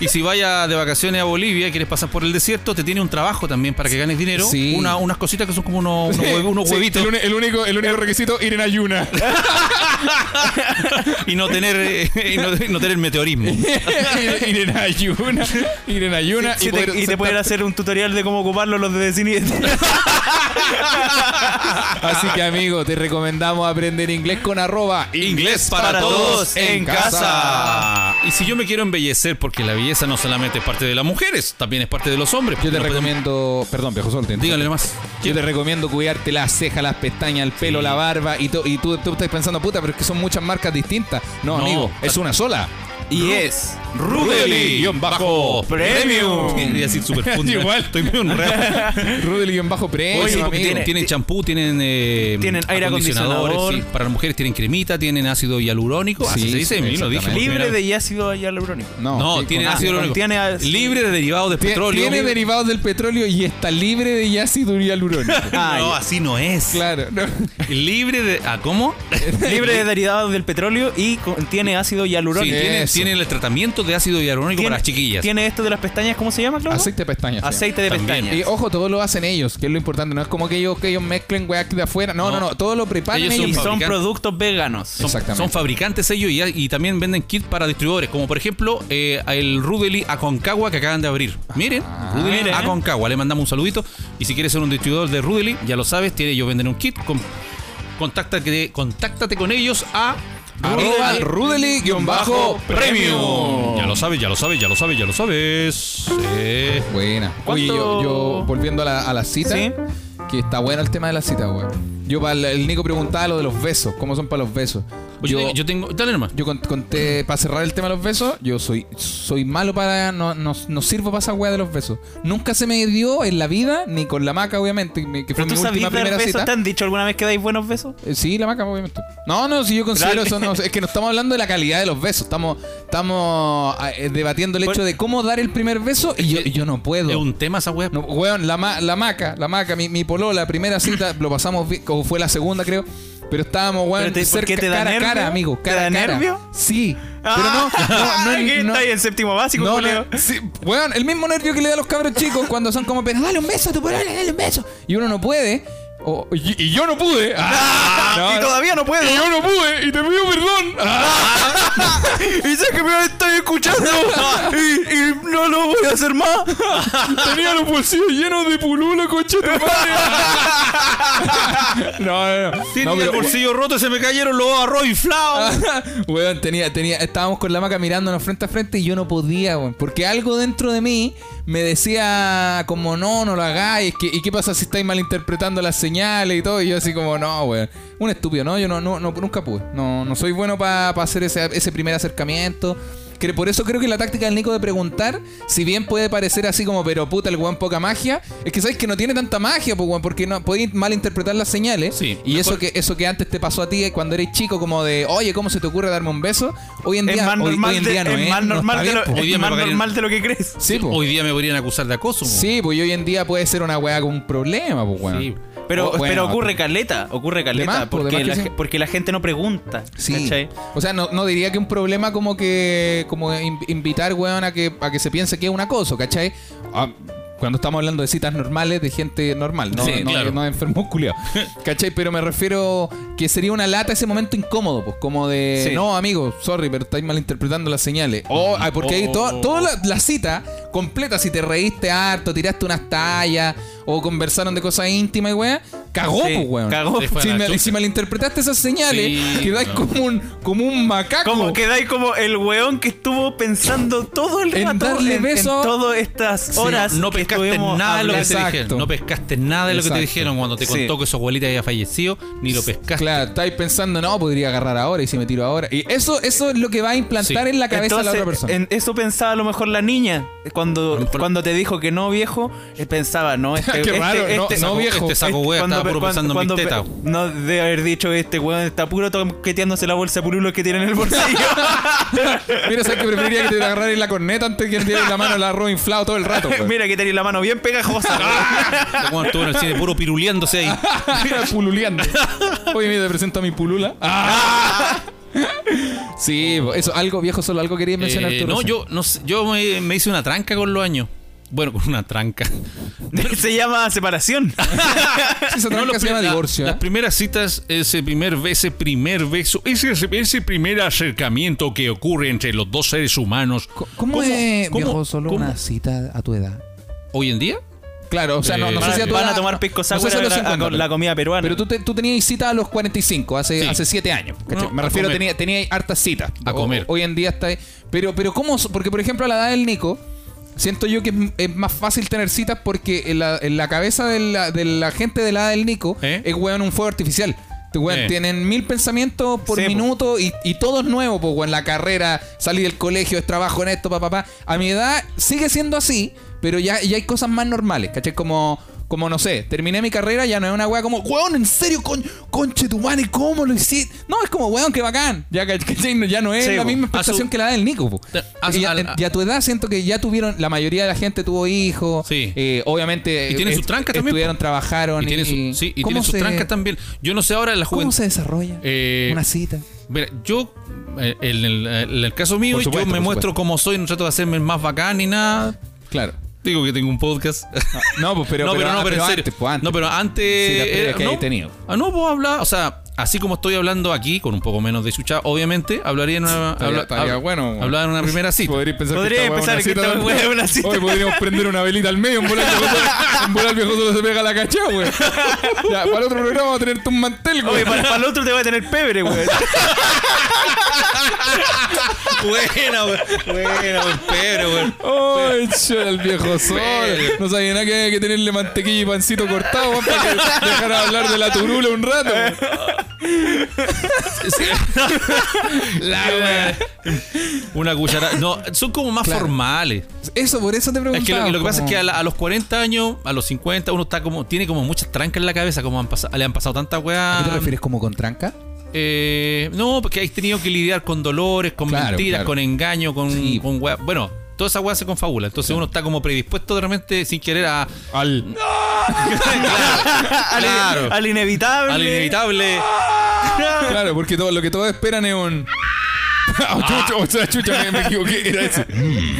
E: Y si vaya de vacaciones a Bolivia y quieres pasar por el desierto, te tiene un trabajo también para que ganes dinero.
A: Sí.
E: Una- unas cositas que son como unos,
A: *laughs*
E: unos huev- unos
A: Sí,
E: huevitos
A: el, uni- el único, el único requisito, ir en ayuna. *laughs*
E: y no tener eh, y no, y no tener meteorismo.
A: ir, ir en ayuna. Ir en ayuna.
B: Sí, te-
A: poder
B: y te pueden hacer un tutorial de cómo ocuparlo los de cine.
A: Así que amigo, te recomendamos aprender *laughs* inglés con arroba
E: Inglés
B: para todos en
E: casa. Y si yo me quiero embellecer, porque la belleza no solamente es parte de las mujeres, también es parte de los hombres.
A: Yo te
E: No podemos-
A: recomiendo, perdón, viejo Sol, te-
E: Díganle más.
A: Yo te recomiendo cuidarte las cejas, las pestañas, el pelo, la barba y, to- y tú, tú estás pensando, puta, pero es que son muchas marcas distintas. No,
E: No.
A: amigo, es una sola.
B: y es.
E: Rudely-Bajo
B: Premium.
E: Quería decir superfunda. Igual, estoy medio enredado.
A: Rudely en bajo premio,
E: Oye, sí, porque
A: amigo.
E: tienen, tienen champú, tienen, eh,
B: Tienen aire
E: acondicionadores,
B: acondicionador.
E: sí. Para las mujeres tienen cremita, tienen ácido hialurónico. así
A: Sí,
E: se dice,
A: sí,
E: mí lo dije.
A: exactamente.
B: Libre
E: Mira.
B: de ácido hialurónico.
A: No,
E: No,
A: sí,
E: tienen
A: con- ah,
E: ácido hialurónico.
B: contiene ácido-
E: Libre de derivados de
A: Tiene-
E: petróleo.
A: tiene derivados del petróleo y está libre de ácido
E: *laughs*
A: hialurónico.
B: Ah,
E: no,
B: ya.
E: así no es.
A: claro. no.
E: Libre de. ¿Ah, *laughs* cómo?
B: Libre de derivados del petróleo y contiene ácido
E: Sí,
B: hialurónico.
E: tienen,
A: Eso.
E: tienen el tratamiento de ácido hialurónico para las chiquillas.
B: Tiene esto de las pestañas, ¿cómo se llama, Claudio?
A: Aceite de pestañas. se llama.
B: Aceite de
E: También.
A: Y
B: pestañas.
A: ojo, todo lo hacen ellos, que es lo importante. No es como que ellos, que ellos mezclen weá de afuera. No, no,
E: No.
A: no, Todo lo preparan
E: Ellos
A: ellos.
E: son
B: Y son
E: fabricantes.
B: productos veganos.
E: Son,
A: Exactamente.
E: son fabricantes ellos y, y también venden kit para distribuidores, como por ejemplo eh, el Rudely Aconcagua que acaban de abrir. Miren,
A: Ah.
E: Rudely
B: Miren.
E: Aconcagua, le mandamos un saludito. Y si quieres ser un distribuidor de Rudely, ya lo sabes, tiene, ellos venden un kit. Con, contáctate, contáctate con ellos a
A: Arroba Rudely-premium.
E: Ya lo sabes, ya lo sabes, ya lo sabes, ya lo sabes. Eh,
A: Buena. Oye, yo,
B: ¿Cuánto-
A: yo volviendo a la, a la cita,
B: Sí.
A: que está bueno el tema de la cita, weón. Yo para el, el Nico preguntaba lo de los besos, cómo son para los besos.
E: oye,
A: yo,
E: yo,
A: yo,
E: tengo. Dale nomás.
A: cont- conté, para cerrar el tema de los besos, yo soy, soy malo para, no, no, no sirvo para esa weá de los besos. Nunca se me dio en la vida, ni con la maca, obviamente, me- que fue mi
B: ¿Pero tú
A: última
B: sabías dar
A: primera
B: besos?
A: cita.
B: ¿Te han dicho alguna vez que dais buenos besos?
A: Eh, Sí, la maca, obviamente. No, no, si yo considero
B: Dale.
A: eso, no, es que no estamos hablando de la calidad de los besos, estamos, estamos eh, debatiendo el
B: Por-
A: hecho de cómo dar el primer beso y yo, y yo no puedo.
E: Es un tema esa web.
A: No, weón, la, ma- la maca, la maca, mi, mi poló, la primera cita, lo pasamos bien, como fue la segunda, creo. Pero estábamos, weón,
B: ¿Pero te- por
A: cerca,
B: qué te da
A: cara a
B: nervio?
A: cara, amigo.
B: ¿Te
A: Cara a
B: da
A: cara.
B: nervio?
A: Sí. Pero no,
B: *laughs*
A: no, no,
B: ¿Qué?
A: no,
B: Ah, ¿Estáis en séptimo básico,
A: no,
B: Julio?
A: no, sí, weón, el mismo nervio que le da a los cabros chicos cuando son como, pero dale un beso a tu polola, dale un beso. Y uno no puede. O,
F: o- y, y yo no
B: *laughs*
F: pude.
A: *laughs*
F: Ah, no,
B: y todavía no puedo. *laughs*
F: y yo no pude. Y te pido perdón. Ah,
A: *laughs*
B: Y sé que me estoy *laughs* escuchando. Y, y no lo voy a hacer más.
F: tenía los bolsillos llenos de pululo, coche
A: *laughs*
B: *laughs*
F: de madre. No, no, no.
E: Tiene
F: No,
E: el
F: pero-
E: bolsillo roto, se me cayeron los arroz
A: Ah,
E: inflados.
A: *laughs* Weón, tenía, tenía, estábamos con la maca mirándonos frente a frente y yo no podía, weón. Porque algo dentro de mí me decía como no, no lo hagáis, que, ¿y qué pasa si estáis malinterpretando las señales y todo? Y yo así como, no, weón. Un estúpido, ¿no? Yo no, no, no- nunca pude. No, no soy bueno para hacer ese, ese primer acercamiento. Cre- Por eso creo que la táctica del Nico de preguntar, si bien puede parecer así como, pero puta, el weón poca magia, es que sabes que no tiene tanta magia, pues, weón, porque no, podéis malinterpretar las señales.
E: Sí,
A: y
E: mejor-
A: eso que, eso que antes te pasó a ti eh, cuando eres chico, como de, oye, ¿cómo se te ocurre darme un beso? Hoy en
B: Es
A: día,
B: más
A: hoy, hoy
B: normal
A: en
B: de-
A: día no
B: es
A: es.
B: más
A: no
B: normal
A: está
B: de
A: bien, pues,
B: lo-
A: po.
E: Hoy día
B: es
E: me
B: más
E: pagarían-
B: normal de lo que crees.
A: Sí, po.
E: Hoy día me podrían acusar de acoso. mo.
A: Sí, pues y hoy en día puede ser una weá con un problema, pues, weón.
E: Sí.
B: Pero,
A: O- bueno,
B: pero ocurre caleta, ocurre caleta,
A: más, po, de
B: porque,
A: más que
B: la,
A: sí.
B: ge- porque la gente no pregunta.
A: Sí.
B: ¿cachai?
A: O sea, no, no diría que un problema como que como in- invitar, weón, a que, a que se piense que es un acoso, ¿cachai? Ah, cuando estamos hablando de citas normales, de gente normal, no,
E: Sí,
A: no,
E: claro.
A: no de enfermos
E: *laughs*
A: culiados, ¿cachai? Pero me refiero que sería una lata ese momento incómodo, pues, como de,
B: Sí.
A: no, amigo, sorry, pero estáis malinterpretando las señales.
E: Oh,
A: O, ah, porque ahí toda, toda la, la cita completa, si te reíste harto, tiraste unas tallas, o conversaron de cosas íntimas y weón, cagó,
B: Sí,
A: pues, weón.
B: cagó.
E: Sí, fue
A: Si,
E: la
A: me-
E: chucha.
A: si malinterpretaste esas señales,
E: Sí,
A: quedáis
E: no.
A: como un, como un macaco.
B: Como quedáis como el weón que estuvo pensando todo el
A: En
B: rato
A: darle
B: en,
A: beso.
B: en todas estas horas.
E: No
B: que
E: pescaste
B: estuvimos
E: nada de lo que te
A: hablando.
E: dijeron. No pescaste nada de lo que te
A: Exacto.
E: dijeron cuando te
B: Sí.
E: contó que su abuelita había fallecido, ni lo pescaste. *laughs*
A: Claro, estáis pensando, no, podría agarrar ahora y si me tiro ahora. Y eso, eso es lo que va a implantar
E: Sí.
A: en la cabeza de la otra persona.
B: en eso pensaba a lo mejor la niña cuando,
E: lo mejor-
B: cuando te dijo que no, viejo. eh, Pensaba, no, este,
F: Qué
B: este-
F: raro, no,
B: este-
F: no, viejo.
E: Este saco wea
B: cuando-
E: estaba puro
B: cuando-
E: pensando en
B: cuando
E: mi teta.
B: pe- No de haber dicho este weón está puro toqueteándose la bolsa de purulos que tiene en el bolsillo.
A: Mira, sabes que preferiría que te agarraran en la corneta antes que te en la mano el arroz inflado todo el rato. weón. *laughs*
B: *laughs* Mira que tenés la mano bien pegajosa.
E: Este weón estuvo en el cine puro piruleándose ahí.
A: *laughs*
F: Pululeando.
A: Oye, mira, te presento a mi pulula. Sí, bo, eso, algo viejo, solo algo quería mencionar
E: Eh,
A: tú
E: no,
A: recién.
E: yo, no sé, yo me, me hice una tranca con los años. Bueno, con una tranca.
B: *laughs*
A: *laughs*
B: Se llama separación.
A: Sí, *laughs* Esa
E: No,
A: tranca se llama
E: los pri- la-
A: divorcio.
E: Las
A: ¿eh?
E: primeras citas, ese primer beso, ese primer beso, ese, ese primer acercamiento que ocurre entre los dos seres humanos.
A: Co- ¿Cómo, es,
E: cómo-
A: viejo, solo
E: cómo-
A: una cita a tu edad?
E: ¿Hoy en día?
A: Claro, o sea, no, no sé
E: Van-
A: si a tu
B: Eh, Van
A: edad-
B: a tomar
A: no
B: pisco
A: sé
B: sour
A: si a
B: a
A: los
B: la- a
A: 50,
B: con la comida peruana.
A: Pero tú, te- tú tenías cita a los 45, hace,
E: Sí.
A: hace 7 años. ¿cachai?
E: No,
A: Me
E: a
A: refiero,
E: comer.
A: tenía, tenía hartas citas.
E: A
A: O-
E: comer.
A: hoy en día está ahí. Pero, pero ¿cómo? so- Porque, por ejemplo, a la edad del Nico, siento yo que es, m- es más fácil tener citas porque en la, en la cabeza de la, de la gente de la edad del Nico
E: ¿Eh?
A: es weón un fuego artificial. Este weón,
E: Eh.
A: Tienen mil pensamientos por
B: Sí, po.
A: minuto y, y todo es nuevo, pues, en La carrera, salir del colegio, es trabajo en esto, papá, papá. A mi edad sigue siendo así, pero ya, ya hay cosas más normales, ¿cachai? Como, como no sé, terminé mi carrera, ya no es una weá como, weón, en serio, con, conche tu madre, ¿cómo lo hiciste? No, es como, weón, qué bacán. Ya, ¿cachai? *laughs* No- ya no es
B: Sí,
A: la
B: po.
A: misma
E: A su-
A: expectación que la del Nico, po.
E: A su-
A: Y, ya-
E: al-
A: y a tu edad siento que ya tuvieron, la mayoría de la gente tuvo hijos,
E: Sí.
A: eh, obviamente.
E: Y tienen
A: est-
E: sus trancas también,
A: Estuvieron, trabajaron.
E: Y tiene su, sí, y
A: ¿cómo
E: tiene sus
A: se-
E: trancas también. Yo no sé ahora la
A: ¿Cómo
E: juventud.
A: se desarrolla
E: Eh,
A: una cita?
E: Mira, yo, eh, en el, en el caso mío,
A: Por supuesto,
E: yo me
A: por
E: muestro
A: supuesto.
E: como soy, no trato de hacerme el más bacán ni nada.
A: Claro.
E: Digo que tengo un podcast.
A: No, pues, pero,
E: *laughs* no,
A: pero-
E: pero, no, pero, en
A: pero
E: serio.
A: antes, pues, antes.
E: No, pero antes.
A: Sí, la previa
E: eh,
A: que
E: no,
A: hay tenido.
E: Ah, no, puedo hablar. O sea, así como estoy hablando aquí, con un poco menos de chucha, obviamente, hablaría en una.
F: Estaría- estaría bueno.
E: Hablar en una primera cita.
F: Podría pensar
B: Podría
F: que esta
B: pensar
F: hueá es
B: que
F: una
B: esta
E: *laughs*
F: cita
B: hueá es
F: también.
B: una cita.
F: Hoy podríamos prender una velita al medio, en volar el viejo solo, en volar el viejo solo se pega la cachá, güey. Ya, para otro programa vamos a tener un mantel, güey.
B: Oye, para, para el otro te va a tener pebre, weón.
E: Buena, güey. Buena, güey. Pero, *laughs* güey.
F: Ay, chula, el viejo sol.
E: Bueno.
F: No sabía nada que había que tenerle mantequilla y pancito cortado, güey, para que dejara hablar de la turula un rato. güey.
A: *laughs*
E: La güey. *laughs* Una cucharada. No, son como más
A: Claro.
E: formales.
A: Eso, por eso te preguntaba.
E: Es que lo, lo que pasa es
A: como-
E: que a, la- a los 40 años, a los 50, uno está como. Tiene como muchas trancas en la cabeza, como han pasado, le han pasado tantas
A: ¿A
E: weas.
A: qué te refieres como con tranca?
E: Eh, no, porque has tenido que lidiar con dolores, con
A: Claro,
E: mentiras,
A: claro.
E: con engaño, con,
A: Sí.
E: con wea- Bueno, toda esa weá se confabula. Entonces uno está como predispuesto de repente, sin querer, a.
F: Al.
B: Al,
E: Claro.
B: al inevitable.
E: Al inevitable.
F: Claro, porque todo, lo que todos esperan es un. *laughs* Ah, chucha, o sea, chucha, me, me equivoqué, era ese. Oye,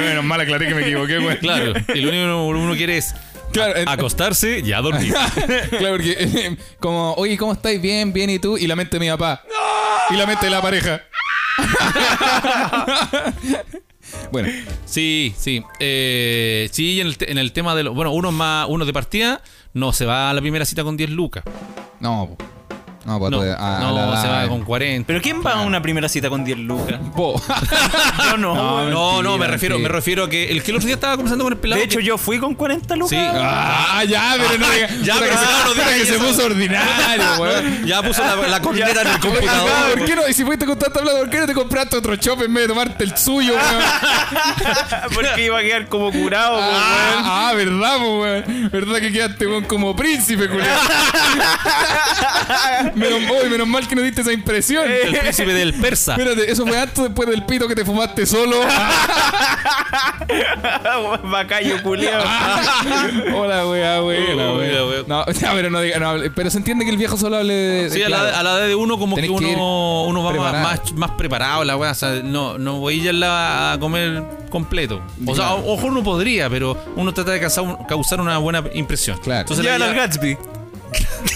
F: menos mal aclaré que me equivoqué, güey.
B: *laughs*
E: Claro. Y lo único que uno quiere es.
A: Claro, en-
E: Acostarse y a dormir.
A: *laughs* claro, porque *laughs* eh, como, oye, ¿cómo estáis? Bien, bien, ¿y tú? Y la mente de mi papá. Y la mente de la pareja. *laughs* bueno,
E: Sí, sí. Eh, sí, y en el, te- en el tema de los. Bueno, uno más, uno de partida no se va a la primera cita con 10 lucas.
A: no. po. No, pues,
E: No,
A: a- a
E: no,
A: la-
E: se va con
B: *laughs*
E: 40.
B: ¿Pero quién va a una primera cita con 10 lucas?
A: Po.
B: Yo
A: *laughs*
B: no.
E: no, no, me
A: mentira,
E: refiero,
A: mentira.
E: me refiero a que el que el otro día estaba conversando con el pelado.
B: de hecho,
E: que-
B: yo fui con 40 lucas.
E: Sí.
A: *laughs* Ah, ya, pero no.
E: *laughs* ya,
A: puta que
E: pero
A: se,
E: si no, no digas
A: puta que
E: eso.
A: se puso ordinario,
E: *laughs*
A: weón.
E: ya puso la, la corneta en el
A: *laughs*
E: computador.
A: Acá, ¿por qué no? Y si fuiste con tanta plata, ¿por qué no te compraste otro chop en vez de tomarte el suyo, weón?
B: *laughs* Porque iba a quedar como curado, po, weón.
A: Ah, ah, verdad, po, weón. Verdad que quedaste, weón, como príncipe, culiao. menos, oh, menos mal que no diste esa impresión.
E: El príncipe del persa.
A: Espérate, eso fue antes después del pito que te fumaste solo. Ah.
B: *laughs* Bacayo culiao. Ah.
A: Hola, Oh, weá, weá,
E: Hola,
A: weá.
E: weá.
A: No, *laughs* ya, pero no diga, no hable. Pero se entiende que el viejo solo hable de. de-
E: Sí, a la,
A: claro.
E: a la edad de uno como que
A: Tenés
E: uno,
A: que ir
E: uno va más-
A: preparado.
E: más, más preparado, la weá. O sea, no, no voy a ir a comer completo. O sea,
A: Claro.
E: o- ojo no podría, pero uno trata de causar, un- causar una buena impresión.
A: Claro.
E: Entonces, la
B: Llevan al
E: idea-
B: Gatsby.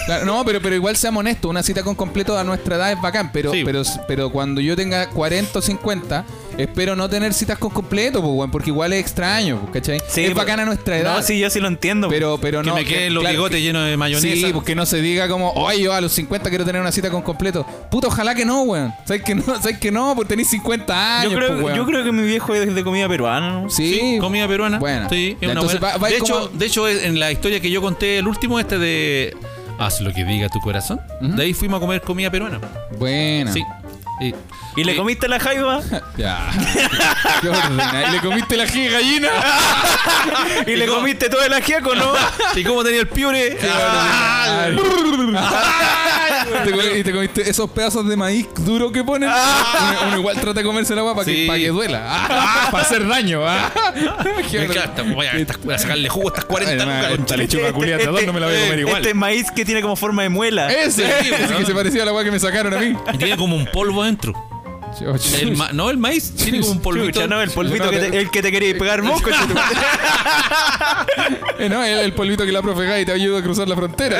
A: Claro, no, pero, pero igual seamos honestos, una cita con completo a nuestra edad es bacán, pero,
E: Sí.
A: pero, pero cuando yo tenga 40 o 50, espero no tener citas con completo, pues, weón, porque igual es extraño, pues, ¿cachai? es
B: po-
A: bacán a nuestra edad.
B: No, sí, yo sí lo
E: *laughs*
B: entiendo.
A: Pero, pero
E: que
A: no.
E: me queden los
A: claro,
E: bigotes llenos de mayonesa.
A: Sí, pues, porque no se diga como, oye, yo a los 50 quiero tener una cita con completo. Puta, ojalá que no, weón. ¿Sabes que no? *laughs* ¿Sabes que no? Porque tenés 50
B: yo,
A: años,
B: creo,
A: pues, weón.
B: yo creo que mi viejo es de comida peruana, ¿no?
A: Sí,
E: Sí, comida peruana.
A: Bueno,
E: Sí, es
A: Ya,
E: una
A: entonces
E: buena-
A: va- va
E: de,
A: y
E: hecho,
A: coma-
E: de hecho, eh, en la historia que yo conté, el último este de Haz lo que diga tu corazón. De ahí fuimos a comer comida peruana.
A: Buena.
E: Sí. Sí.
B: ¿Y le
E: Eh,
B: comiste la jaiba?
A: Ya. *laughs* Qué ordinario. ¿Le
E: *laughs*
A: comiste la ají de gallina?
B: ¿Y
A: *laughs*
B: le comiste todo el ajiaco, no?
E: ¿Y cómo tenía el piure?
A: Ah, Te comi- y te comiste esos pedazos de maíz duro que ponen. Uno, uno igual trata de comerse el agua para
E: Ah. Sí.
A: que, pa' que duela. para hacer daño. ah. Qué
E: *laughs* Me
A: ordinario.
E: encanta, voy a, estas- voy a sacarle jugo a estas
A: Ay,
E: 40
A: no,
E: lucas.
A: concha lechuga culiata, ¿dónde me la voy a comer igual?
B: Este maíz que tiene como forma de muela.
A: Ese,
E: Sí,
A: ese que
E: weón.
A: se parecía a la agua que me sacaron a mí.
E: Y tiene como un polvo dentro. El ma- no, el maíz
A: *laughs*
E: tiene como un polvito.
B: Chucha, no, el polvito
A: No,
B: que te,
A: te-
B: el que te quería
A: *laughs*
B: pegar vos, coche.
A: Eh, no, el, el polvito que la profe Gai te ayuda a cruzar la
B: *laughs*
A: frontera.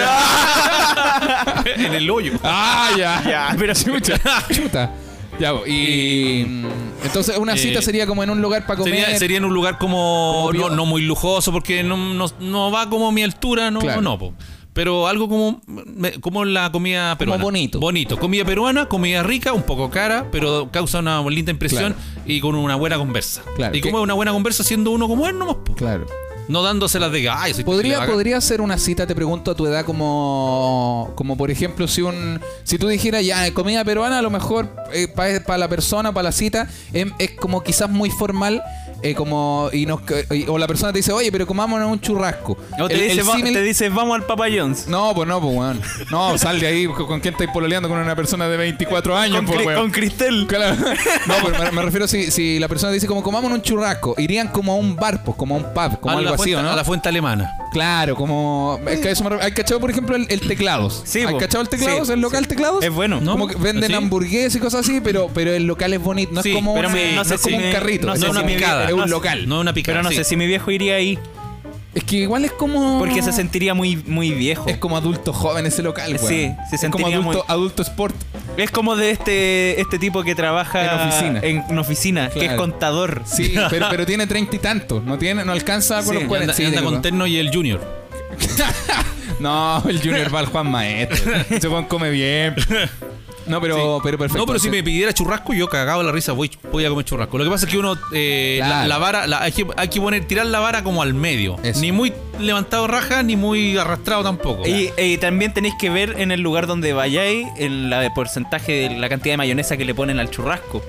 E: en el hoyo.
A: Ah, ya.
B: Ya, pero *laughs*
A: Chuta. Chuta. Ya, bo, y. mm, Entonces, una
E: Eh,
A: cita sería como en un lugar para comer.
E: Sería, sería en un lugar como,
A: Como
E: no,
A: bio-
E: no muy lujoso porque no, no, no va como a mi altura, no,
A: Claro.
E: no, po. pero algo como, me- como la comida peruana.
A: bonito.
E: Bonito. Comida peruana, comida rica, un poco cara, pero causa una linda impresión y con una buena conversa.
A: Claro,
E: y
A: que-
E: como es una buena conversa siendo uno como él nomás, po.
A: Claro.
E: no dándoselas de ay, soy
A: ¿Podría,
E: terrible bacán".
A: podría ser una cita, te pregunto, a tu edad como, como por ejemplo, si un si tú dijeras, ya, eh, comida peruana, a lo mejor eh, para la persona, para la cita, em, es, como quizás muy formal, eh, como y nos, eh, y- o la persona te dice, oye, pero comámonos un churrasco.
B: No, te,
A: El- el
B: dice, va-
A: símil-
B: te dice, vamos al Papa John's.
A: No, pues no, pues weón. No, sal de ahí, ¿con con quién estáis pololeando con una persona de 24 años,
B: Con,
A: pues,
B: cri-
A: weón?
B: con Cristel.
A: Claro. No, pero me, me refiero si, si la persona dice como comámonos un churrasco, irían como a un bar, pues como a un pub, como
E: a
A: algo
E: la
A: así,
E: fuente,
A: ¿o ¿no?
E: A la fuente alemana.
A: Claro, como. Es que a eso me refiero. ¿Hay cachado, por ejemplo, el, el teclados?
B: Sí,
A: ¿Hay
B: po.
A: cachado el teclados?
B: Sí,
A: ¿El local teclados?
B: Es bueno.
E: No,
A: Como que venden
E: ¿Sí?
A: hamburguesas y cosas así, pero, pero el local es bonito. No
E: Sí,
A: es como,
E: pero
A: un,
E: me- no
A: no
E: sé
A: es como
E: si
A: un
E: me-
A: carrito.
B: no
A: es
B: sé
E: No
A: como
E: una
B: si
A: un-
B: me-
E: picada.
A: Es
B: no
A: un
B: sé.
A: local.
E: No una picada.
B: Pero no
E: sí.
B: sé si mi viejo iría ahí.
A: Es que igual es como.
B: Porque se sentiría muy, muy viejo.
A: Es como adulto joven ese local,
B: Sí,
A: weón.
B: se
A: Es como
B: sentiría
A: adulto,
B: muy-
A: adulto sport.
B: Es como de este, este tipo que trabaja
A: En oficina.
B: en una oficina, que es
A: Claro.
B: contador.
A: Sí,
E: *laughs*
A: pero, pero tiene treinta y tantos. No tiene, no alcanza con
B: Sí,
A: los
E: Y anda,
A: cuarenta. Sí,
E: anda
A: tiene
E: con
A: razón.
E: Terno y el Junior.
A: *laughs* No, el Junior va al Juan Maestro. Ese Juan come bien. No, pero, pero perfecto.
E: No, pero si me pidiera churrasco, yo cagaba la risa, voy, voy a comer churrasco. Lo que pasa es que uno, eh, la- la,
A: Claro.
E: vara, la- hay, que, hay que poner, tirar la vara como al medio.
A: Eso.
E: Ni muy levantado raja, ni muy arrastrado tampoco.
B: Y, y también tenéis que ver en el lugar donde vayáis el, la de porcentaje de la cantidad de mayonesa que le ponen al churrasco.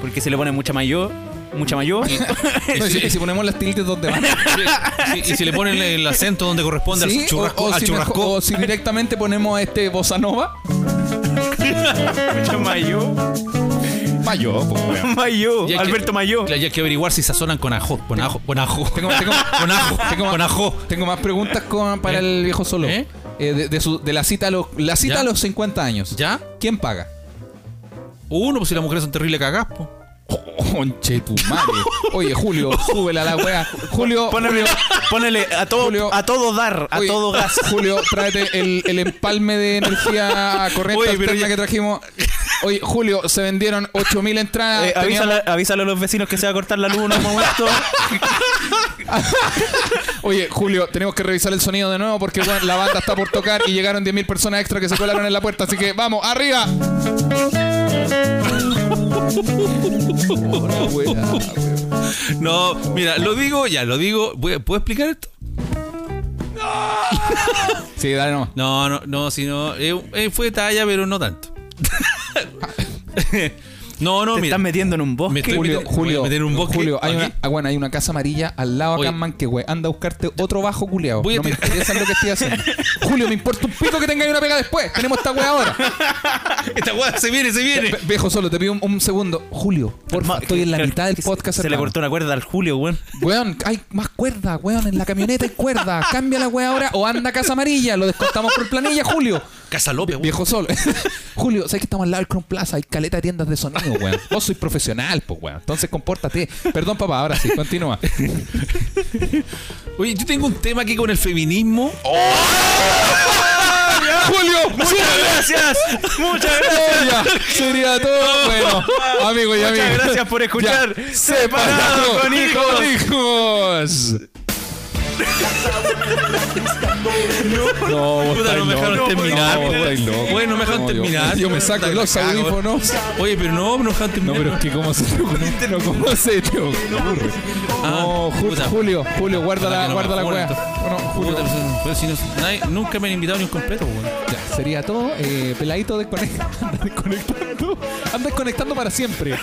B: Porque si le ponen mucha mayo, mucha *laughs* mayo,
A: No, y si, y si ponemos las tildes donde
E: *laughs*
A: van.
E: Sí, y si le ponen el acento donde corresponde
A: Sí,
E: al churrasco,
A: o, o
E: al
A: si
E: churrasco.
A: mejor- o si directamente ponemos este bossa nova.
B: mucha mayo,
A: Mayo, pues, weón.
B: mayo,
E: Y hay que-
B: Alberto mayo.
E: Claro, y hay que averiguar si sazonan con ajo. Con ajo, con ajo.
A: Tengo, tengo-
E: Con ajo,
A: tengo más-
E: con ajo.
A: tengo más preguntas con- para
E: *laughs* ¿Eh?
A: el viejo solo.
E: ¿Eh?
A: Eh, de, de su- de la cita a los, la cita
E: ¿Ya?
A: a los 50 años.
E: ¿Ya?
A: ¿Quién paga?
E: Uno, pues si las mujeres son terribles cagás, po.
A: Conche tu madre. Oye,
E: *laughs*
A: Julio, súbela a la wea. Julio,
B: Ponele, ponele a, todo,
A: Julio.
B: a todo dar, a
A: Oye,
B: todo gas.
A: Julio, tráete el, el empalme de energía corriente
B: Oye, pero
A: alterna
B: ya-
A: que trajimos. Oye, Julio, se vendieron 8.000 entradas.
B: Eh,
A: Teníamos-
B: avísale, avísale a los vecinos que se va a cortar la luz en un *laughs* momento.
A: Oye, Julio, tenemos que revisar el sonido de nuevo porque weón, la banda está por tocar y llegaron 10.000 personas extra que se colaron en la puerta. Así que vamos, arriba. Hola, wea.
E: No, mira, lo digo ya, lo digo. Voy- ¿Puedo explicar esto?
A: Sí, dale nomás.
E: No, no, no, sino. eh, eh, fue talla, pero no tanto. *laughs* no, no,
B: Te
E: mira.
B: estás metiendo en un bosque.
E: Me estoy
A: Julio,
E: metiendo- me voy
A: Julio,
E: a meter en un bosque
A: Julio, hay
E: aquí.
A: una, ah, bueno, hay una casa amarilla al lado
E: Oye.
A: acá en Manquehue. Anda a buscarte otro bajo culeado.
E: Voy a
A: No me
E: tirar-
A: interesa lo que estoy haciendo. Julio, me importa un pico que tengáis una pega después. Tenemos esta wea ahora.
E: *laughs* Esta weá se viene, se viene.
A: Ve- Viejo solo, te pido un, un segundo. Julio, porfa,
B: Ma-
A: estoy en la
B: que-
A: mitad del
B: que se-
A: podcast.
B: Se, le
A: hermano.
B: cortó una cuerda al Julio, *laughs* weón.
A: Weón, hay más cuerda, weón. En la camioneta hay cuerda. Cambia la wea ahora o anda a Casa Amarilla. Lo descontamos por planilla, Julio.
E: Casa López, weón.
A: Viejo solo. *laughs* Julio, sabes que estamos al lado del Crown Plaza. Hay caleta de tiendas de sonido, weón. Vos sois profesional, pues, weón. Entonces compórtate. Perdón, papá, ahora sí,
E: *laughs*
A: continúa.
E: Oye, yo tengo un tema aquí con el feminismo. ¡Ah,
A: Julio,
B: Muchas gracias. *laughs* Muchas
A: ya,
B: gracias.
A: sería
E: *laughs*
A: todo bueno. Amigos y amigas.
B: Muchas gracias por escuchar.
A: Ya,
B: Separado con hijos.
A: hijos. No, vos
E: Puta,
A: estáis
E: no me dejaron
A: loco.
E: terminar.
A: No, vos estáis loco.
E: Bueno, me dejaron
A: No, yo-
E: terminar.
A: Yo me saco los
E: Cago.
A: audífonos.
E: Oye, pero no, no me dejaron
A: No,
E: terminar.
A: pero es que cómo se te ocurre. No, cómo se te ocurre. No, Ju-
E: puta.
A: Julio, Julio, guarda
E: Ah,
A: la,
E: Ojalá que no
A: guarda
E: me
A: la
E: acuerdo.
A: cueva. Bueno, Julio,
E: *laughs* Puta, pero si no- nadie- nunca me han invitado ni un completo, weón.
A: ya, sería todo. Eh, peladito desconecta, *laughs* anda desconectando. Anda desconectando para siempre.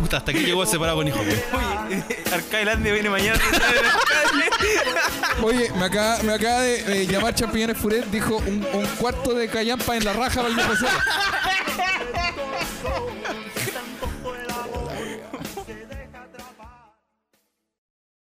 E: Puta, hasta aquí llegó separado con hijo, weón.
B: Arcailandia eh, viene *laughs* mañana.
A: Oye, me acaba, me acaba de eh, llamar Champiñones Furet, dijo un, un cuarto de callampa en la raja para el viejo solo.